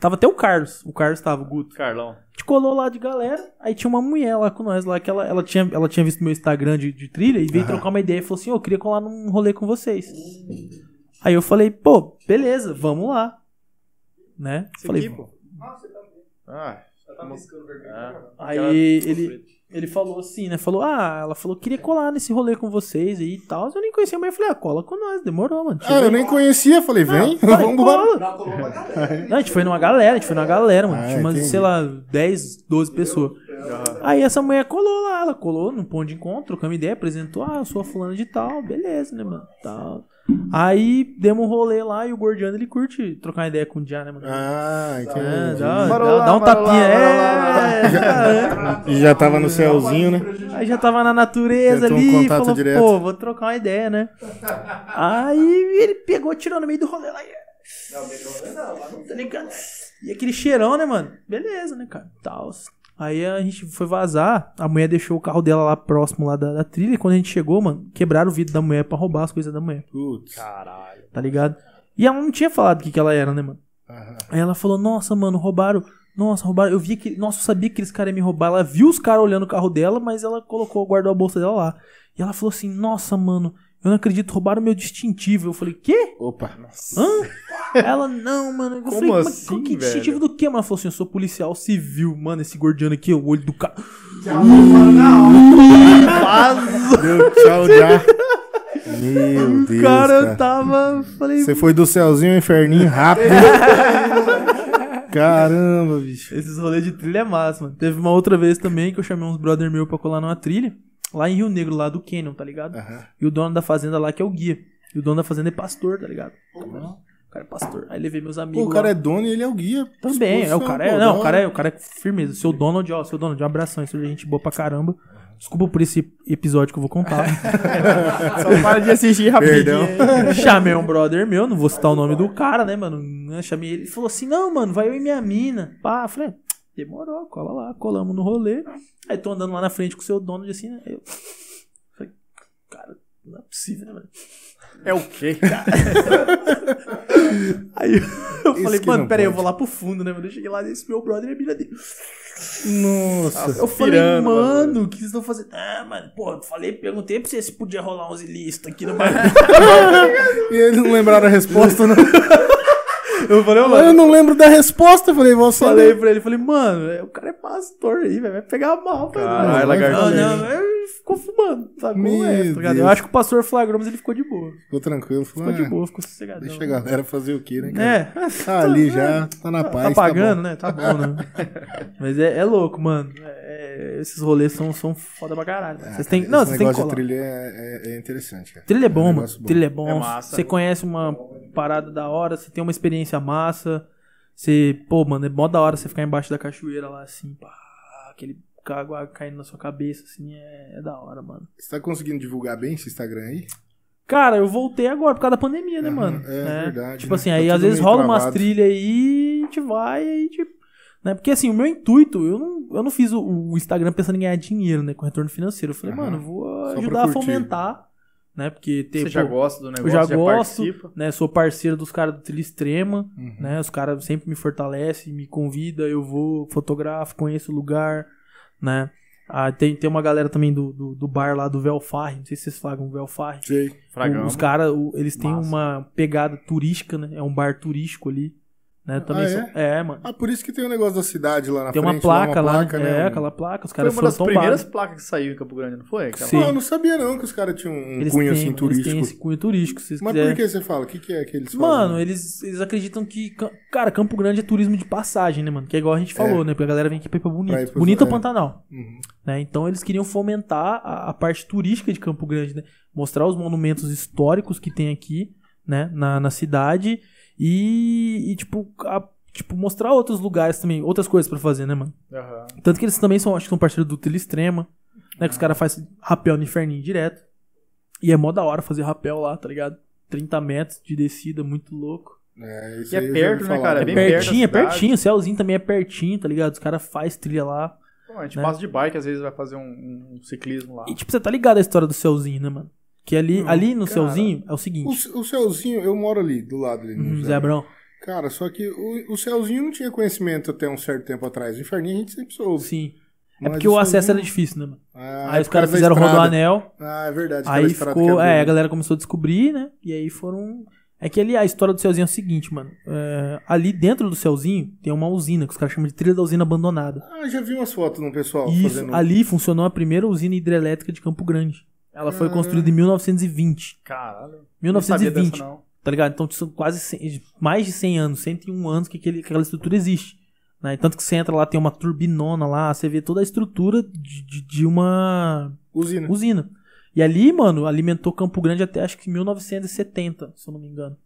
[SPEAKER 3] tava até o Carlos, o Carlos tava, o Guto.
[SPEAKER 2] Carlão.
[SPEAKER 3] A gente colou lá de galera, aí tinha uma mulher lá com nós lá, que ela, ela, tinha, ela tinha visto meu Instagram de, de trilha e veio trocar uma ideia e falou assim, "Ô, eu queria colar num rolê com vocês. Aí eu falei, pô, beleza, vamos lá. Né?
[SPEAKER 4] Isso
[SPEAKER 3] falei,
[SPEAKER 4] aqui, pô. Ah, ah.
[SPEAKER 3] Aí
[SPEAKER 4] Aquela-
[SPEAKER 3] ele, ele falou assim, né? Falou, ah, ela falou, queria colar nesse rolê com vocês aí e tal. Eu nem conhecia, mas eu falei, ah, cola com nós, demorou, mano.
[SPEAKER 1] Ah, eu nem conhecia. Falei, vem,
[SPEAKER 3] Falei,
[SPEAKER 1] vambora.
[SPEAKER 3] cola.
[SPEAKER 5] Não, colou pra galera.
[SPEAKER 3] Não, a gente foi numa galera, a gente foi numa galera, mano.
[SPEAKER 1] Ah,
[SPEAKER 3] Tinha umas,
[SPEAKER 1] entendi.
[SPEAKER 3] sei lá, 10, 12 pessoas. Aí essa mulher colou lá, ela colou no ponto de encontro, trocamos ideia, apresentou, ah, eu sou a fulana de tal, beleza, né, mano? Tal. Aí demos um rolê lá e o Gordiano ele curte trocar ideia com o Diá, né, mano?
[SPEAKER 1] Ah,
[SPEAKER 3] É,
[SPEAKER 1] entendi.
[SPEAKER 3] dá,
[SPEAKER 2] Bora
[SPEAKER 3] dá-
[SPEAKER 2] lá,
[SPEAKER 3] dá um
[SPEAKER 2] bora lá,
[SPEAKER 3] tapinha.
[SPEAKER 2] bora
[SPEAKER 3] é, é.
[SPEAKER 1] E já tava no céuzinho, né?
[SPEAKER 3] Aí já tava na natureza
[SPEAKER 1] Tentou um
[SPEAKER 3] ali,
[SPEAKER 1] contato
[SPEAKER 3] falou,
[SPEAKER 1] direto.
[SPEAKER 3] pô, vou trocar uma ideia, né? Aí ele pegou, tirou no meio do rolê lá e... Tá ligado? E aquele cheirão, né, mano? Beleza, né, cara? Tal. Aí a gente foi vazar, a mulher deixou o carro dela lá próximo lá da, da trilha, e quando a gente chegou, mano, quebraram o vidro da mulher pra roubar as coisas da mulher,
[SPEAKER 1] Putz.
[SPEAKER 3] tá ligado? E ela não tinha falado o que, que ela era, né, mano?
[SPEAKER 1] Aham.
[SPEAKER 3] Aí ela falou, nossa, mano, roubaram. Nossa, roubaram. Eu vi que. Nossa, eu sabia que aqueles caras iam me roubar. Ela viu os caras olhando o carro dela, mas ela colocou, guardou a bolsa dela lá. E ela falou assim, nossa, mano, eu não acredito, roubaram meu distintivo. Eu falei, quê?
[SPEAKER 1] Opa.
[SPEAKER 3] Hã? ela, não, mano. Eu
[SPEAKER 4] Como
[SPEAKER 3] falei, mas
[SPEAKER 4] assim,
[SPEAKER 3] que é distintivo
[SPEAKER 4] velho?
[SPEAKER 3] do quê, mano? Ela falou assim, eu sou policial civil, mano, esse gordiano aqui, o olho do cara.
[SPEAKER 1] Deu tchau já. Meu
[SPEAKER 3] O
[SPEAKER 1] Deus,
[SPEAKER 3] cara
[SPEAKER 1] cara.
[SPEAKER 3] tava. Falei,
[SPEAKER 1] Você foi do céuzinho ao inferninho rápido. Caramba, bicho.
[SPEAKER 3] Esses rolês de trilha é massa, mano. Teve uma outra vez também que eu chamei uns brother meu pra colar numa trilha, lá em Rio Negro, lá do Canyon, tá ligado?
[SPEAKER 1] Aham.
[SPEAKER 3] E o dono da fazenda lá que é o guia. E o dono da fazenda é pastor, tá ligado? O cara é pastor. Aí levei meus
[SPEAKER 1] Pô,
[SPEAKER 3] amigos.
[SPEAKER 1] o cara
[SPEAKER 3] lá.
[SPEAKER 1] é dono e ele é o guia.
[SPEAKER 3] Também, é o
[SPEAKER 1] Expulsão,
[SPEAKER 3] cara é.
[SPEAKER 1] pô,
[SPEAKER 3] Não,
[SPEAKER 1] da
[SPEAKER 3] o cara é,
[SPEAKER 1] hora.
[SPEAKER 3] o cara é firmeza. Seu Donald, ó, seu Donald, um abração. Isso é gente boa pra caramba. Desculpa por esse episódio que eu vou contar.
[SPEAKER 4] Só para de assistir
[SPEAKER 1] Perdão.
[SPEAKER 4] rapidinho.
[SPEAKER 3] chamei um brother meu, não vou citar o nome do cara, né, mano? Eu Chamei ele, ele falou assim: não, mano, vai eu e minha mina. Pá, eu falei, "Tch, demorou, cola lá, colamos no rolê. Aí tô andando lá na frente com o seu dono, assim, né? Eu falei, cara, não é possível, né, mano?
[SPEAKER 2] É o quê?
[SPEAKER 3] Aí eu falei,
[SPEAKER 1] que
[SPEAKER 3] mano,
[SPEAKER 1] não
[SPEAKER 3] peraí, eu
[SPEAKER 1] pode."
[SPEAKER 3] vou lá pro fundo, né, mano? Eu cheguei lá, esse meu brother é a mina dele. é-
[SPEAKER 1] Nossa.
[SPEAKER 3] Eu falei,
[SPEAKER 4] Pirando,
[SPEAKER 3] mano, o que vocês estão fazendo? Ah, mano, pô, eu falei, perguntei pra vocês se podia rolar uns ilícitos aqui no bagulho.
[SPEAKER 1] E eles não lembraram a resposta, não.
[SPEAKER 3] Eu falei, ô, mano,
[SPEAKER 1] Eu não lembro da resposta. Eu falei, você.
[SPEAKER 3] falei pra ele, falei, mano, é, o cara é pastor aí, velho, vai pegar mal, velho.
[SPEAKER 4] Caralho,
[SPEAKER 1] Vai, vai,
[SPEAKER 3] Não,
[SPEAKER 4] lagartão.
[SPEAKER 3] não, ele ficou fumando, sacou?
[SPEAKER 1] Meu
[SPEAKER 3] É, tá ligado? Eu
[SPEAKER 1] Deus.
[SPEAKER 3] acho que o pastor flagrou, mas ele ficou de boa.
[SPEAKER 1] Ficou tranquilo. Falou,
[SPEAKER 3] Ficou de
[SPEAKER 1] "Ah,
[SPEAKER 3] boa, ficou sossegadão.
[SPEAKER 1] Deixa a galera fazer o quê, né? cara?
[SPEAKER 3] É,
[SPEAKER 1] Tá ali já, tá na
[SPEAKER 3] Tá,
[SPEAKER 1] paz.
[SPEAKER 3] tá pagando, né? Tá bom, né? Mas é, é louco, mano. É, é, esses rolês são, são foda pra caralho.
[SPEAKER 1] bom.
[SPEAKER 3] Vocês têm,
[SPEAKER 1] Ah, Esse
[SPEAKER 3] não, vocês têm que
[SPEAKER 1] negócio de
[SPEAKER 3] colar.
[SPEAKER 1] trilha é, é- é interessante, cara.
[SPEAKER 3] Trilha é
[SPEAKER 1] um
[SPEAKER 3] bom, mano.
[SPEAKER 1] negócio bom.
[SPEAKER 3] Trilha é bom.
[SPEAKER 4] É massa.
[SPEAKER 3] Você conhece uma parada da hora, você tem uma experiência massa. Você, pô, mano, é mó da hora você ficar embaixo da cachoeira lá, assim, pá, aquele água caindo na sua cabeça, assim, é, é da hora, mano.
[SPEAKER 1] Você tá conseguindo divulgar bem esse Instagram aí?
[SPEAKER 3] Cara, eu voltei agora por causa da pandemia, né,
[SPEAKER 1] Aham,
[SPEAKER 3] mano?
[SPEAKER 1] é verdade,
[SPEAKER 3] Tipo
[SPEAKER 1] né?
[SPEAKER 3] assim,
[SPEAKER 1] Tá
[SPEAKER 3] aí
[SPEAKER 1] tudo
[SPEAKER 3] às vezes
[SPEAKER 1] meio
[SPEAKER 3] rola umas
[SPEAKER 1] travado.
[SPEAKER 3] trilhas aí, a gente vai, aí, tipo. Né? Porque assim, o meu intuito, eu não, eu não fiz o, o Instagram pensando em ganhar dinheiro, né, com retorno financeiro. Eu falei,
[SPEAKER 1] Aham.
[SPEAKER 3] mano, vou
[SPEAKER 1] pra
[SPEAKER 3] ajudar a
[SPEAKER 1] curtir.
[SPEAKER 3] fomentar, né, porque ter.
[SPEAKER 2] Você já
[SPEAKER 3] pô,
[SPEAKER 2] gosta do negócio?
[SPEAKER 3] eu já, gosto,
[SPEAKER 2] participa?
[SPEAKER 3] né? Sou parceiro dos caras do Trilha Extrema,
[SPEAKER 1] Uhum.
[SPEAKER 3] né? Os caras sempre me fortalecem, me convidam, eu vou, fotografo, conheço o lugar, né? Ah, tem, tem uma galera também do, do, do bar lá do Velfarre, não sei se vocês falam Velfarre.
[SPEAKER 1] Sei.
[SPEAKER 3] O-
[SPEAKER 2] Fragão.
[SPEAKER 3] Os caras, eles têm
[SPEAKER 2] Massa.
[SPEAKER 3] uma pegada turística, né? É um bar turístico ali, né? Também
[SPEAKER 1] Ah,
[SPEAKER 3] são- é? mano.
[SPEAKER 1] Ah, por isso que tem o negócio da cidade lá na
[SPEAKER 3] Tem uma
[SPEAKER 1] frente. lá,
[SPEAKER 3] placa lá, né?
[SPEAKER 1] né?
[SPEAKER 3] é,
[SPEAKER 1] Um-
[SPEAKER 3] aquela placa, os
[SPEAKER 2] Foi
[SPEAKER 3] caras
[SPEAKER 2] uma
[SPEAKER 3] foram
[SPEAKER 2] das primeiras
[SPEAKER 3] tombados.
[SPEAKER 2] placas que saiu em Campo Grande, não foi? Aquela?
[SPEAKER 3] Sim.
[SPEAKER 1] Ah, eu não sabia não que os caras tinham um
[SPEAKER 3] Eles
[SPEAKER 1] cunho
[SPEAKER 3] têm,
[SPEAKER 1] assim
[SPEAKER 3] eles têm
[SPEAKER 1] turístico.
[SPEAKER 3] esse cunho turístico, se vocês
[SPEAKER 1] Mas
[SPEAKER 3] quiserem.
[SPEAKER 1] por que você fala? O que, que é que eles
[SPEAKER 3] Mano,
[SPEAKER 1] falam?
[SPEAKER 3] eles, eles acreditam que. ca- Cara, Campo Grande é turismo de passagem, né, mano? Que é igual a gente falou, né? Porque a galera vem aqui pra ir pra Bonito.
[SPEAKER 1] Pra ir pros-
[SPEAKER 3] Bonito é o
[SPEAKER 1] é.
[SPEAKER 3] Pantanal.
[SPEAKER 1] Uhum.
[SPEAKER 3] Né? Então eles queriam fomentar a, a parte turística de Campo Grande, né? Mostrar os monumentos históricos que tem aqui, né? Na, na cidade. E, e, tipo, a- tipo, mostrar outros lugares também, outras coisas pra fazer, né, mano?
[SPEAKER 2] Aham.
[SPEAKER 3] Tanto que eles também são, acho que são parceiros do Trilha Extrema, né? Que os caras fazem rapel no inferninho direto. E é mó da hora fazer rapel lá, tá ligado? 30 metros de descida, muito louco.
[SPEAKER 1] É, isso
[SPEAKER 2] E é
[SPEAKER 1] aí eu já ouvi
[SPEAKER 2] perto, né,
[SPEAKER 1] falar.
[SPEAKER 2] cara? É
[SPEAKER 3] É
[SPEAKER 2] bem
[SPEAKER 3] pertinho, é
[SPEAKER 2] perto da cidade.
[SPEAKER 3] pertinho. O céuzinho também é pertinho, tá ligado? Os caras fazem trilha lá.
[SPEAKER 2] Bom, a gente
[SPEAKER 3] Né?
[SPEAKER 2] passa de bike, às vezes vai fazer um, um- um ciclismo lá.
[SPEAKER 3] E, tipo, você tá ligado à história do céuzinho, né, mano? Que ali,
[SPEAKER 1] Não,
[SPEAKER 3] ali no
[SPEAKER 1] cara.
[SPEAKER 3] céuzinho é o seguinte.
[SPEAKER 1] O, né? o Céuzinho, eu moro ali, do lado ali. no
[SPEAKER 3] Hum,
[SPEAKER 1] Zé.
[SPEAKER 3] Zé Abrão.
[SPEAKER 1] Cara, só que o, o Céuzinho não tinha conhecimento até um certo tempo atrás. O Inferninho a gente sempre soube.
[SPEAKER 3] Sim. É
[SPEAKER 1] Mas
[SPEAKER 3] porque o acesso
[SPEAKER 1] Céuzinho-
[SPEAKER 3] era difícil, né, mano?
[SPEAKER 1] Ah,
[SPEAKER 3] Aí os
[SPEAKER 1] por
[SPEAKER 3] caras
[SPEAKER 1] causa da
[SPEAKER 3] fizeram
[SPEAKER 1] estrada.
[SPEAKER 3] Rodoanel.
[SPEAKER 1] Ah, é verdade.
[SPEAKER 3] Aí
[SPEAKER 1] aquela estrada que
[SPEAKER 3] ficou. É, a
[SPEAKER 1] abriu.
[SPEAKER 3] galera começou a descobrir, né? E aí foram. É que ali a história do Céuzinho é o seguinte, mano. É, ali dentro do Céuzinho tem uma usina, que os caras chamam de trilha da usina abandonada.
[SPEAKER 1] Ah, já vi umas fotos no pessoal
[SPEAKER 3] Isso,
[SPEAKER 1] fazendo. um-
[SPEAKER 3] ali funcionou a primeira usina hidrelétrica de Campo Grande. Ela foi construída em 1920.
[SPEAKER 2] Caralho. Ah. Não sabia dessa,
[SPEAKER 3] 1920,
[SPEAKER 2] não.
[SPEAKER 3] tá ligado? Então são quase 100 mais de 100 anos, 101 anos que, aquele, que aquela estrutura existe. né? Né? E Tanto que você entra lá, tem uma turbinona lá, você vê toda a estrutura de, de- de uma
[SPEAKER 1] Usina.
[SPEAKER 3] usina. E ali, mano, alimentou Campo Grande até acho que 1970, se eu não me engano.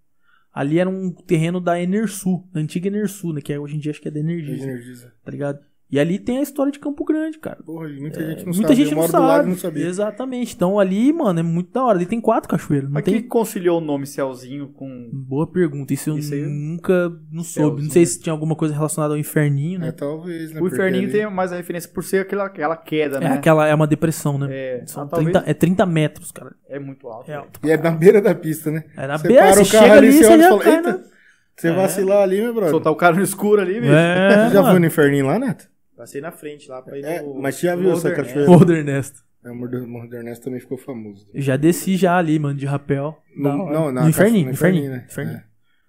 [SPEAKER 3] Ali era um terreno da Enersul, da antiga Enersul, né? Que é- hoje em dia acho que é da Energisa,
[SPEAKER 1] Energiza.
[SPEAKER 3] tá ligado? E ali tem a história de Campo Grande, cara.
[SPEAKER 1] Porra, e muita gente não
[SPEAKER 3] É, Muita
[SPEAKER 1] sabe.
[SPEAKER 3] gente
[SPEAKER 1] eu
[SPEAKER 3] não
[SPEAKER 1] moro
[SPEAKER 3] sabe.
[SPEAKER 1] do lado e não sabia.
[SPEAKER 3] Exatamente. Então ali, mano, é muito da hora. Ali tem quatro cachoeiras, não
[SPEAKER 2] Mas quem
[SPEAKER 3] tem.
[SPEAKER 2] conciliou o nome Celzinho com.
[SPEAKER 3] Boa pergunta. Isso eu
[SPEAKER 2] Isso
[SPEAKER 1] é
[SPEAKER 2] aí-
[SPEAKER 3] nunca não soube. Não
[SPEAKER 2] Céuzinho.
[SPEAKER 3] sei se tinha alguma coisa relacionada ao inferninho,
[SPEAKER 1] É,
[SPEAKER 3] né?
[SPEAKER 1] talvez, né?
[SPEAKER 2] O
[SPEAKER 1] porque
[SPEAKER 2] Inferninho
[SPEAKER 1] ali-
[SPEAKER 2] tem mais a referência por ser aquela, aquela queda,
[SPEAKER 3] É,
[SPEAKER 2] né?
[SPEAKER 3] aquela é uma depressão, né?
[SPEAKER 2] É,
[SPEAKER 3] São
[SPEAKER 2] ah, talvez
[SPEAKER 3] 30 é 30 metros, cara.
[SPEAKER 2] é muito alto.
[SPEAKER 3] É
[SPEAKER 2] velho.
[SPEAKER 3] alto.
[SPEAKER 1] E é na beira da pista, né?
[SPEAKER 3] É na
[SPEAKER 1] Você
[SPEAKER 3] beira,
[SPEAKER 1] para
[SPEAKER 3] você
[SPEAKER 1] o carro
[SPEAKER 3] chega
[SPEAKER 1] ali,
[SPEAKER 3] ali,
[SPEAKER 1] você
[SPEAKER 3] você
[SPEAKER 1] olha e
[SPEAKER 3] já tá
[SPEAKER 1] fala,
[SPEAKER 3] cai né?" na-
[SPEAKER 1] eita, você vacilar ali, meu brother.
[SPEAKER 2] Soltar o cara no escuro ali, bicho.
[SPEAKER 3] É,
[SPEAKER 1] Você já viu
[SPEAKER 3] mano.
[SPEAKER 1] no Inferninho lá, Neto?
[SPEAKER 4] Passei na frente lá pra ir
[SPEAKER 1] É,
[SPEAKER 4] no...
[SPEAKER 1] mas você já viu essa
[SPEAKER 4] Wolverhampton.
[SPEAKER 1] cachoeira?
[SPEAKER 3] Foda, Ernesto.
[SPEAKER 1] É, o Mordo Mordo Ernesto também ficou famoso.
[SPEAKER 3] Eu já desci já ali, mano, de rapel. Da
[SPEAKER 1] No-
[SPEAKER 3] hora.
[SPEAKER 1] não, na
[SPEAKER 3] no
[SPEAKER 1] cacho-
[SPEAKER 3] inferninho,
[SPEAKER 1] no
[SPEAKER 3] no inferninho,
[SPEAKER 1] Inferninho, né?
[SPEAKER 3] inferninho.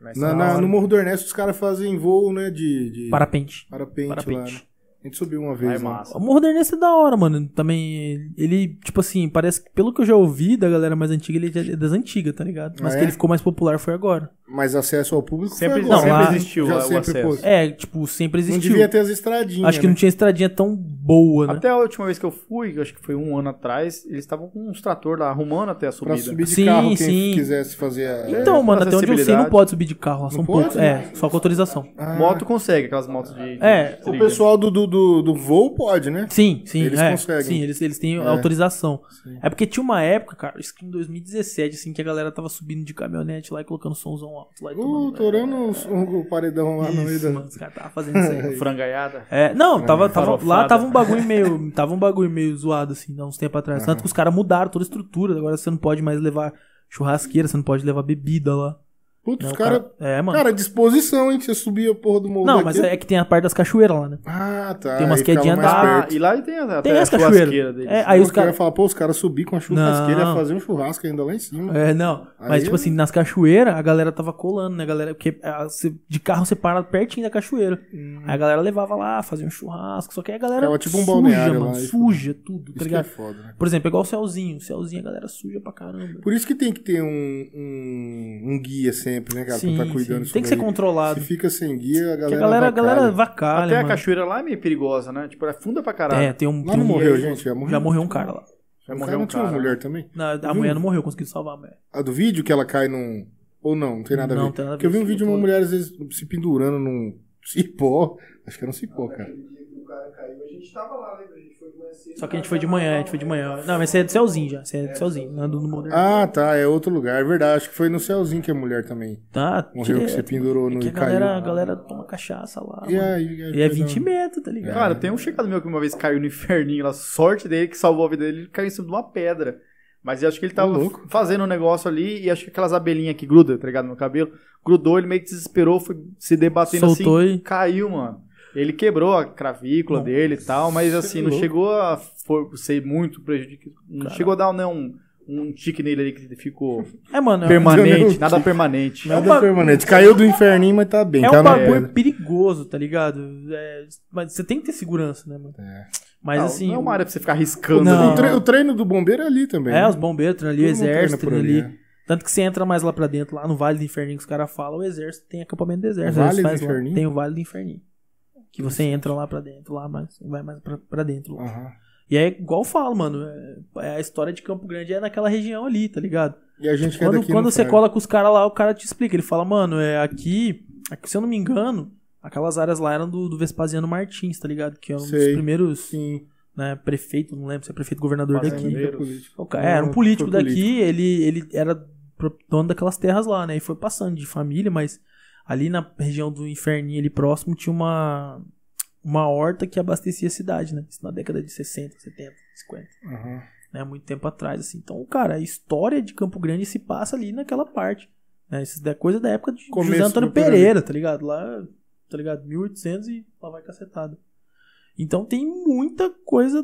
[SPEAKER 4] Mas
[SPEAKER 1] Na-
[SPEAKER 2] é
[SPEAKER 4] tá
[SPEAKER 1] na-
[SPEAKER 4] na hora.
[SPEAKER 1] no Morro do Ernesto, os caras fazem voo, né? De, de
[SPEAKER 3] Parapente.
[SPEAKER 1] parapente,
[SPEAKER 3] parapente.
[SPEAKER 1] lá, né? A gente subiu uma
[SPEAKER 2] Vai
[SPEAKER 1] vez. né?
[SPEAKER 2] massa.
[SPEAKER 3] O Morro do Ernesto é da hora, mano. Também, ele, tipo assim, parece que, pelo que eu já ouvi da galera mais antiga, ele é das antigas, tá ligado? Mas
[SPEAKER 1] Ah,
[SPEAKER 3] que
[SPEAKER 1] é?
[SPEAKER 3] ele ficou mais popular foi agora.
[SPEAKER 1] Mas acesso ao público
[SPEAKER 2] Sempre,
[SPEAKER 1] foi agora.
[SPEAKER 2] sempre
[SPEAKER 3] lá-
[SPEAKER 2] existiu
[SPEAKER 1] Já
[SPEAKER 2] o
[SPEAKER 1] sempre
[SPEAKER 2] acesso.
[SPEAKER 1] pôs.
[SPEAKER 3] É, tipo, sempre
[SPEAKER 1] Não
[SPEAKER 3] existiu.
[SPEAKER 1] devia ter as estradinhas,
[SPEAKER 3] Acho que
[SPEAKER 1] né?
[SPEAKER 3] não tinha estradinha tão boa, né?
[SPEAKER 2] Até a última vez que eu fui, eu acho que foi um ano atrás, eles estavam com uns trator lá arrumando até
[SPEAKER 1] Pra
[SPEAKER 2] a subida.
[SPEAKER 1] subir de
[SPEAKER 3] Sim,
[SPEAKER 1] carro quem
[SPEAKER 3] sim.
[SPEAKER 1] quisesse fazer a...
[SPEAKER 3] Então, mano, até onde eu sei, não
[SPEAKER 2] acessibilidade.
[SPEAKER 3] pode subir de carro lá, são
[SPEAKER 1] Não
[SPEAKER 3] poucos.
[SPEAKER 1] pode?
[SPEAKER 3] É, só com autorização.
[SPEAKER 1] Ah,
[SPEAKER 2] Moto consegue, aquelas motos de. de
[SPEAKER 3] É,
[SPEAKER 2] trilha.
[SPEAKER 1] O pessoal do, do, do, do voo pode, né?
[SPEAKER 3] Sim, sim.
[SPEAKER 1] Eles
[SPEAKER 3] é,
[SPEAKER 1] conseguem.
[SPEAKER 3] Sim, eles, eles têm autorização. É porque tinha uma época, cara, isso que em 2017, assim, que a galera tava subindo de caminhonete lá e colocando somzão alto lá e
[SPEAKER 1] Uh, torando os- um, o, o paredão lá no meio
[SPEAKER 3] né, Isso,
[SPEAKER 1] da...
[SPEAKER 3] mano, os caras tava fazendo isso aí.
[SPEAKER 2] Frangaiada.
[SPEAKER 3] É, não, tava, tava, lá
[SPEAKER 2] farofada.
[SPEAKER 3] tava um bagulho meio. Tava um bagulho meio zoado, assim, há uns tempos atrás. Tanto que os caras mudaram toda a estrutura. Agora você não pode mais levar churrasqueira, você não pode levar bebida lá.
[SPEAKER 1] Putz,
[SPEAKER 3] né?
[SPEAKER 1] os
[SPEAKER 3] O
[SPEAKER 1] caras...
[SPEAKER 3] cara- É, mano.
[SPEAKER 1] Cara, disposição, hein? Você subia a porra do morro
[SPEAKER 3] não,
[SPEAKER 1] daqui.
[SPEAKER 3] mas é que tem a parte das cachoeiras lá, né?
[SPEAKER 1] Ah, tá.
[SPEAKER 3] Tem umas
[SPEAKER 1] aí ficava
[SPEAKER 3] quedinhas
[SPEAKER 1] mais
[SPEAKER 3] da-
[SPEAKER 1] perto.
[SPEAKER 2] Ah, e lá tem até
[SPEAKER 3] Tem
[SPEAKER 2] a
[SPEAKER 3] as cachoeiras.
[SPEAKER 2] churrasqueira deles.
[SPEAKER 3] É, aí os
[SPEAKER 1] Os caras
[SPEAKER 3] caras.
[SPEAKER 1] falam, pô, os caras subir com a churrasqueira,
[SPEAKER 3] Não.
[SPEAKER 1] fazer um churrasco ainda lá em cima.
[SPEAKER 3] É, não. Mas,
[SPEAKER 1] Aí-
[SPEAKER 3] tipo assim, nas cachoeiras, a galera tava colando, né, galera? Porque ah, você- de carro você para pertinho da cachoeira. Aí a galera levava lá, fazia um churrasco. Só que aí a galera.
[SPEAKER 1] Hum. Ficava tipo um
[SPEAKER 3] suja,
[SPEAKER 1] balneário
[SPEAKER 3] mano.
[SPEAKER 1] lá, isso.
[SPEAKER 3] Suja tudo, tá
[SPEAKER 1] Isso que é
[SPEAKER 3] ligado?
[SPEAKER 1] foda, né?
[SPEAKER 3] Por exemplo, é igual o Celzinho. O Celzinho a galera suja pra caramba.
[SPEAKER 1] Por isso que tem que ter um, um, um guia sempre, né, cara?
[SPEAKER 3] Sim,
[SPEAKER 1] pra tá cuidando
[SPEAKER 3] sim.
[SPEAKER 1] disso
[SPEAKER 3] Tem que ser
[SPEAKER 1] daí.
[SPEAKER 3] controlado.
[SPEAKER 1] Se fica sem guia, a
[SPEAKER 3] Porque
[SPEAKER 1] galera.
[SPEAKER 3] a galera, a
[SPEAKER 1] avacalha.
[SPEAKER 3] galera vacalha,
[SPEAKER 2] Até a
[SPEAKER 3] mano.
[SPEAKER 2] cachoeira lá é meio perigosa, né? Tipo, é funda pra caralho.
[SPEAKER 3] É, tem um...
[SPEAKER 1] Lá
[SPEAKER 3] tem
[SPEAKER 1] não
[SPEAKER 3] um-
[SPEAKER 1] morreu, gente. Já morreu.
[SPEAKER 3] Já morreu um cara né? lá.
[SPEAKER 1] Já
[SPEAKER 2] morreu
[SPEAKER 1] Não
[SPEAKER 2] um
[SPEAKER 1] tinha uma
[SPEAKER 2] cara.
[SPEAKER 1] mulher também.
[SPEAKER 3] Na- a mulher não morreu, conseguiu salvar a mulher.
[SPEAKER 1] A do vídeo que ela cai num. Ou não, não tem nada a
[SPEAKER 3] Não,
[SPEAKER 1] ver.
[SPEAKER 3] tem nada a
[SPEAKER 1] Porque eu
[SPEAKER 3] ver,
[SPEAKER 1] vi um
[SPEAKER 3] sim,
[SPEAKER 1] vídeo de uma
[SPEAKER 3] pô.
[SPEAKER 1] mulher, às vezes, se pendurando num cipó. Acho que era um cipó, cara.
[SPEAKER 5] Aquele dia que o cara caiu, a gente tava lá, lembra? A gente foi de manhã cedo.
[SPEAKER 3] Só que a gente foi de manhã, a gente foi de manhã. Não, mas você é do Celzinho já. Você é do Celzinho, não é do do Modern.
[SPEAKER 1] Ah, tá. É outro lugar. É verdade. Acho que foi no céuzinho que a mulher também.
[SPEAKER 3] tá,
[SPEAKER 1] Morreu que você pendurou no
[SPEAKER 3] que
[SPEAKER 1] e
[SPEAKER 3] a galera, a
[SPEAKER 1] caiu.
[SPEAKER 3] galera toma cachaça lá,
[SPEAKER 1] E
[SPEAKER 3] mano.
[SPEAKER 1] aí?
[SPEAKER 3] E é 20 metros, tá ligado?
[SPEAKER 2] Cara, tem um chegado meu que uma vez caiu no inferninho lá. Sorte dele que salvou a vida dele, ele caiu em cima de uma pedra. Mas eu acho que ele tava
[SPEAKER 1] Ô, louco.
[SPEAKER 2] fazendo um negócio ali e acho que aquelas abelhinhas que grudam, tá ligado, no cabelo. Grudou, ele meio que desesperou, foi se debatendo
[SPEAKER 3] Soltou
[SPEAKER 2] assim.
[SPEAKER 3] e-
[SPEAKER 2] Caiu, mano. Ele quebrou a cravícula
[SPEAKER 3] Nossa, é
[SPEAKER 2] dele e tal, mas assim, não
[SPEAKER 1] louco.
[SPEAKER 2] chegou a for- ser muito prejudicado. Não
[SPEAKER 3] Caralho.
[SPEAKER 2] chegou a dar né, um, um tique nele ali que ficou
[SPEAKER 3] É, mano, é, um-
[SPEAKER 2] permanente, nada permanente.
[SPEAKER 1] Nada permanente. É um Caiu do inferninho, mas tá bem.
[SPEAKER 3] é
[SPEAKER 1] tá
[SPEAKER 3] um
[SPEAKER 1] na
[SPEAKER 3] bagulho
[SPEAKER 1] pedra.
[SPEAKER 3] perigoso, tá ligado? É, mas você tem que ter segurança, né, mano? Mas
[SPEAKER 2] Não,
[SPEAKER 3] assim...
[SPEAKER 2] não é uma área pra você ficar riscando
[SPEAKER 3] Não.
[SPEAKER 2] ali. né?
[SPEAKER 1] O, tre- o treino do bombeiro é ali também.
[SPEAKER 3] É,
[SPEAKER 1] né?
[SPEAKER 3] os bombeiros treinam ali, o
[SPEAKER 1] Todo mundo
[SPEAKER 3] exército
[SPEAKER 1] treina por
[SPEAKER 3] treina ali.
[SPEAKER 1] ali, né?
[SPEAKER 3] Tanto que você entra mais lá pra dentro, lá no Vale do Inferninho, que os caras falam, o exército tem acampamento do exército.
[SPEAKER 1] Vale
[SPEAKER 3] eles
[SPEAKER 1] do
[SPEAKER 3] fazem lá.
[SPEAKER 1] Inferninho?
[SPEAKER 3] Tem o Vale do Inferninho. Que você entra lá pra dentro, lá mais, vai mais pra, pra dentro. Lá.
[SPEAKER 1] Aham.
[SPEAKER 3] E é igual eu falo, mano, é, é a história de Campo Grande é naquela região ali, tá ligado?
[SPEAKER 1] E a gente que é
[SPEAKER 3] Quando,
[SPEAKER 1] daqui
[SPEAKER 3] quando
[SPEAKER 1] não
[SPEAKER 3] você
[SPEAKER 1] sabe.
[SPEAKER 3] cola com os caras lá, o cara te explica. Ele fala, mano, é aqui, aqui, se eu não me engano, aquelas áreas lá eram do, do Vespasiano Martins, tá ligado? Que é um
[SPEAKER 1] Sei.
[SPEAKER 3] dos primeiros
[SPEAKER 1] Sim.
[SPEAKER 3] né, prefeito, não lembro se é prefeito governador
[SPEAKER 2] Fazendeiros.
[SPEAKER 3] daqui.
[SPEAKER 1] Era político.
[SPEAKER 3] O cara- era um
[SPEAKER 1] Não,
[SPEAKER 3] político
[SPEAKER 1] foi
[SPEAKER 3] daqui,
[SPEAKER 1] político.
[SPEAKER 3] Ele, ele era pro- dono daquelas terras lá, né? E foi passando de família, mas ali na região do Inferninho, ali próximo, tinha uma, uma horta que abastecia a cidade, né? Isso na década de 60, 70, 50,
[SPEAKER 1] Aham.
[SPEAKER 3] né? Muito tempo atrás, assim. Então, cara, a história de Campo Grande se passa ali naquela parte, né? Isso é coisa da época de
[SPEAKER 1] Começo
[SPEAKER 3] José Antônio
[SPEAKER 1] do Pereira.
[SPEAKER 3] Pereira, tá ligado? Lá, tá ligado? 1800 e lá vai cacetada. Então tem muita coisa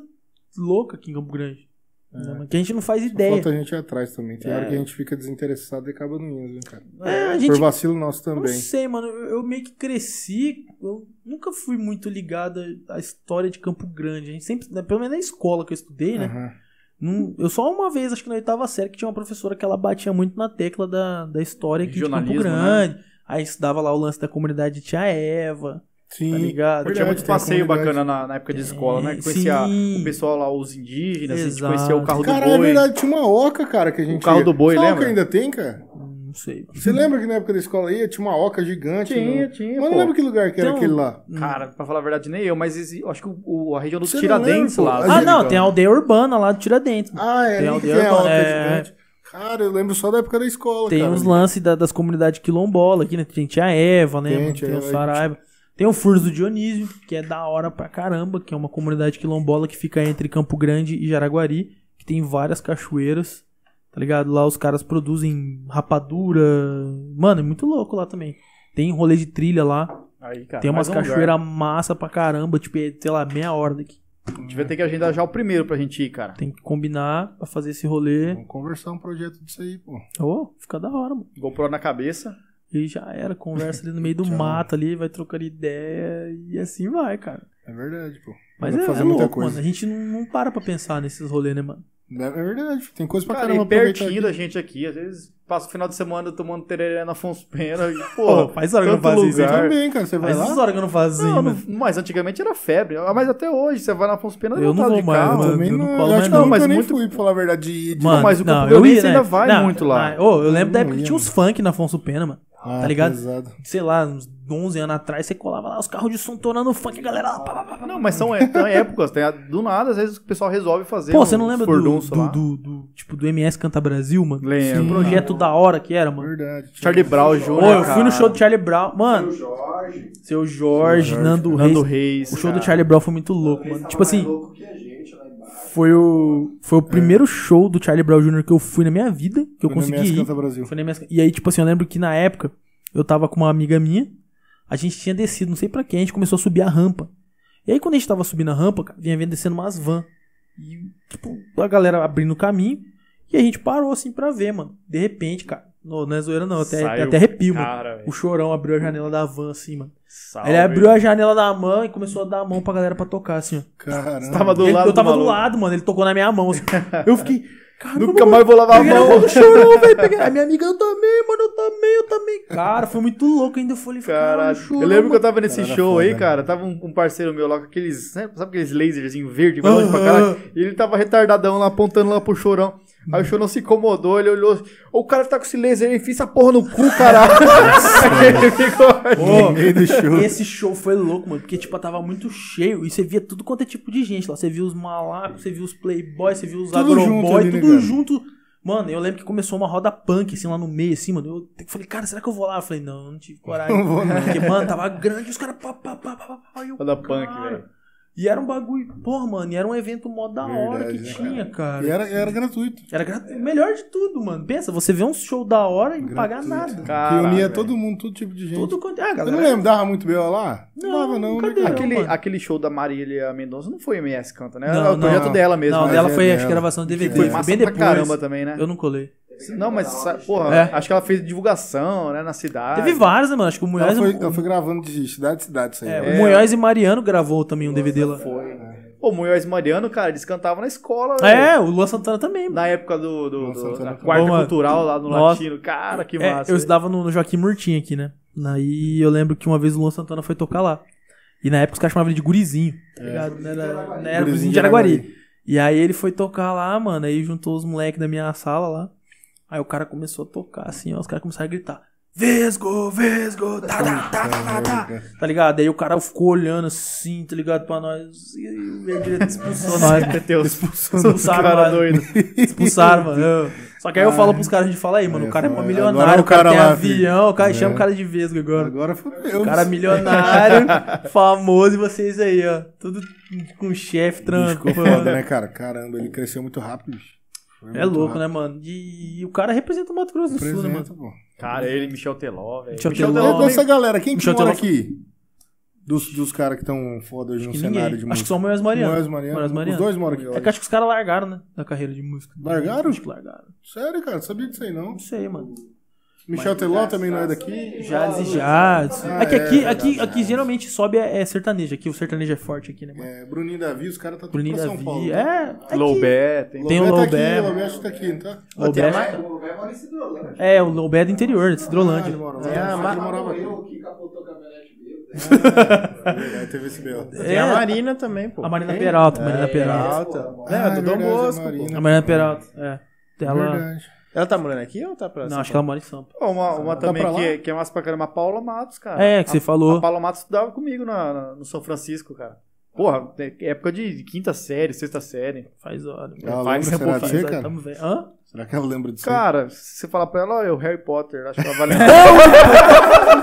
[SPEAKER 3] louca aqui em Campo Grande. né? Mas Que a gente não faz
[SPEAKER 1] É. Só
[SPEAKER 3] ideia.
[SPEAKER 1] Falta a gente ir atrás também. Tem
[SPEAKER 3] É.
[SPEAKER 1] hora que a gente fica desinteressado e acaba não indo, né, cara?
[SPEAKER 3] É, a
[SPEAKER 1] Por
[SPEAKER 3] gente.
[SPEAKER 1] vacilo nosso
[SPEAKER 3] eu Não
[SPEAKER 1] também.
[SPEAKER 3] sei, mano. Eu, eu meio que cresci. Eu nunca fui muito ligado à história de Campo Grande. A gente sempre, né, pelo menos na escola que eu estudei, né?
[SPEAKER 1] Aham.
[SPEAKER 3] não- eu só uma vez, acho que na oitava série, que tinha uma professora que ela batia muito na tecla da, da história tipo, aqui de Campo
[SPEAKER 2] Regionalismo,
[SPEAKER 3] Grande. Aí estudava lá o lance da comunidade de Tia Eva.
[SPEAKER 1] Sim.
[SPEAKER 3] Tá ligado?
[SPEAKER 1] Verdade,
[SPEAKER 2] Tinha muito
[SPEAKER 1] tem
[SPEAKER 2] passeio
[SPEAKER 1] comunidade.
[SPEAKER 2] bacana na, na época de escola, né? Que
[SPEAKER 3] Sim.
[SPEAKER 2] Conhecia o pessoal lá, os indígenas, a gente
[SPEAKER 3] Exato.
[SPEAKER 2] conhecia o carro
[SPEAKER 1] Cara,
[SPEAKER 2] do
[SPEAKER 1] é
[SPEAKER 2] boi.
[SPEAKER 1] verdade, tinha uma oca, cara, que a gente.
[SPEAKER 2] carro
[SPEAKER 1] ia.
[SPEAKER 2] do boi,
[SPEAKER 1] Essa
[SPEAKER 2] lembra?
[SPEAKER 1] oca ainda tem, cara?
[SPEAKER 3] Não sei.
[SPEAKER 1] Você lembra que na época da escola ia, tinha uma oca gigante?
[SPEAKER 2] Tinha,
[SPEAKER 1] no-
[SPEAKER 2] tinha,
[SPEAKER 1] Mas eu
[SPEAKER 2] pô. Hum.
[SPEAKER 1] não lembro que lugar que era
[SPEAKER 3] Então,
[SPEAKER 1] aquele lá.
[SPEAKER 2] Cara, pra falar a verdade, nem eu, mas esse- eu acho que o- o- a região do
[SPEAKER 1] Você não
[SPEAKER 2] Tiradentes
[SPEAKER 1] lembra,
[SPEAKER 2] lá.
[SPEAKER 1] pô?
[SPEAKER 2] né?
[SPEAKER 3] Ah, não,
[SPEAKER 1] legal.
[SPEAKER 3] tem a aldeia urbana lá de Tiradentes.
[SPEAKER 1] Ah, é
[SPEAKER 3] Tem
[SPEAKER 1] ali
[SPEAKER 3] a
[SPEAKER 1] que
[SPEAKER 3] aldeia
[SPEAKER 1] tem a oca
[SPEAKER 3] é.
[SPEAKER 1] gigante. Cara, eu lembro só da época da escola,
[SPEAKER 3] Tem
[SPEAKER 1] cara.
[SPEAKER 3] uns lances da- das comunidades quilombola aqui, né? Tem, tinha a Eva, né?
[SPEAKER 1] Tem,
[SPEAKER 3] mano?
[SPEAKER 1] tinha
[SPEAKER 3] Tem o
[SPEAKER 1] Eva,
[SPEAKER 3] Saraiva. Tem o Furs do Dionísio, que é da hora pra caramba, que é uma comunidade quilombola que fica entre Campo Grande e Jaraguari, que tem várias cachoeiras, tá ligado? Lá os caras produzem rapadura. Mano, é muito louco lá também. Tem rolê de trilha lá,
[SPEAKER 2] Aí, cara,
[SPEAKER 3] tem
[SPEAKER 1] é
[SPEAKER 2] mais
[SPEAKER 3] umas
[SPEAKER 2] um lugar.
[SPEAKER 3] cachoeiras massa pra caramba, tipo, é, sei lá, meia hora daqui.
[SPEAKER 2] Devia ter que agendar já o primeiro pra gente ir, cara.
[SPEAKER 3] Tem que combinar pra fazer esse rolê.
[SPEAKER 1] Vamos conversar um projeto disso aí, pô.
[SPEAKER 3] Ô, fica da hora, mano.
[SPEAKER 2] GoPro na cabeça.
[SPEAKER 3] E já era, conversa ali no meio do mato ali, vai trocando ideia e assim vai, cara.
[SPEAKER 1] É verdade, pô.
[SPEAKER 3] Mas
[SPEAKER 1] Dá
[SPEAKER 3] é,
[SPEAKER 1] pra fazer
[SPEAKER 3] é
[SPEAKER 1] muita
[SPEAKER 3] louco,
[SPEAKER 1] coisa.
[SPEAKER 3] mano. A gente não, não para pra pensar nesses rolês, né, mano?
[SPEAKER 1] É verdade, tem coisa pra
[SPEAKER 2] Cara,
[SPEAKER 1] caramba
[SPEAKER 2] e pertinho
[SPEAKER 1] aproveitar
[SPEAKER 2] da gente aqui. Às vezes passa o final de semana tomando tereré na Afonso Pena. E, pô,
[SPEAKER 3] faz hora
[SPEAKER 2] tanto
[SPEAKER 1] aqui.
[SPEAKER 2] lugar.
[SPEAKER 1] Eu também, cara, você vai
[SPEAKER 3] Faz
[SPEAKER 1] lá?
[SPEAKER 3] horas que eu não faço assim,
[SPEAKER 2] Não, não-
[SPEAKER 3] mano.
[SPEAKER 2] mas antigamente era febre. Ah, Mas até hoje, você vai na Afonso Pena
[SPEAKER 3] Eu não
[SPEAKER 2] lotado
[SPEAKER 3] vou
[SPEAKER 2] de
[SPEAKER 3] mais,
[SPEAKER 2] carro.
[SPEAKER 3] mano.
[SPEAKER 1] Também
[SPEAKER 3] Eu não
[SPEAKER 1] não,
[SPEAKER 3] colo
[SPEAKER 1] Ah, eu
[SPEAKER 3] mais
[SPEAKER 1] acho que eu
[SPEAKER 2] não,
[SPEAKER 1] nunca
[SPEAKER 2] mas
[SPEAKER 1] nem
[SPEAKER 2] muito-
[SPEAKER 1] fui, pra falar a verdade, de... de-
[SPEAKER 3] Mano,
[SPEAKER 2] mas o
[SPEAKER 3] não,
[SPEAKER 2] Campo
[SPEAKER 3] eu
[SPEAKER 2] Grande
[SPEAKER 3] ia, né?
[SPEAKER 2] ainda vai
[SPEAKER 3] Não,
[SPEAKER 2] muito lá.
[SPEAKER 3] ah, Ô, eu lembro da
[SPEAKER 1] Eu
[SPEAKER 3] época que
[SPEAKER 1] ia,
[SPEAKER 3] tinha uns funk na Afonso Pena, mano.
[SPEAKER 1] Ah,
[SPEAKER 3] tá ligado?
[SPEAKER 1] pesado.
[SPEAKER 3] Sei lá, uns 11 anos atrás, você colava lá os carros de som tornando funk, a galera lá. Pá, pá, pá, pá.
[SPEAKER 2] Não, mas são é- são épocas. tem a- do nada, às vezes o pessoal resolve fazer.
[SPEAKER 3] Pô, você
[SPEAKER 2] um
[SPEAKER 3] não lembra do,
[SPEAKER 2] furdunço lá.
[SPEAKER 3] do, do- do- tipo, do MS Canta Brasil, mano?
[SPEAKER 2] Lembro.
[SPEAKER 3] O projeto da hora que era, mano.
[SPEAKER 1] Verdade. tinha-
[SPEAKER 2] Charlie Brown Jr.
[SPEAKER 3] Ô, eu fui
[SPEAKER 2] né, cara.
[SPEAKER 3] no show do Charlie Brown. Mano,
[SPEAKER 5] O Jorge.
[SPEAKER 3] seu Jorge, Nando,
[SPEAKER 2] Nando
[SPEAKER 3] Reis.
[SPEAKER 2] Reis.
[SPEAKER 3] O show
[SPEAKER 2] cara.
[SPEAKER 3] do Charlie Brown foi muito louco, mano.
[SPEAKER 5] Tava
[SPEAKER 3] Tipo assim,
[SPEAKER 5] mais louco que a gente lá embaixo.
[SPEAKER 3] foi o, foi o primeiro show do Charlie Brown Jr. que eu fui na minha vida, que eu
[SPEAKER 1] Foi no MS
[SPEAKER 3] consegui ir.
[SPEAKER 1] Canta Brasil.
[SPEAKER 3] Foi na minha... E aí, tipo assim, eu lembro que na época, eu tava com uma amiga minha, a gente tinha descido, não sei pra quem, a gente começou a subir a rampa. E aí, quando a gente tava subindo a rampa, cara, vinha vendo descendo umas van. E, tipo, a galera abrindo o caminho, e a gente parou, assim, pra ver, mano. De repente, cara, não, não é zoeira não, até,
[SPEAKER 4] Saiu,
[SPEAKER 3] até arrepio, mano.
[SPEAKER 4] Cara,
[SPEAKER 3] O chorão abriu a janela da van, assim, mano.
[SPEAKER 4] velho.
[SPEAKER 3] Aí ele abriu a janela da mão e começou a dar a mão pra galera pra tocar, assim, ó.
[SPEAKER 1] Caramba.
[SPEAKER 2] Tava do
[SPEAKER 3] Ele-
[SPEAKER 2] lado
[SPEAKER 3] eu tava do,
[SPEAKER 2] maluco.
[SPEAKER 3] lado, mano. Ele tocou na minha mão. assim. Eu fiquei. Caramba,
[SPEAKER 2] Nunca
[SPEAKER 3] mano,
[SPEAKER 2] mais vou lavar a
[SPEAKER 3] peguei na mão
[SPEAKER 2] mão.
[SPEAKER 3] do chorão, velho. Peguei- A minha amiga, eu também, mano. Eu também, eu também. Cara, foi muito louco ainda. Eu falei,
[SPEAKER 2] Caralho,
[SPEAKER 3] caralho, chorão.
[SPEAKER 2] eu lembro que eu
[SPEAKER 3] mano.
[SPEAKER 2] tava nesse
[SPEAKER 1] Cara, era
[SPEAKER 2] show
[SPEAKER 1] foda,
[SPEAKER 2] aí,
[SPEAKER 1] né?
[SPEAKER 2] cara. Tava um, um parceiro meu lá com aqueles. Sabe sabe aqueles laserzinho verde, vai longe pra caralho? E ele tava retardadão lá, apontando lá pro chorão. Aí o chorão se incomodou, ele olhou. "Ô, o cara tá com esse laser, ele enfia essa porra no cu, caralho. ele ficou.
[SPEAKER 1] No meio do show.
[SPEAKER 3] Esse show foi louco, mano, porque, tipo, tava muito cheio e você via tudo quanto é tipo de gente lá. Você via os malacos, você via os playboys, você via os
[SPEAKER 1] Tudo junto
[SPEAKER 3] agroboy,
[SPEAKER 1] ali, né,
[SPEAKER 3] tudo
[SPEAKER 1] cara?
[SPEAKER 3] junto. Mano, eu lembro que começou uma roda punk, assim, lá no meio, assim, mano. Eu falei, cara, será que eu vou lá? Eu falei, não, não tive coragem.
[SPEAKER 1] Não vou, não.
[SPEAKER 3] Porque, mano, tava grande, os caras... pá, pá, pá, pá, pá, pá, e eu,
[SPEAKER 2] Roda punk,
[SPEAKER 3] cara.
[SPEAKER 2] velho.
[SPEAKER 3] E era um bagulho... Porra, mano, e era um evento mó da hora
[SPEAKER 1] Verdade,
[SPEAKER 3] que
[SPEAKER 1] né,
[SPEAKER 3] tinha, cara.
[SPEAKER 1] E era, era gratuito.
[SPEAKER 3] Era gratu- melhor de tudo, mano. Pensa, você vê um show da hora e não pagar nada.
[SPEAKER 1] Que
[SPEAKER 2] Caralho,
[SPEAKER 1] unia
[SPEAKER 2] velho.
[SPEAKER 1] todo mundo, todo tipo de gente.
[SPEAKER 3] Tudo quanto... Ah,
[SPEAKER 1] Eu
[SPEAKER 3] galera...
[SPEAKER 1] não lembro, dava muito bem lá?
[SPEAKER 3] Não,
[SPEAKER 1] dava não,
[SPEAKER 3] cadê?
[SPEAKER 1] né, cara?
[SPEAKER 2] Aquele,
[SPEAKER 3] mano.
[SPEAKER 2] aquele show da Marília Mendonça não foi MS Canta, né?
[SPEAKER 3] Não,
[SPEAKER 2] Era o
[SPEAKER 3] não.
[SPEAKER 2] projeto dela mesmo.
[SPEAKER 3] Não,
[SPEAKER 2] né?
[SPEAKER 3] dela
[SPEAKER 1] é
[SPEAKER 3] foi, acho
[SPEAKER 1] dela.
[SPEAKER 3] que gravação do DVD.
[SPEAKER 1] Foi
[SPEAKER 3] Foi,
[SPEAKER 2] massa
[SPEAKER 3] bem
[SPEAKER 2] pra
[SPEAKER 3] depois.
[SPEAKER 2] caramba também, né?
[SPEAKER 3] Eu não colei.
[SPEAKER 2] Não, mas, sa- porra,
[SPEAKER 3] É.
[SPEAKER 2] acho que ela fez divulgação, né, na cidade.
[SPEAKER 3] Teve vários, né, mano? Acho que o
[SPEAKER 1] Ela
[SPEAKER 3] Munhoz,
[SPEAKER 1] foi,
[SPEAKER 3] o-
[SPEAKER 1] ela foi gravando de cidade em cidade isso aí.
[SPEAKER 3] é,
[SPEAKER 1] né?
[SPEAKER 3] o Munhoz e Mariano gravou também um DVD lá.
[SPEAKER 2] Foi. O Munhoz Mariano, cara, eles cantavam na escola. né?
[SPEAKER 3] É, o Luan Santana também.
[SPEAKER 2] Na época do, do-
[SPEAKER 1] Nossa,
[SPEAKER 2] do-
[SPEAKER 1] Santana
[SPEAKER 2] da
[SPEAKER 1] foi
[SPEAKER 2] quarta
[SPEAKER 3] bom, mano.
[SPEAKER 2] cultural lá no
[SPEAKER 3] Nossa.
[SPEAKER 2] Latino. Cara, que
[SPEAKER 3] É,
[SPEAKER 2] massa.
[SPEAKER 3] eu estudava no, no Joaquim Murtinho aqui, né? Aí eu lembro que uma vez o Luan Santana foi tocar lá. E na época os caras chamavam ele de gurizinho. Tá ligado? Não era, não era gurizinho de Araguari. E aí ele foi tocar lá, mano. Aí juntou os moleques da minha sala lá. Aí o cara começou a tocar assim, ó. Os caras começaram a gritar. Vesgo, Vesgo, tá, tá, tá, tá, tá. Tá ligado? Aí o cara ficou olhando assim, tá ligado? Pra nós. E aí o diretor expulsou nós. mano.
[SPEAKER 2] Teus
[SPEAKER 3] Expulsaram,
[SPEAKER 2] cara
[SPEAKER 3] mano.
[SPEAKER 2] doido.
[SPEAKER 3] Expulsaram, mano. Eu- Só que aí eu falo pros caras, a gente fala aí, mano, o cara é mó
[SPEAKER 1] agora
[SPEAKER 3] milionário,
[SPEAKER 1] o
[SPEAKER 3] o cara
[SPEAKER 1] cara
[SPEAKER 3] tem
[SPEAKER 1] lá,
[SPEAKER 3] avião, o cara
[SPEAKER 1] filho.
[SPEAKER 3] chama o
[SPEAKER 1] É.
[SPEAKER 3] cara de vesgo agora.
[SPEAKER 1] Agora fudeu.
[SPEAKER 3] O cara é milionário, famoso, e vocês aí, ó. Tudo com chefe, trampo.
[SPEAKER 1] Ficou foda, né, cara? Caramba, ele cresceu muito rápido, bicho. Foi
[SPEAKER 3] É
[SPEAKER 1] muito
[SPEAKER 3] louco,
[SPEAKER 1] rápido.
[SPEAKER 3] né, mano? E, e o cara representa o Mato Grosso do Sul, né,
[SPEAKER 1] Apresenta,
[SPEAKER 3] mano? é
[SPEAKER 1] pô.
[SPEAKER 2] Cara, ele, Michel Teló, velho.
[SPEAKER 3] Michel
[SPEAKER 1] E
[SPEAKER 3] Teló.
[SPEAKER 1] Dessa galera, quem que
[SPEAKER 3] Michel
[SPEAKER 1] mora
[SPEAKER 3] Teló-
[SPEAKER 1] aqui? Dos, dos caras que estão foda hoje no
[SPEAKER 3] Que
[SPEAKER 1] um cenário de música.
[SPEAKER 3] ninguém. é um Acho que só o Moraes Mariano.
[SPEAKER 1] Moraes Mariano.
[SPEAKER 3] Moraes Mariano.
[SPEAKER 1] Os dois moram aqui.
[SPEAKER 3] É que acho que os caras largaram, né? Da carreira de música.
[SPEAKER 1] Largaram?
[SPEAKER 3] Acho que largaram.
[SPEAKER 1] Sério, cara, não sabia disso aí não.
[SPEAKER 3] Não sei, mano.
[SPEAKER 1] Michel Teló também não é daqui.
[SPEAKER 3] Jazz e jazz.
[SPEAKER 1] Ah,
[SPEAKER 3] é que
[SPEAKER 1] é,
[SPEAKER 3] aqui,
[SPEAKER 1] jazz,
[SPEAKER 3] aqui,
[SPEAKER 1] jazz.
[SPEAKER 3] aqui geralmente sobe é, é sertanejo. Aqui o sertanejo é forte aqui, né, mano?
[SPEAKER 1] É, Bruninho Davi, os caras tá tudo
[SPEAKER 3] Bruninho
[SPEAKER 1] pra São
[SPEAKER 3] Davi.
[SPEAKER 1] Paulo. né?
[SPEAKER 3] É. é que-
[SPEAKER 2] Lobé, tem.
[SPEAKER 3] Tem o Lobé.
[SPEAKER 1] Tá aqui, Lobé acho que tá aqui, não tá?
[SPEAKER 3] Lobé.
[SPEAKER 5] É, O Roberto mora em Cidrolândia.
[SPEAKER 3] É, o Lobé é do interior, de
[SPEAKER 1] Ah, ele
[SPEAKER 3] Cidrolândia.
[SPEAKER 1] mora lá. Ele morava aqui.
[SPEAKER 5] Eu que capotou o caminhonete bêbado.
[SPEAKER 1] Ah, é verdade, teve esse B.O.
[SPEAKER 4] Tem
[SPEAKER 3] É.
[SPEAKER 4] a Marina também, pô.
[SPEAKER 3] A Marina Peralta, Marina
[SPEAKER 4] É,
[SPEAKER 3] Peralta.
[SPEAKER 4] Peralta.
[SPEAKER 1] Ah,
[SPEAKER 4] É,
[SPEAKER 1] é
[SPEAKER 4] do Dom
[SPEAKER 1] verdade, a
[SPEAKER 4] Bosco, pô.
[SPEAKER 1] Marina.
[SPEAKER 3] A Marina Peralta, é. Ela.
[SPEAKER 1] Verdade.
[SPEAKER 4] Ela tá morando aqui ou tá pra
[SPEAKER 3] Não, acho que ela mora em Sampa.
[SPEAKER 2] Ó, Uma, uma
[SPEAKER 1] Tá
[SPEAKER 2] também
[SPEAKER 1] pra lá?
[SPEAKER 2] que, é- que é massa pra caramba, a Paula Matos, cara.
[SPEAKER 3] É, que
[SPEAKER 2] A-
[SPEAKER 3] você falou.
[SPEAKER 2] A Paula Matos estudava comigo na, na- no São Francisco, cara. Porra, é- época de quinta série, sexta série.
[SPEAKER 3] Faz hora.
[SPEAKER 1] Ela lembra,
[SPEAKER 3] Faz
[SPEAKER 1] será
[SPEAKER 3] tempo,
[SPEAKER 1] de
[SPEAKER 3] faz
[SPEAKER 1] você,
[SPEAKER 3] hora,
[SPEAKER 1] cara?
[SPEAKER 3] tamo vendo. Hã?
[SPEAKER 1] Será que ela lembra disso?
[SPEAKER 2] Cara, se você falar pra ela, ó, eu Harry Potter, acho que ela vai lembrar.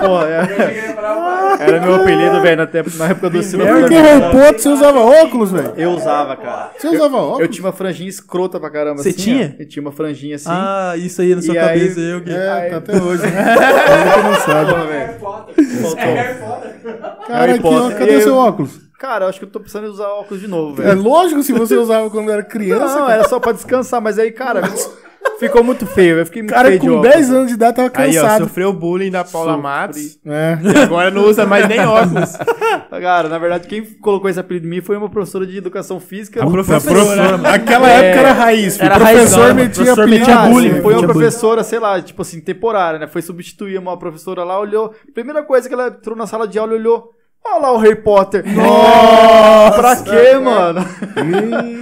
[SPEAKER 2] Porra, é- era meu apelido, velho, na, tempo- na época do cinema.
[SPEAKER 1] Porque Harry Potter, você usava óculos, velho?
[SPEAKER 2] Eu usava, cara.
[SPEAKER 1] Você usava
[SPEAKER 2] Eu
[SPEAKER 1] óculos?
[SPEAKER 2] tinha uma franjinha escrota pra caramba.
[SPEAKER 3] Você
[SPEAKER 2] assim,
[SPEAKER 3] tinha?
[SPEAKER 2] ó. Eu tinha uma franjinha assim.
[SPEAKER 3] Ah, isso aí na sua
[SPEAKER 2] E aí-
[SPEAKER 3] cabeça, eu que.
[SPEAKER 1] É, tá até hoje. né? Ainda que não sabe.
[SPEAKER 5] Harry Potter.
[SPEAKER 2] Faltou.
[SPEAKER 3] É.
[SPEAKER 5] Harry Potter.
[SPEAKER 1] Cara, aqui, ó,
[SPEAKER 2] Potter.
[SPEAKER 1] cadê
[SPEAKER 2] Eu-
[SPEAKER 1] seu óculos?
[SPEAKER 2] Cara, eu acho que eu tô precisando usar óculos de novo,
[SPEAKER 1] É
[SPEAKER 2] velho.
[SPEAKER 1] lógico se você usava quando era criança.
[SPEAKER 2] Não, é era só pra descansar, mas aí, cara, ficou muito feio. Eu fiquei muito
[SPEAKER 1] Cara,
[SPEAKER 2] feio de
[SPEAKER 1] com
[SPEAKER 2] óculos.
[SPEAKER 1] 10 anos de idade tava
[SPEAKER 4] Aí, ó,
[SPEAKER 1] cansado.
[SPEAKER 4] sofreu bullying da Paula
[SPEAKER 2] Sofri.
[SPEAKER 4] Matos.
[SPEAKER 1] É.
[SPEAKER 4] E agora não usa mais nem óculos.
[SPEAKER 2] Cara, na verdade, quem colocou esse apelido em mim foi uma professora de educação
[SPEAKER 3] Tá
[SPEAKER 2] física.
[SPEAKER 1] Aquela época era raiz. filho.
[SPEAKER 3] né? É, Era
[SPEAKER 1] o professor
[SPEAKER 3] raizona,
[SPEAKER 1] metia
[SPEAKER 3] professor
[SPEAKER 1] apelido.
[SPEAKER 3] metia
[SPEAKER 1] Ah,
[SPEAKER 3] bullying.
[SPEAKER 1] sim,
[SPEAKER 2] Foi uma
[SPEAKER 3] tinha
[SPEAKER 2] professora, sei lá, tipo assim, temporária, né? Foi substituir uma professora lá, olhou. Primeira coisa que ela entrou na sala de aula e olhou. Olha lá o Harry Potter. Nossa! pra quê, mano?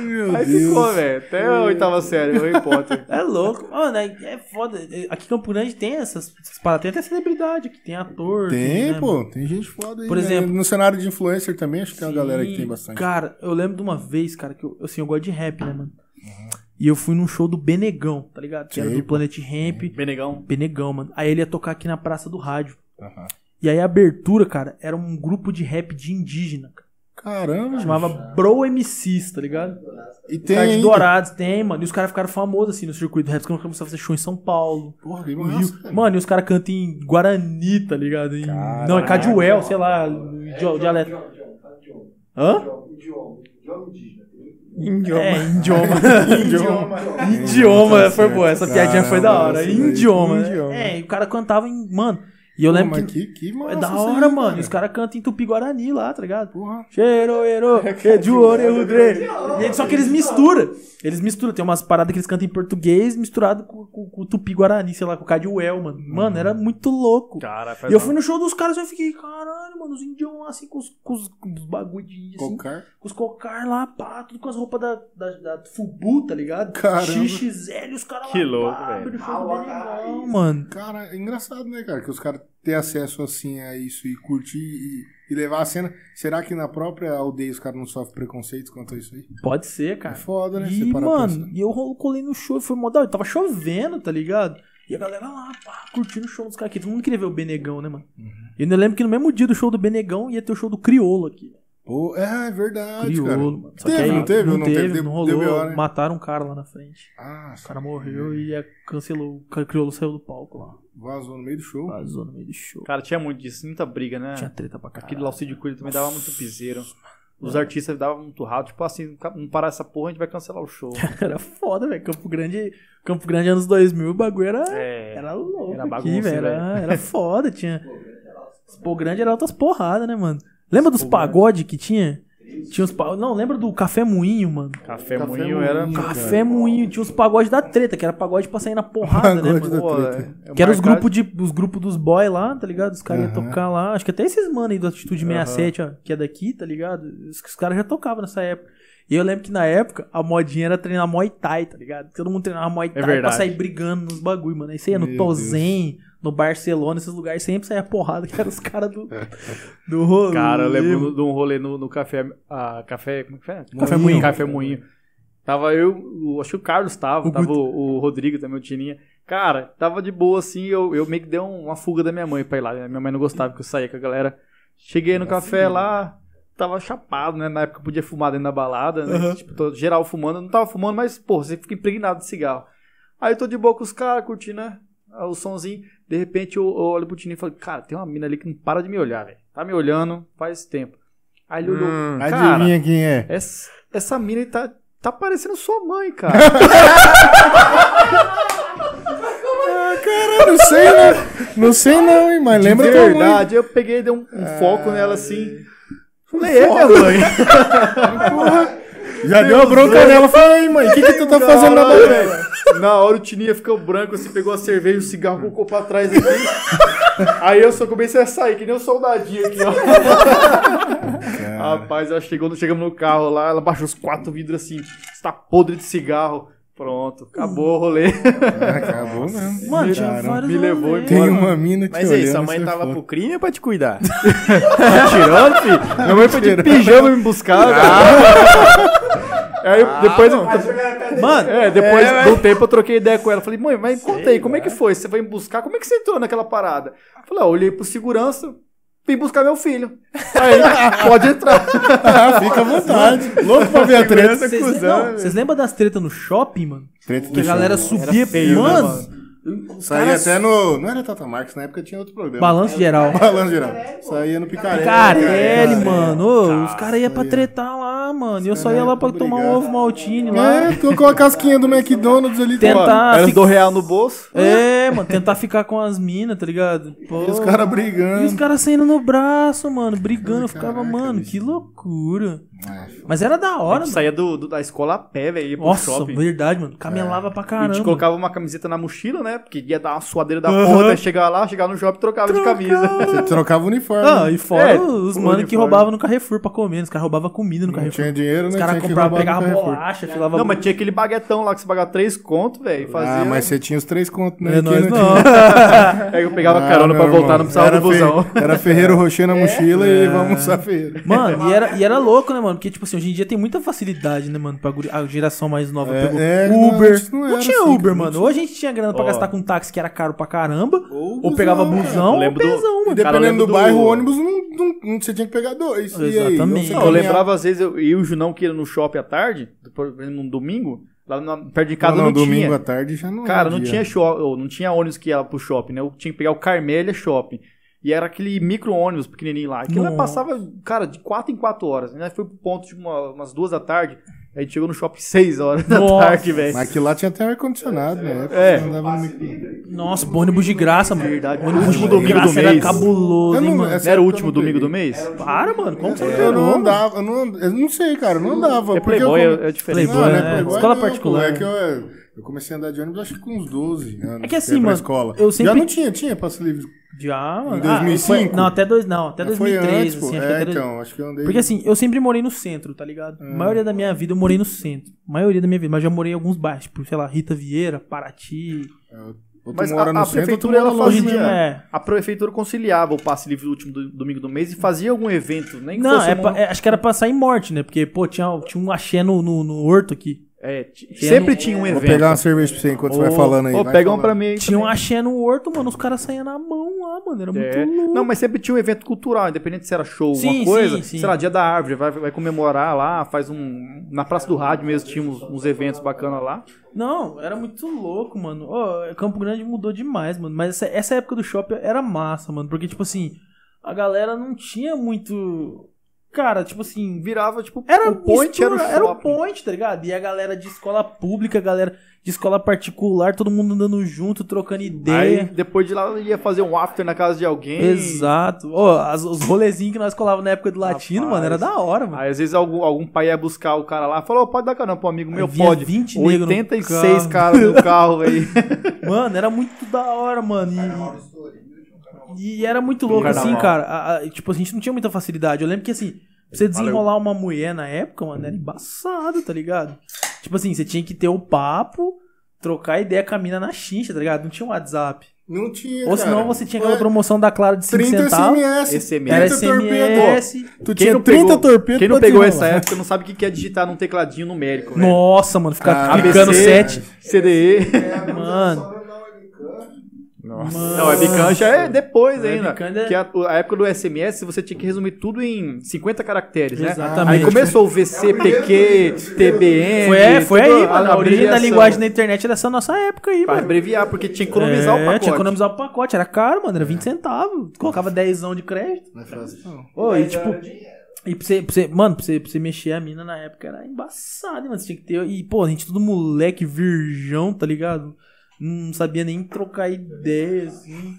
[SPEAKER 1] Meu
[SPEAKER 2] Aí
[SPEAKER 1] Deus.
[SPEAKER 2] ficou, velho. Até a oitava série, o Harry Potter.
[SPEAKER 3] É louco, mano, é, é foda. É, Aqui em Campo Grande tem essas, essas paradas, tem até celebridade aqui, tem ator.
[SPEAKER 1] Tem,
[SPEAKER 3] né,
[SPEAKER 1] pô. Tem gente foda aí.
[SPEAKER 3] Por
[SPEAKER 1] né?
[SPEAKER 3] exemplo-
[SPEAKER 1] No cenário de influencer também, acho que tem uma galera que tem
[SPEAKER 3] Sim,
[SPEAKER 1] bastante.
[SPEAKER 3] Cara, eu lembro de uma vez, cara, que eu, assim, eu gosto de rap, né, mano? E eu fui num show do Benegão, tá ligado? Que era
[SPEAKER 1] Uhum. Sei,
[SPEAKER 3] do
[SPEAKER 1] pô.
[SPEAKER 3] Planet Ramp.
[SPEAKER 2] Benegão.
[SPEAKER 3] Benegão, mano. Aí ele ia tocar aqui na Praça do Rádio.
[SPEAKER 1] Aham.
[SPEAKER 3] E aí a abertura, cara, era um grupo de rap de indígena. cara.
[SPEAKER 1] Caramba,
[SPEAKER 3] Chamava Bro MCs, tá ligado?
[SPEAKER 1] E
[SPEAKER 3] Tem,
[SPEAKER 1] tem.
[SPEAKER 3] cara de
[SPEAKER 1] ainda.
[SPEAKER 3] Dourados, tem, mano. E os caras ficaram famosos, assim, no circuito rap. Os caras começaram a fazer show em São Paulo.
[SPEAKER 1] Porra, que
[SPEAKER 3] no
[SPEAKER 1] massa,
[SPEAKER 3] Rio.
[SPEAKER 1] cara.
[SPEAKER 3] Mano, e os caras cantam em Guarani, tá ligado? Em-
[SPEAKER 1] Caraca.
[SPEAKER 3] Não, é Caduel, sei lá, no idi-
[SPEAKER 1] É,
[SPEAKER 3] dialeto.
[SPEAKER 5] É, Idioma, idioma, idioma.
[SPEAKER 3] Hã?
[SPEAKER 5] Idioma, idioma indígena.
[SPEAKER 4] Idioma.
[SPEAKER 3] É, idioma.
[SPEAKER 1] Idioma.
[SPEAKER 3] idioma,
[SPEAKER 1] Tá
[SPEAKER 3] foi
[SPEAKER 1] certo.
[SPEAKER 3] boa. Essa piadinha foi da hora.
[SPEAKER 1] Caramba, isso daí.
[SPEAKER 3] Idioma, né?
[SPEAKER 1] Idioma.
[SPEAKER 3] É, e o cara cantava em. Mano, e eu lembro
[SPEAKER 1] Pô, mas
[SPEAKER 3] que.
[SPEAKER 1] que, que massa
[SPEAKER 3] É da
[SPEAKER 1] isso aí,
[SPEAKER 3] hora, mano. E os
[SPEAKER 1] cara.
[SPEAKER 3] caras cantam em Tupi Guarani lá, tá ligado?
[SPEAKER 1] Porra.
[SPEAKER 3] Cheiro, ero,
[SPEAKER 4] É
[SPEAKER 3] eduore, udre. E eles- Só que eles misturam. Eles misturam. Tem umas paradas que eles cantam em português misturado com, com, com tupi-guarani, sei lá, com o Cadiuel, mano. Mano, era muito louco.
[SPEAKER 4] Uhum. Cara, um
[SPEAKER 3] E eu fui no show dos caras e eu fiquei, caralho, mano, os índios lá, assim, com os, com os, com os bagulho de índio, assim.
[SPEAKER 1] Cocar.
[SPEAKER 3] Com os cocar lá, pá, tudo com as roupas da, da, da Fubu, tá ligado?
[SPEAKER 1] Caramba.
[SPEAKER 3] XXL, os caras lá.
[SPEAKER 4] Que louco,
[SPEAKER 3] pá,
[SPEAKER 4] velho.
[SPEAKER 3] abriu o show do
[SPEAKER 5] Ah,
[SPEAKER 3] Benigão,
[SPEAKER 5] ah,
[SPEAKER 3] mano.
[SPEAKER 1] Cara, é engraçado, né, cara? Que os caras ter acesso assim a isso e curtir e, e levar a cena. Será que na própria aldeia os caras não sofrem preconceitos quanto a isso aí?
[SPEAKER 3] Pode ser,
[SPEAKER 1] É
[SPEAKER 3] cara.
[SPEAKER 1] foda, né?
[SPEAKER 3] E,
[SPEAKER 1] parar pra
[SPEAKER 3] mano,
[SPEAKER 1] pensar.
[SPEAKER 3] e eu rolo- colei no show e foi modal. Tava chovendo, tá ligado? E a galera lá, pá, curtindo o show dos caras aqui. Todo mundo queria ver o Benegão, né, mano?
[SPEAKER 1] Uhum.
[SPEAKER 3] E eu lembro que no mesmo dia do show do Benegão ia ter o show do Criolo aqui.
[SPEAKER 1] Pô, é, é verdade, cara.
[SPEAKER 3] Criolo, mano. Só
[SPEAKER 1] Teve,
[SPEAKER 3] que aí,
[SPEAKER 1] não teve?
[SPEAKER 3] Não,
[SPEAKER 1] Não
[SPEAKER 3] teve,
[SPEAKER 1] teve, deu-
[SPEAKER 3] não
[SPEAKER 1] deu
[SPEAKER 3] rolou.
[SPEAKER 1] B.O., né?
[SPEAKER 3] Mataram um cara lá na frente.
[SPEAKER 1] Ah,
[SPEAKER 3] O cara morreu e a- cancelou. O cara Criolo saiu do palco lá.
[SPEAKER 1] vazou no meio do show.
[SPEAKER 3] Vazou no meio do show.
[SPEAKER 2] Cara, tinha muito disso, muita briga,
[SPEAKER 1] É.
[SPEAKER 2] né?
[SPEAKER 3] Tinha treta pra caralho.
[SPEAKER 2] Aquele Laucídio Coelho também dava muito piseiro. Os artistas davam muito rato, tipo assim, não parar essa porra, a gente vai cancelar o show.
[SPEAKER 3] Era foda, velho. Campo Grande, Campo Grande anos 2000, o bagulho era...
[SPEAKER 2] É.
[SPEAKER 3] Era
[SPEAKER 2] Era
[SPEAKER 3] louco era aqui,
[SPEAKER 2] bagunça,
[SPEAKER 3] velho. Era,
[SPEAKER 2] velho.
[SPEAKER 3] era foda, tinha. Pô, grande era altas porradas, né, mano? Lembra dos pagode que tinha? Tinha os pa... Não, lembra do Café Moinho, mano?
[SPEAKER 2] Café,
[SPEAKER 1] Café
[SPEAKER 2] Moinho
[SPEAKER 1] Moinho,
[SPEAKER 2] era.
[SPEAKER 1] cara.
[SPEAKER 3] Café Moinho, tinha os pagode da treta, que era pagode pra sair na porrada, né,
[SPEAKER 1] Pagode
[SPEAKER 3] mano?
[SPEAKER 1] da-
[SPEAKER 2] Pô,
[SPEAKER 1] treta.
[SPEAKER 2] é- é
[SPEAKER 3] Que era os
[SPEAKER 2] marcado-
[SPEAKER 3] grupos de, os grupos dos boy lá, tá ligado? Os caras iam
[SPEAKER 1] Aham.
[SPEAKER 3] tocar lá. Acho que até esses mano aí do Atitude 67, ó, que é daqui, tá ligado? Os, os caras já tocavam nessa época. E eu lembro que na época a modinha era treinar Muay Thai, tá ligado? Todo mundo treinava Muay Thai pra
[SPEAKER 2] É verdade.
[SPEAKER 3] sair brigando nos bagulho, mano. Aí você ia no
[SPEAKER 1] Meu
[SPEAKER 3] Tozen, no Barcelona, esses lugares sempre saía porrada, que eram os caras do, do rolê.
[SPEAKER 2] Cara, eu lembro de um rolê no, no café. ah, café. Como é que é?
[SPEAKER 3] Café Moinho.
[SPEAKER 2] Café Moinho. Tava eu, o- acho que o Carlos tava,
[SPEAKER 3] O
[SPEAKER 2] tava
[SPEAKER 3] Guto.
[SPEAKER 2] o, o Rodrigo também, o Tininha. Cara, tava de boa assim, eu, eu meio que dei um- uma fuga da minha mãe pra ir lá. né? Minha mãe não gostava que eu saía com a galera. Cheguei no café
[SPEAKER 3] assim, né?
[SPEAKER 2] lá, tava chapado, né? Na época podia fumar dentro da balada, né?
[SPEAKER 3] Aham.
[SPEAKER 2] Tipo, tô geral fumando. Eu não tava fumando, mas, pô, você fica impregnado de cigarro. Aí eu tô de boa com os caras, curtindo né, o somzinho. De repente eu, eu olho pro Tininho e falo, cara, tem uma mina ali que não para de me olhar, velho. Tá me olhando faz tempo. Aí ele olhou,
[SPEAKER 4] Hum.
[SPEAKER 2] Ah, cara,
[SPEAKER 1] Adivinha quem é?
[SPEAKER 2] essa, essa mina aí tá, tá parecendo sua mãe, cara.
[SPEAKER 1] Não sei, né? Não sei não, hein? Mas lembra
[SPEAKER 2] de
[SPEAKER 1] tua mãe.
[SPEAKER 2] verdade, eu peguei, dei um, um foco nela assim. Falei, é minha
[SPEAKER 1] né?
[SPEAKER 2] mãe.
[SPEAKER 1] Já É, deu a bronca nela. Falou, ei, mãe, o que, que tu tá fazendo na
[SPEAKER 2] Caralho,
[SPEAKER 1] banheira?
[SPEAKER 2] velho. Na hora o Tininha ficou branco, assim, pegou a cerveja, o cigarro, colocou pra trás aqui. Aí eu só comecei a sair, que nem um soldadinho aqui, ó. Rapaz, ela chegou, chegamos no carro lá, ela baixou os quatro vidros assim, está podre de cigarro. Pronto, acabou o rolê.
[SPEAKER 1] Ah, Acabou mesmo.
[SPEAKER 3] Mano, tinha
[SPEAKER 1] Cara,
[SPEAKER 3] vários
[SPEAKER 2] me levou
[SPEAKER 3] rolês.
[SPEAKER 2] e
[SPEAKER 1] Tem uma mina te
[SPEAKER 4] Mas aí,
[SPEAKER 1] olhando.
[SPEAKER 4] sua mãe
[SPEAKER 1] você é
[SPEAKER 4] tava
[SPEAKER 1] fala,
[SPEAKER 4] pro crime ou pra te cuidar?
[SPEAKER 2] Tirando, filho. Minha mãe foi de pijama me buscar, velho. Ah. Aí depois.
[SPEAKER 3] Mano,
[SPEAKER 2] É, depois de um tempo eu troquei ideia com ela. Falei, mãe, mas conta aí, como
[SPEAKER 1] né?"
[SPEAKER 2] é que foi? Você foi me buscar? Como é que você entrou naquela parada? Eu Falei, ah, olhei pro segurança, vim buscar meu filho. Aí, pode entrar.
[SPEAKER 1] Ah, fica à vontade. Louco pra ver a
[SPEAKER 2] é
[SPEAKER 1] treta.
[SPEAKER 4] é
[SPEAKER 3] vocês lembram, vocês lembram das tretas no shopping, mano?
[SPEAKER 1] Treta do
[SPEAKER 3] Que a galera
[SPEAKER 1] show.
[SPEAKER 3] subia,
[SPEAKER 2] feio, né,
[SPEAKER 3] mano. Os
[SPEAKER 1] Saía
[SPEAKER 3] caras-
[SPEAKER 1] até no... Não era Tata Marques, na época tinha outro programa.
[SPEAKER 3] Balanço geral.
[SPEAKER 1] Balanço geral. Saía no Picarelli. né,
[SPEAKER 3] Carelli,
[SPEAKER 1] Picarelli.
[SPEAKER 3] mano. Ô, os caras iam pra tretar lá, mano. E eu só ia lá pra tomar um
[SPEAKER 1] é obrigado.
[SPEAKER 3] ovo maltine lá.
[SPEAKER 1] É, colocou a casquinha do McDonald's ali.
[SPEAKER 3] Tentar.
[SPEAKER 1] mano.
[SPEAKER 3] Ah,
[SPEAKER 2] Era
[SPEAKER 3] fica-
[SPEAKER 2] do real no bolso.
[SPEAKER 3] É, mano, tentar ficar com as minas, tá ligado? Pô.
[SPEAKER 1] E os caras
[SPEAKER 3] E os
[SPEAKER 1] brigando.
[SPEAKER 3] caras saindo no braço, mano, brigando. Eu ficava,
[SPEAKER 1] Caraca,
[SPEAKER 3] mano,
[SPEAKER 1] bicho.
[SPEAKER 3] que loucura.
[SPEAKER 1] Ah,
[SPEAKER 3] Mas era da
[SPEAKER 2] A
[SPEAKER 3] hora,
[SPEAKER 2] gente
[SPEAKER 3] mano.
[SPEAKER 2] É saía do, do- da escola a pé, velho, ia pro
[SPEAKER 3] Nossa,
[SPEAKER 2] shopping.
[SPEAKER 3] verdade,
[SPEAKER 1] É.
[SPEAKER 3] mano. Camelava pra
[SPEAKER 2] A
[SPEAKER 3] caramba.
[SPEAKER 2] gente colocava uma camiseta na mochila, né? Porque ia dar uma suadeira da
[SPEAKER 3] Aham.
[SPEAKER 2] porra, até chegar lá, chegar no shopping, trocava de camisa.
[SPEAKER 1] Você trocava o uniforme.
[SPEAKER 3] Ah, e fora
[SPEAKER 2] É,
[SPEAKER 3] os
[SPEAKER 2] o
[SPEAKER 3] mano que
[SPEAKER 2] uniforme.
[SPEAKER 3] roubavam no Carrefour pra comer. Os caras roubavam comida no
[SPEAKER 1] não
[SPEAKER 3] Carrefour.
[SPEAKER 1] tinha dinheiro, né?
[SPEAKER 3] Os caras
[SPEAKER 1] Tinha que
[SPEAKER 3] compravam,
[SPEAKER 1] roubar no
[SPEAKER 3] pegavam
[SPEAKER 1] Carrefour.
[SPEAKER 3] bolacha, filavam...
[SPEAKER 2] Não, mas tinha aquele baguetão lá que você pagava três conto, velho, e fazia.
[SPEAKER 1] Ah, mas você tinha os três contos, né?
[SPEAKER 3] É
[SPEAKER 1] Aqui
[SPEAKER 3] nóis,
[SPEAKER 1] tinha.
[SPEAKER 3] não.
[SPEAKER 2] Aí eu pegava
[SPEAKER 1] Ah,
[SPEAKER 2] carona pra
[SPEAKER 1] meu
[SPEAKER 2] voltar,
[SPEAKER 1] irmão,
[SPEAKER 2] não precisava
[SPEAKER 1] era
[SPEAKER 2] do busão. É?
[SPEAKER 1] Ferre- Era Ferreiro Rocher na mochila e vamos almoçar Ferreiro.
[SPEAKER 3] Mano, e era, e era louco, né, mano? Porque, tipo assim, hoje em dia tem muita facilidade, né, mano? Pra guri- a geração mais nova
[SPEAKER 1] É,
[SPEAKER 3] pegou
[SPEAKER 1] é, não,
[SPEAKER 3] Uber.
[SPEAKER 1] antes
[SPEAKER 3] Não,
[SPEAKER 1] não era
[SPEAKER 3] tinha
[SPEAKER 1] assim,
[SPEAKER 3] Uber,
[SPEAKER 1] não
[SPEAKER 3] mano. Hoje a gente tinha grana pra
[SPEAKER 4] Ó.
[SPEAKER 3] gastar com táxi que era caro pra caramba. Ou,
[SPEAKER 1] busão,
[SPEAKER 3] pegava
[SPEAKER 1] cara.
[SPEAKER 3] busão ou
[SPEAKER 4] lembro do-
[SPEAKER 3] pesão,
[SPEAKER 1] E
[SPEAKER 3] mano.
[SPEAKER 4] cara, eu
[SPEAKER 1] dependendo
[SPEAKER 4] lembro
[SPEAKER 1] do, bairro,
[SPEAKER 4] do-
[SPEAKER 1] o ônibus não, não- não- você tinha que pegar dois. E aí,
[SPEAKER 3] Exatamente.
[SPEAKER 1] você
[SPEAKER 3] Não,
[SPEAKER 2] Não, eu
[SPEAKER 1] caminhava-
[SPEAKER 2] lembrava às vezes, eu, eu e o Junão que ia no shopping à tarde, por exemplo, num domingo, lá na- perto de casa
[SPEAKER 1] não,
[SPEAKER 2] não,
[SPEAKER 1] não, domingo à
[SPEAKER 2] tinha.
[SPEAKER 1] tarde é. já não
[SPEAKER 2] Cara,
[SPEAKER 1] era
[SPEAKER 2] não
[SPEAKER 1] dia.
[SPEAKER 2] tinha, shop, ou não tinha ônibus que ia pro shopping, né? Eu tinha que pegar o Carmélia Shopping. E era aquele micro-ônibus pequenininho lá. Aquilo lá
[SPEAKER 3] Nossa.
[SPEAKER 2] passava, cara, de 4 em 4 horas. Né? Foi pro ponto de uma- umas 2 da tarde. A gente chegou no shopping 6 horas da
[SPEAKER 3] Nossa.
[SPEAKER 2] tarde, velho.
[SPEAKER 1] Mas que lá tinha até um ar-condicionado, né?
[SPEAKER 2] É.
[SPEAKER 1] Você andava no micro-
[SPEAKER 3] Nossa, o ônibus de graça, mano.
[SPEAKER 2] Verdade,
[SPEAKER 3] O ônibus
[SPEAKER 2] último
[SPEAKER 3] de
[SPEAKER 2] domingo
[SPEAKER 3] graça
[SPEAKER 2] do
[SPEAKER 3] era
[SPEAKER 2] mês.
[SPEAKER 1] Eu
[SPEAKER 3] cabuloso, hein,
[SPEAKER 1] não-
[SPEAKER 3] mano.
[SPEAKER 1] essa
[SPEAKER 2] Não era
[SPEAKER 1] época
[SPEAKER 2] o
[SPEAKER 1] eu
[SPEAKER 2] último
[SPEAKER 1] não peguei.
[SPEAKER 2] domingo do mês?
[SPEAKER 3] Para, mano. Como você tá
[SPEAKER 1] Eu não
[SPEAKER 3] pegou?
[SPEAKER 1] andava, eu não, eu não sei, cara, eu não andava. porque
[SPEAKER 2] É Playboy,
[SPEAKER 1] eu
[SPEAKER 2] é, é diferente.
[SPEAKER 3] Playboy,
[SPEAKER 1] Não,
[SPEAKER 3] né?
[SPEAKER 1] né? Playboy
[SPEAKER 3] Escola
[SPEAKER 1] não,
[SPEAKER 3] particular.
[SPEAKER 1] pô, É que eu, eu comecei a andar de ônibus acho que com uns 12 anos.
[SPEAKER 3] É que assim,
[SPEAKER 1] ia pra
[SPEAKER 3] mano,
[SPEAKER 1] escola.
[SPEAKER 3] eu sempre-
[SPEAKER 1] Já não tinha, tinha passo livre.
[SPEAKER 3] Já, mano.
[SPEAKER 1] Em 2005?
[SPEAKER 3] Ah, foi- não, até dois, não, até
[SPEAKER 1] Já foi
[SPEAKER 3] 2003,
[SPEAKER 1] antes, pô.
[SPEAKER 3] assim. acho que
[SPEAKER 1] é,
[SPEAKER 3] até dois-
[SPEAKER 1] então, Hum. acho que eu andei...
[SPEAKER 3] Porque assim, eu sempre morei no centro, tá ligado? A maioria da minha vida eu morei no centro. A maioria da minha vida, mas já morei em alguns bairros, tipo, sei lá, Rita Vieira, Paraty.
[SPEAKER 1] Outro
[SPEAKER 2] Mas
[SPEAKER 1] mora
[SPEAKER 2] a-
[SPEAKER 1] no
[SPEAKER 2] a
[SPEAKER 1] centro, outro
[SPEAKER 2] prefeitura,
[SPEAKER 1] mora
[SPEAKER 2] ela
[SPEAKER 1] longe,
[SPEAKER 3] Hoje
[SPEAKER 1] né?
[SPEAKER 3] em dia é.
[SPEAKER 2] A prefeitura conciliava o passe livre do último do- domingo do mês e fazia algum evento, nem que
[SPEAKER 3] Não,
[SPEAKER 2] fosse
[SPEAKER 3] é
[SPEAKER 2] um-
[SPEAKER 3] pra- é, acho que era pra sair morte, né? Porque, pô, tinha, tinha um axé no, no, no horto aqui.
[SPEAKER 2] É, t- sempre tinha um
[SPEAKER 1] Vou
[SPEAKER 2] evento.
[SPEAKER 1] pegar uma cerveja pra você enquanto você vai falando aí.
[SPEAKER 2] Ô,
[SPEAKER 1] vai
[SPEAKER 2] pega um
[SPEAKER 1] falando.
[SPEAKER 2] pra mim aí.
[SPEAKER 3] Tinha um
[SPEAKER 2] também.
[SPEAKER 3] axé no horto, mano. Os caras saíam na mão lá, mano. Era
[SPEAKER 2] É.
[SPEAKER 3] muito louco.
[SPEAKER 2] Não, mas sempre tinha um evento cultural, independente se era show ou
[SPEAKER 3] Sim,
[SPEAKER 2] uma coisa.
[SPEAKER 3] sim, sim.
[SPEAKER 2] Sei lá, dia da árvore, vai, vai comemorar lá, faz um. Na Praça do Rádio mesmo tinha uns, uns eventos bacanas lá.
[SPEAKER 3] Não, era muito louco, mano. Ó, Campo Grande mudou demais, mano. Mas essa, essa época do shopping era massa, mano. Porque, tipo assim, a galera não tinha muito. Cara, tipo assim,
[SPEAKER 2] Virava, tipo,
[SPEAKER 3] Era
[SPEAKER 2] o point era o,
[SPEAKER 3] mistura, era o
[SPEAKER 2] shopping.
[SPEAKER 3] point, tá ligado? E a galera de escola pública, a galera de escola particular, todo mundo andando junto, trocando
[SPEAKER 2] Aí
[SPEAKER 3] ideia.
[SPEAKER 2] depois de lá eu ia fazer um after na casa de alguém.
[SPEAKER 3] É. Exato. Ó, as- os rolezinhos que nós colavamos na época do latino,
[SPEAKER 2] Rapaz.
[SPEAKER 3] mano, era da hora, mano.
[SPEAKER 2] Aí às vezes algum, algum pai ia buscar o cara lá, falou, "Ô, pode dar carona pro amigo meu,
[SPEAKER 3] Aí vinha
[SPEAKER 2] pode.
[SPEAKER 3] 20 negro no
[SPEAKER 2] 86
[SPEAKER 3] carro.
[SPEAKER 2] caras no carro aí.
[SPEAKER 3] Mano, era muito da hora, mano. E,
[SPEAKER 5] um
[SPEAKER 3] e era muito louco, assim,
[SPEAKER 2] Carnaval.
[SPEAKER 3] cara. A- a- tipo, a gente não tinha muita facilidade. Eu lembro que, assim, pra você desenrolar uma mulher na época, mano, era embaçado, tá ligado? Tipo assim, você tinha que ter o papo, trocar ideia com a mina na chincha, tá ligado? Não tinha um WhatsApp.
[SPEAKER 1] Não tinha,
[SPEAKER 3] Ou senão
[SPEAKER 1] cara.
[SPEAKER 3] você tinha aquela
[SPEAKER 1] Ué,
[SPEAKER 3] promoção da Clara de 5
[SPEAKER 1] 30
[SPEAKER 3] centavos.
[SPEAKER 1] SMS.
[SPEAKER 2] SMS.
[SPEAKER 3] Era tipo
[SPEAKER 1] 30 torpedo.
[SPEAKER 3] SMS.
[SPEAKER 1] Tu
[SPEAKER 2] Quem
[SPEAKER 1] tinha
[SPEAKER 2] não
[SPEAKER 1] 30
[SPEAKER 2] pegou-
[SPEAKER 1] torpedo
[SPEAKER 2] é Quem não
[SPEAKER 1] pra
[SPEAKER 2] pegou essa
[SPEAKER 1] desenrolar.
[SPEAKER 2] época não sabe o que que é digitar num tecladinho numérico, né? velho.
[SPEAKER 3] Nossa, mano, ficar
[SPEAKER 1] Ah,
[SPEAKER 3] clicando
[SPEAKER 2] ABC,
[SPEAKER 3] 7.
[SPEAKER 5] assim,
[SPEAKER 2] CDE.
[SPEAKER 5] é,
[SPEAKER 3] Mano.
[SPEAKER 4] Nossa.
[SPEAKER 2] Não, webcam já é depois ainda.
[SPEAKER 3] Webcam ainda é-
[SPEAKER 2] Que a, a época do SMS você tinha que resumir tudo em 50 caracteres, né?
[SPEAKER 3] Exatamente.
[SPEAKER 2] Aí começou o VCPQ, TBN.
[SPEAKER 3] Foi, é, foi aí,
[SPEAKER 2] tudo
[SPEAKER 3] mano. A origem da
[SPEAKER 2] abreviação.
[SPEAKER 3] linguagem da internet era essa nossa época aí,
[SPEAKER 2] Pra
[SPEAKER 3] mano.
[SPEAKER 2] abreviar, porque tinha que economizar
[SPEAKER 3] é,
[SPEAKER 2] o pacote.
[SPEAKER 3] tinha que economizar o pacote. Era caro, mano. Era 20 centavos. Colocava 10 de crédito.
[SPEAKER 1] Não é fácil, não.
[SPEAKER 3] Ô, e tipo. E pra você, pra você- mano, pra você, pra você mexer a mina na época era embaçado, hein, mano. Você tinha que ter. E, pô, a gente tudo moleque, virgão, tá ligado? Não sabia nem trocar ideia, assim.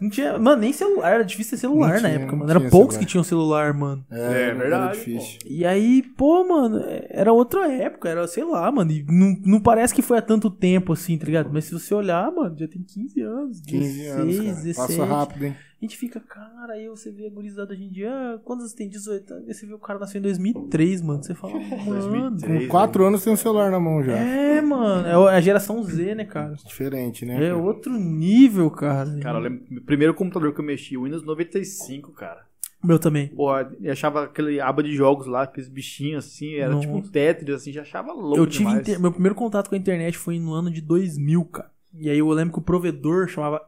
[SPEAKER 3] Não tinha, mano, nem celular, era difícil ter celular
[SPEAKER 1] Não
[SPEAKER 3] na
[SPEAKER 1] tinha,
[SPEAKER 3] época,
[SPEAKER 1] não
[SPEAKER 3] mano. Era
[SPEAKER 1] tinha
[SPEAKER 3] poucos
[SPEAKER 1] celular.
[SPEAKER 3] que tinham celular, mano.
[SPEAKER 2] É
[SPEAKER 1] era
[SPEAKER 2] verdade,
[SPEAKER 1] difícil.
[SPEAKER 3] E aí, pô, mano, é- era outra época, era, sei lá, mano, e não, não parece que foi há tanto tempo assim, tá ligado? Mas se você olhar, mano, já tem 15 anos,
[SPEAKER 1] 15
[SPEAKER 3] 16,
[SPEAKER 1] anos, cara.
[SPEAKER 3] 17.
[SPEAKER 1] Passa rápido, hein?
[SPEAKER 3] A gente fica, cara, aí você vê a gurizada hoje em dia, ah, quantos tem? 18 anos, aí você vê o cara nasceu em 2003, mano, você fala, mano...
[SPEAKER 2] 2003.
[SPEAKER 1] Com 4 anos tem um celular na mão já.
[SPEAKER 3] É, mano, é o- é a geração Z, né, cara?
[SPEAKER 1] Diferente, né?
[SPEAKER 3] É
[SPEAKER 1] cara?
[SPEAKER 3] outro nível, cara.
[SPEAKER 2] Cara, eu lembro, o primeiro computador que eu mexi, o Windows 95, cara.
[SPEAKER 3] Meu também.
[SPEAKER 2] Porra, eu achava aquele aba de jogos lá, aqueles bichinhos assim, era
[SPEAKER 3] Nossa.
[SPEAKER 2] tipo um Tetris, assim, já achava louco
[SPEAKER 3] Eu tive
[SPEAKER 2] demais.
[SPEAKER 3] inter- Meu primeiro contato com a internet foi no ano de 2000, cara. E aí eu lembro que o provedor chamava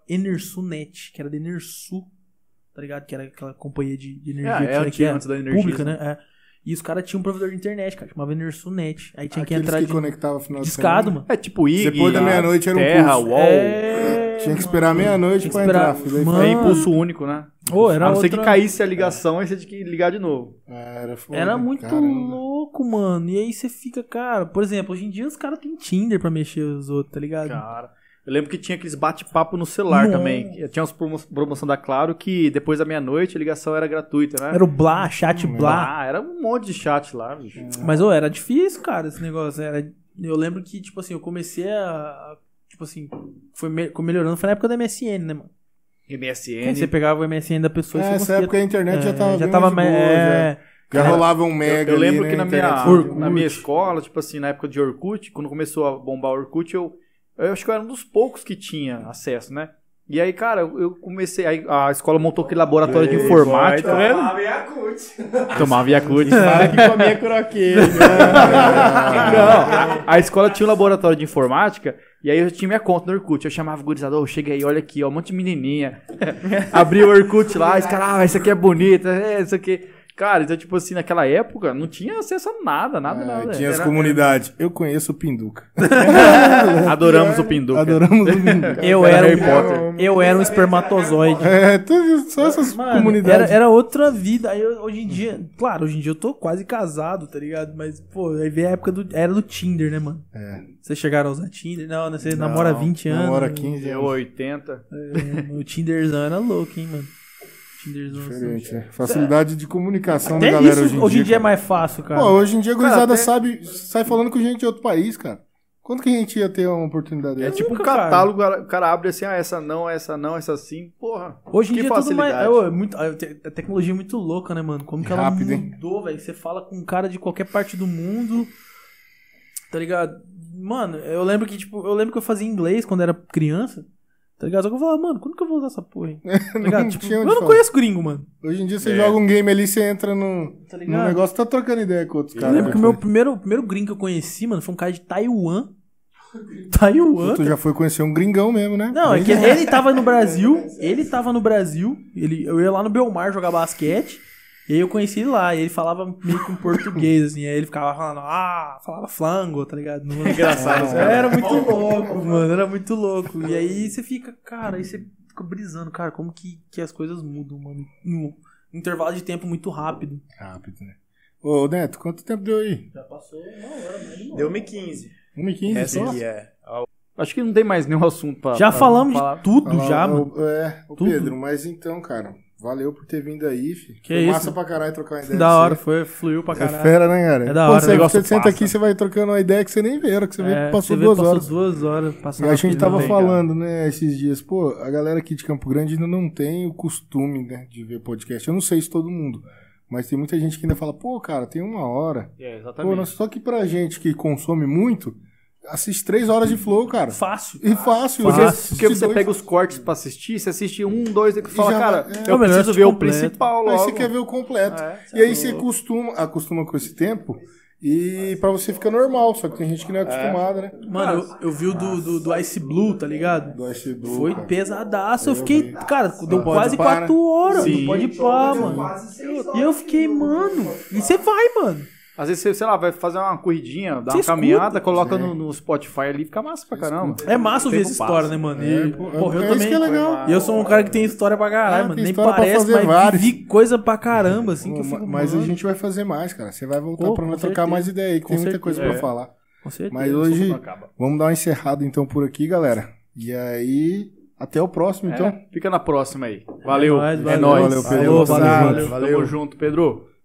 [SPEAKER 3] Enersunet, que era da Enersu, tá ligado? Que era aquela companhia de, de
[SPEAKER 2] É,
[SPEAKER 3] energia
[SPEAKER 2] é
[SPEAKER 3] que tinha que
[SPEAKER 2] antigo,
[SPEAKER 3] era
[SPEAKER 2] antes da energia.
[SPEAKER 3] pública, né? É. E os caras tinham um provedor de internet, cara, chamava Enersunet. Aí tinha que
[SPEAKER 1] Aqueles
[SPEAKER 3] entrar
[SPEAKER 1] que
[SPEAKER 3] de
[SPEAKER 1] conectava final de
[SPEAKER 3] discado,
[SPEAKER 1] semana.
[SPEAKER 3] mano.
[SPEAKER 2] É tipo IG,
[SPEAKER 1] Depois da meia-noite era um
[SPEAKER 2] Terra,
[SPEAKER 1] pulso.
[SPEAKER 2] UOL.
[SPEAKER 3] É,
[SPEAKER 1] Tinha que esperar
[SPEAKER 3] mano.
[SPEAKER 1] meia-noite
[SPEAKER 3] Tinha que
[SPEAKER 1] pra
[SPEAKER 3] esperar-
[SPEAKER 1] entrar. filho. Aí
[SPEAKER 3] Mano.
[SPEAKER 1] foi-
[SPEAKER 2] É impulso único, né?
[SPEAKER 3] Ô, era
[SPEAKER 2] a não ser que
[SPEAKER 3] outra-
[SPEAKER 2] caísse a ligação, aí você tinha que ligar de novo.
[SPEAKER 1] Era, foda,
[SPEAKER 2] né?
[SPEAKER 3] Era muito
[SPEAKER 1] caramba.
[SPEAKER 3] louco, mano. E aí você fica, cara. Por exemplo, hoje em dia os caras têm Tinder pra mexer os outros, tá ligado?
[SPEAKER 2] Cara. Eu lembro que tinha aqueles bate-papo no celular
[SPEAKER 3] Nossa.
[SPEAKER 2] também. que Tinha umas promo- promoção da Claro que depois da meia-noite a ligação era gratuita, né?
[SPEAKER 3] Era o Blá, chat Blá.
[SPEAKER 2] Ah, era um monte de chat lá, bicho.
[SPEAKER 3] Mas, ô, era difícil, cara, esse negócio. Era... Eu lembro que, tipo assim, eu comecei a- a. Tipo assim, foi me- foi melhorando. Foi na época da MSN, né, mano? Que aí
[SPEAKER 2] MSN.
[SPEAKER 3] você pegava o MSN da pessoa e
[SPEAKER 1] É,
[SPEAKER 3] você
[SPEAKER 1] Nessa
[SPEAKER 3] conseguia-
[SPEAKER 1] época a internet já tava
[SPEAKER 3] É, já
[SPEAKER 1] bem
[SPEAKER 3] tava
[SPEAKER 1] mais
[SPEAKER 3] mais-
[SPEAKER 1] boa, já.
[SPEAKER 3] é,
[SPEAKER 1] Já
[SPEAKER 3] Cara,
[SPEAKER 1] rolava um mega
[SPEAKER 2] Eu
[SPEAKER 1] ali,
[SPEAKER 2] lembro
[SPEAKER 1] né,
[SPEAKER 2] que na minha,
[SPEAKER 1] internet.
[SPEAKER 2] na minha escola, tipo assim, na época de Orkut, quando começou a bombar o Orkut, eu, eu acho que eu era um dos poucos que tinha acesso, né? E aí, cara, eu eu comecei. Aí a escola montou aquele laboratório de
[SPEAKER 4] Ei,
[SPEAKER 2] informática.
[SPEAKER 4] boy,
[SPEAKER 2] né?
[SPEAKER 5] Tomava Yakult.
[SPEAKER 2] Tomava Yakult.
[SPEAKER 1] É.
[SPEAKER 4] Para que com a minha croqueira.
[SPEAKER 1] né?
[SPEAKER 2] Não, a escola tinha um laboratório de informática e aí eu tinha minha conta no Orkut. Eu chamava o gurizada, ô, chega aí, olha aqui, ó, um monte de menininha. Abri o Orkut lá, esse cara, ah, isso aqui é bonito, é, isso aqui. Cara, então, tipo assim, naquela época não tinha acesso a nada, nada, nada.
[SPEAKER 1] É, tinha as
[SPEAKER 2] Era-
[SPEAKER 1] comunidades. Eu conheço o Pinduca.
[SPEAKER 2] Adoramos o Pinduca.
[SPEAKER 1] Adoramos o Pinduca.
[SPEAKER 3] Eu
[SPEAKER 2] Era
[SPEAKER 3] era,
[SPEAKER 2] Harry
[SPEAKER 3] um,
[SPEAKER 2] Potter.
[SPEAKER 3] eu era um espermatozoide.
[SPEAKER 1] É, tudo- só essas
[SPEAKER 3] Era,
[SPEAKER 1] comunidades.
[SPEAKER 3] era outra vida. Aí eu- hoje em dia, claro, hoje em dia eu tô quase casado, tá ligado? Mas, pô, aí veio a época do. Era do Tinder, né, mano?
[SPEAKER 1] É.
[SPEAKER 3] Vocês chegaram a usar Tinder? Não, né? Você namora há 20 anos.
[SPEAKER 1] Namora 15
[SPEAKER 2] Eu
[SPEAKER 1] anos.
[SPEAKER 2] 80.
[SPEAKER 3] É, o Tinderzão era louco, hein, mano? Tinderzão assim.
[SPEAKER 1] Diferente, né? Facilidade de comunicação
[SPEAKER 3] Até
[SPEAKER 1] da galera
[SPEAKER 3] isso,
[SPEAKER 1] hoje em dia.
[SPEAKER 3] é mais fácil, cara.
[SPEAKER 1] Pô, hoje em dia a
[SPEAKER 2] Cara,
[SPEAKER 1] gurizada
[SPEAKER 2] até-
[SPEAKER 1] sabe, sai falando com gente de outro país, cara. Quando que a gente ia ter uma oportunidade
[SPEAKER 2] É
[SPEAKER 1] dessa?
[SPEAKER 2] tipo um
[SPEAKER 3] nunca, cara.
[SPEAKER 2] catálogo, o cara abre assim, ah, essa não, essa não, essa sim. Porra.
[SPEAKER 3] hoje em
[SPEAKER 2] que
[SPEAKER 3] dia é tudo mais.
[SPEAKER 2] facilidade.
[SPEAKER 3] é, ô, é muito, a te- a tecnologia é muito louca, né, mano? Como que ela
[SPEAKER 1] Rápido, hein?
[SPEAKER 3] mudou, velho? Você fala com um cara de qualquer parte do mundo, tá ligado? Mano, eu lembro que, tipo, eu lembro que eu fazia inglês quando era criança, tá ligado? Só que eu falava, mano, quando que eu vou usar essa porra, hein? Tá ligado?
[SPEAKER 1] Não
[SPEAKER 3] Tipo,
[SPEAKER 1] tinha
[SPEAKER 3] eu
[SPEAKER 1] onde
[SPEAKER 3] não
[SPEAKER 1] falar.
[SPEAKER 3] conheço gringo, mano.
[SPEAKER 1] Hoje em dia você joga um game ali, você entra num,
[SPEAKER 3] Tá
[SPEAKER 1] num
[SPEAKER 3] ligado?
[SPEAKER 1] negócio, tá trocando ideia com outros
[SPEAKER 3] Eu
[SPEAKER 1] caras.
[SPEAKER 3] lembro que o meu primeiro, o primeiro gringo que eu conheci, mano, foi um cara de Taiwan. Taiwan,
[SPEAKER 1] Tu já foi conhecer um gringão mesmo, né?
[SPEAKER 3] Não, é
[SPEAKER 1] Bem
[SPEAKER 3] que ele tava no Brasil, ele tava no Brasil, ele, eu ia lá no Belmar jogar basquete, e aí eu conheci ele lá, e ele falava meio que um português, assim, aí ele ficava falando, ah, falava flango, tá ligado? Não,
[SPEAKER 2] Engraçado.
[SPEAKER 1] né?
[SPEAKER 3] Cara, Era muito louco, mano, era muito louco. E aí você fica, cara, aí você fica brisando, cara, como que, que as coisas mudam, mano, no intervalo de tempo muito rápido.
[SPEAKER 1] Rápido, né? Ô, Neto, quanto tempo deu aí?
[SPEAKER 3] Já passou uma hora, mais de
[SPEAKER 4] Deu-me 15.
[SPEAKER 1] 1 e 15
[SPEAKER 4] Essa
[SPEAKER 1] só?
[SPEAKER 4] aqui é.
[SPEAKER 2] Acho que não tem mais nenhum assunto pra.
[SPEAKER 3] Já
[SPEAKER 2] pra
[SPEAKER 3] falamos
[SPEAKER 2] falar.
[SPEAKER 3] de tudo,
[SPEAKER 1] Fala,
[SPEAKER 3] já,
[SPEAKER 1] ô,
[SPEAKER 3] mano.
[SPEAKER 1] É, ô
[SPEAKER 3] Tudo.
[SPEAKER 1] Pedro, mas então, cara, valeu por ter vindo aí, filho.
[SPEAKER 3] Que
[SPEAKER 1] Foi
[SPEAKER 3] isso.
[SPEAKER 1] massa pra caralho trocar uma ideia.
[SPEAKER 3] Da
[SPEAKER 1] com
[SPEAKER 3] hora,
[SPEAKER 1] você.
[SPEAKER 3] foi, fluiu pra
[SPEAKER 1] É
[SPEAKER 3] caralho.
[SPEAKER 1] fera, né, cara?
[SPEAKER 3] É da hora,
[SPEAKER 1] Pô,
[SPEAKER 3] o
[SPEAKER 1] você,
[SPEAKER 3] negócio
[SPEAKER 1] você senta
[SPEAKER 2] passa.
[SPEAKER 1] aqui, você vai trocando uma ideia que você nem vê, a hora que você vê
[SPEAKER 3] É,
[SPEAKER 1] que passou
[SPEAKER 3] você vê,
[SPEAKER 1] duas
[SPEAKER 3] passou
[SPEAKER 1] horas.
[SPEAKER 3] duas horas.
[SPEAKER 1] E
[SPEAKER 3] Passou
[SPEAKER 1] a gente
[SPEAKER 3] rapidão.
[SPEAKER 1] tava
[SPEAKER 2] tem,
[SPEAKER 1] falando, né, esses dias, pô, a galera aqui de Campo Grande ainda não tem o costume, né, de ver podcast. Eu não sei se todo mundo, mas tem muita gente que ainda fala, pô, cara, tem uma hora.
[SPEAKER 2] É, exatamente.
[SPEAKER 1] Pô, não, só que pra gente que consome muito, assiste três horas de flow, cara.
[SPEAKER 3] Fácil.
[SPEAKER 1] E fácil.
[SPEAKER 2] Porque,
[SPEAKER 1] assiste
[SPEAKER 2] porque você
[SPEAKER 1] dois,
[SPEAKER 2] pega os cortes pra assistir, você assiste um, dois, e fala,
[SPEAKER 1] já
[SPEAKER 2] cara,
[SPEAKER 1] vai- é.
[SPEAKER 2] eu
[SPEAKER 3] Não, mas
[SPEAKER 2] preciso
[SPEAKER 3] eu
[SPEAKER 2] ver o
[SPEAKER 3] completo.
[SPEAKER 2] principal
[SPEAKER 1] Aí
[SPEAKER 2] logo.
[SPEAKER 1] você quer ver o completo.
[SPEAKER 2] É,
[SPEAKER 1] e aí você costuma, acostuma com esse tempo e pra você fica normal, só que tem gente que não é acostumada, né?
[SPEAKER 3] Mano, eu, eu vi o do, do, do Ice Blue, tá ligado?
[SPEAKER 1] Do Ice Blue,
[SPEAKER 3] Foi
[SPEAKER 1] cara.
[SPEAKER 3] pesadaço. Eu
[SPEAKER 1] Eu
[SPEAKER 3] fiquei,
[SPEAKER 1] vi.
[SPEAKER 3] cara, deu
[SPEAKER 1] pode
[SPEAKER 3] quase
[SPEAKER 1] pá, né?
[SPEAKER 3] quatro horas.
[SPEAKER 2] Sim.
[SPEAKER 3] Não pode pá,
[SPEAKER 5] Jogos,
[SPEAKER 3] mano.
[SPEAKER 5] quase seis
[SPEAKER 3] E eu
[SPEAKER 5] horas
[SPEAKER 3] fiquei,
[SPEAKER 5] de jogo.
[SPEAKER 3] mano. E você vai, mano.
[SPEAKER 2] Às vezes você, sei lá, vai fazer uma corridinha, dá
[SPEAKER 3] Você
[SPEAKER 2] uma
[SPEAKER 3] escuta.
[SPEAKER 2] caminhada, coloca no, no Spotify ali, fica massa pra caramba.
[SPEAKER 3] É
[SPEAKER 2] O
[SPEAKER 3] massa ouvir
[SPEAKER 2] tempo
[SPEAKER 3] essa
[SPEAKER 2] passa.
[SPEAKER 3] história, né, mano? E,
[SPEAKER 1] pô,
[SPEAKER 3] porra, eu
[SPEAKER 1] é
[SPEAKER 3] também.
[SPEAKER 1] isso que é legal.
[SPEAKER 3] E eu sou um cara que tem história pra caralho,
[SPEAKER 1] Ah,
[SPEAKER 3] mano.
[SPEAKER 1] tem
[SPEAKER 3] Nem
[SPEAKER 1] história pra
[SPEAKER 3] parece,
[SPEAKER 1] fazer
[SPEAKER 3] mas
[SPEAKER 1] vários.
[SPEAKER 3] vi coisa pra caramba, assim, que eu
[SPEAKER 1] Pô,
[SPEAKER 3] fico,
[SPEAKER 1] mas
[SPEAKER 3] mano,
[SPEAKER 1] a gente vai fazer mais, cara. Você vai voltar
[SPEAKER 3] Pô,
[SPEAKER 1] pra
[SPEAKER 3] com
[SPEAKER 1] nós
[SPEAKER 3] certeza.
[SPEAKER 1] trocar mais ideia aí, que
[SPEAKER 3] Com
[SPEAKER 1] tem muita
[SPEAKER 3] certeza.
[SPEAKER 1] coisa pra
[SPEAKER 2] É.
[SPEAKER 1] faasfalar.
[SPEAKER 3] Com certeza.
[SPEAKER 1] Mas hoje
[SPEAKER 2] Acaba.
[SPEAKER 1] vamos dar uma encerrada então por aqui, galera. E aí, Até o
[SPEAKER 3] É.
[SPEAKER 1] próximo, então.
[SPEAKER 2] É, fica na próxima aí. Valeu.
[SPEAKER 3] nóis,
[SPEAKER 2] É
[SPEAKER 3] valeu.
[SPEAKER 2] nóis.
[SPEAKER 1] Valeu, Pedro.
[SPEAKER 3] Valeu, valeu,
[SPEAKER 1] Obrigado.
[SPEAKER 3] valeu.
[SPEAKER 2] Tamo junto, Pedro.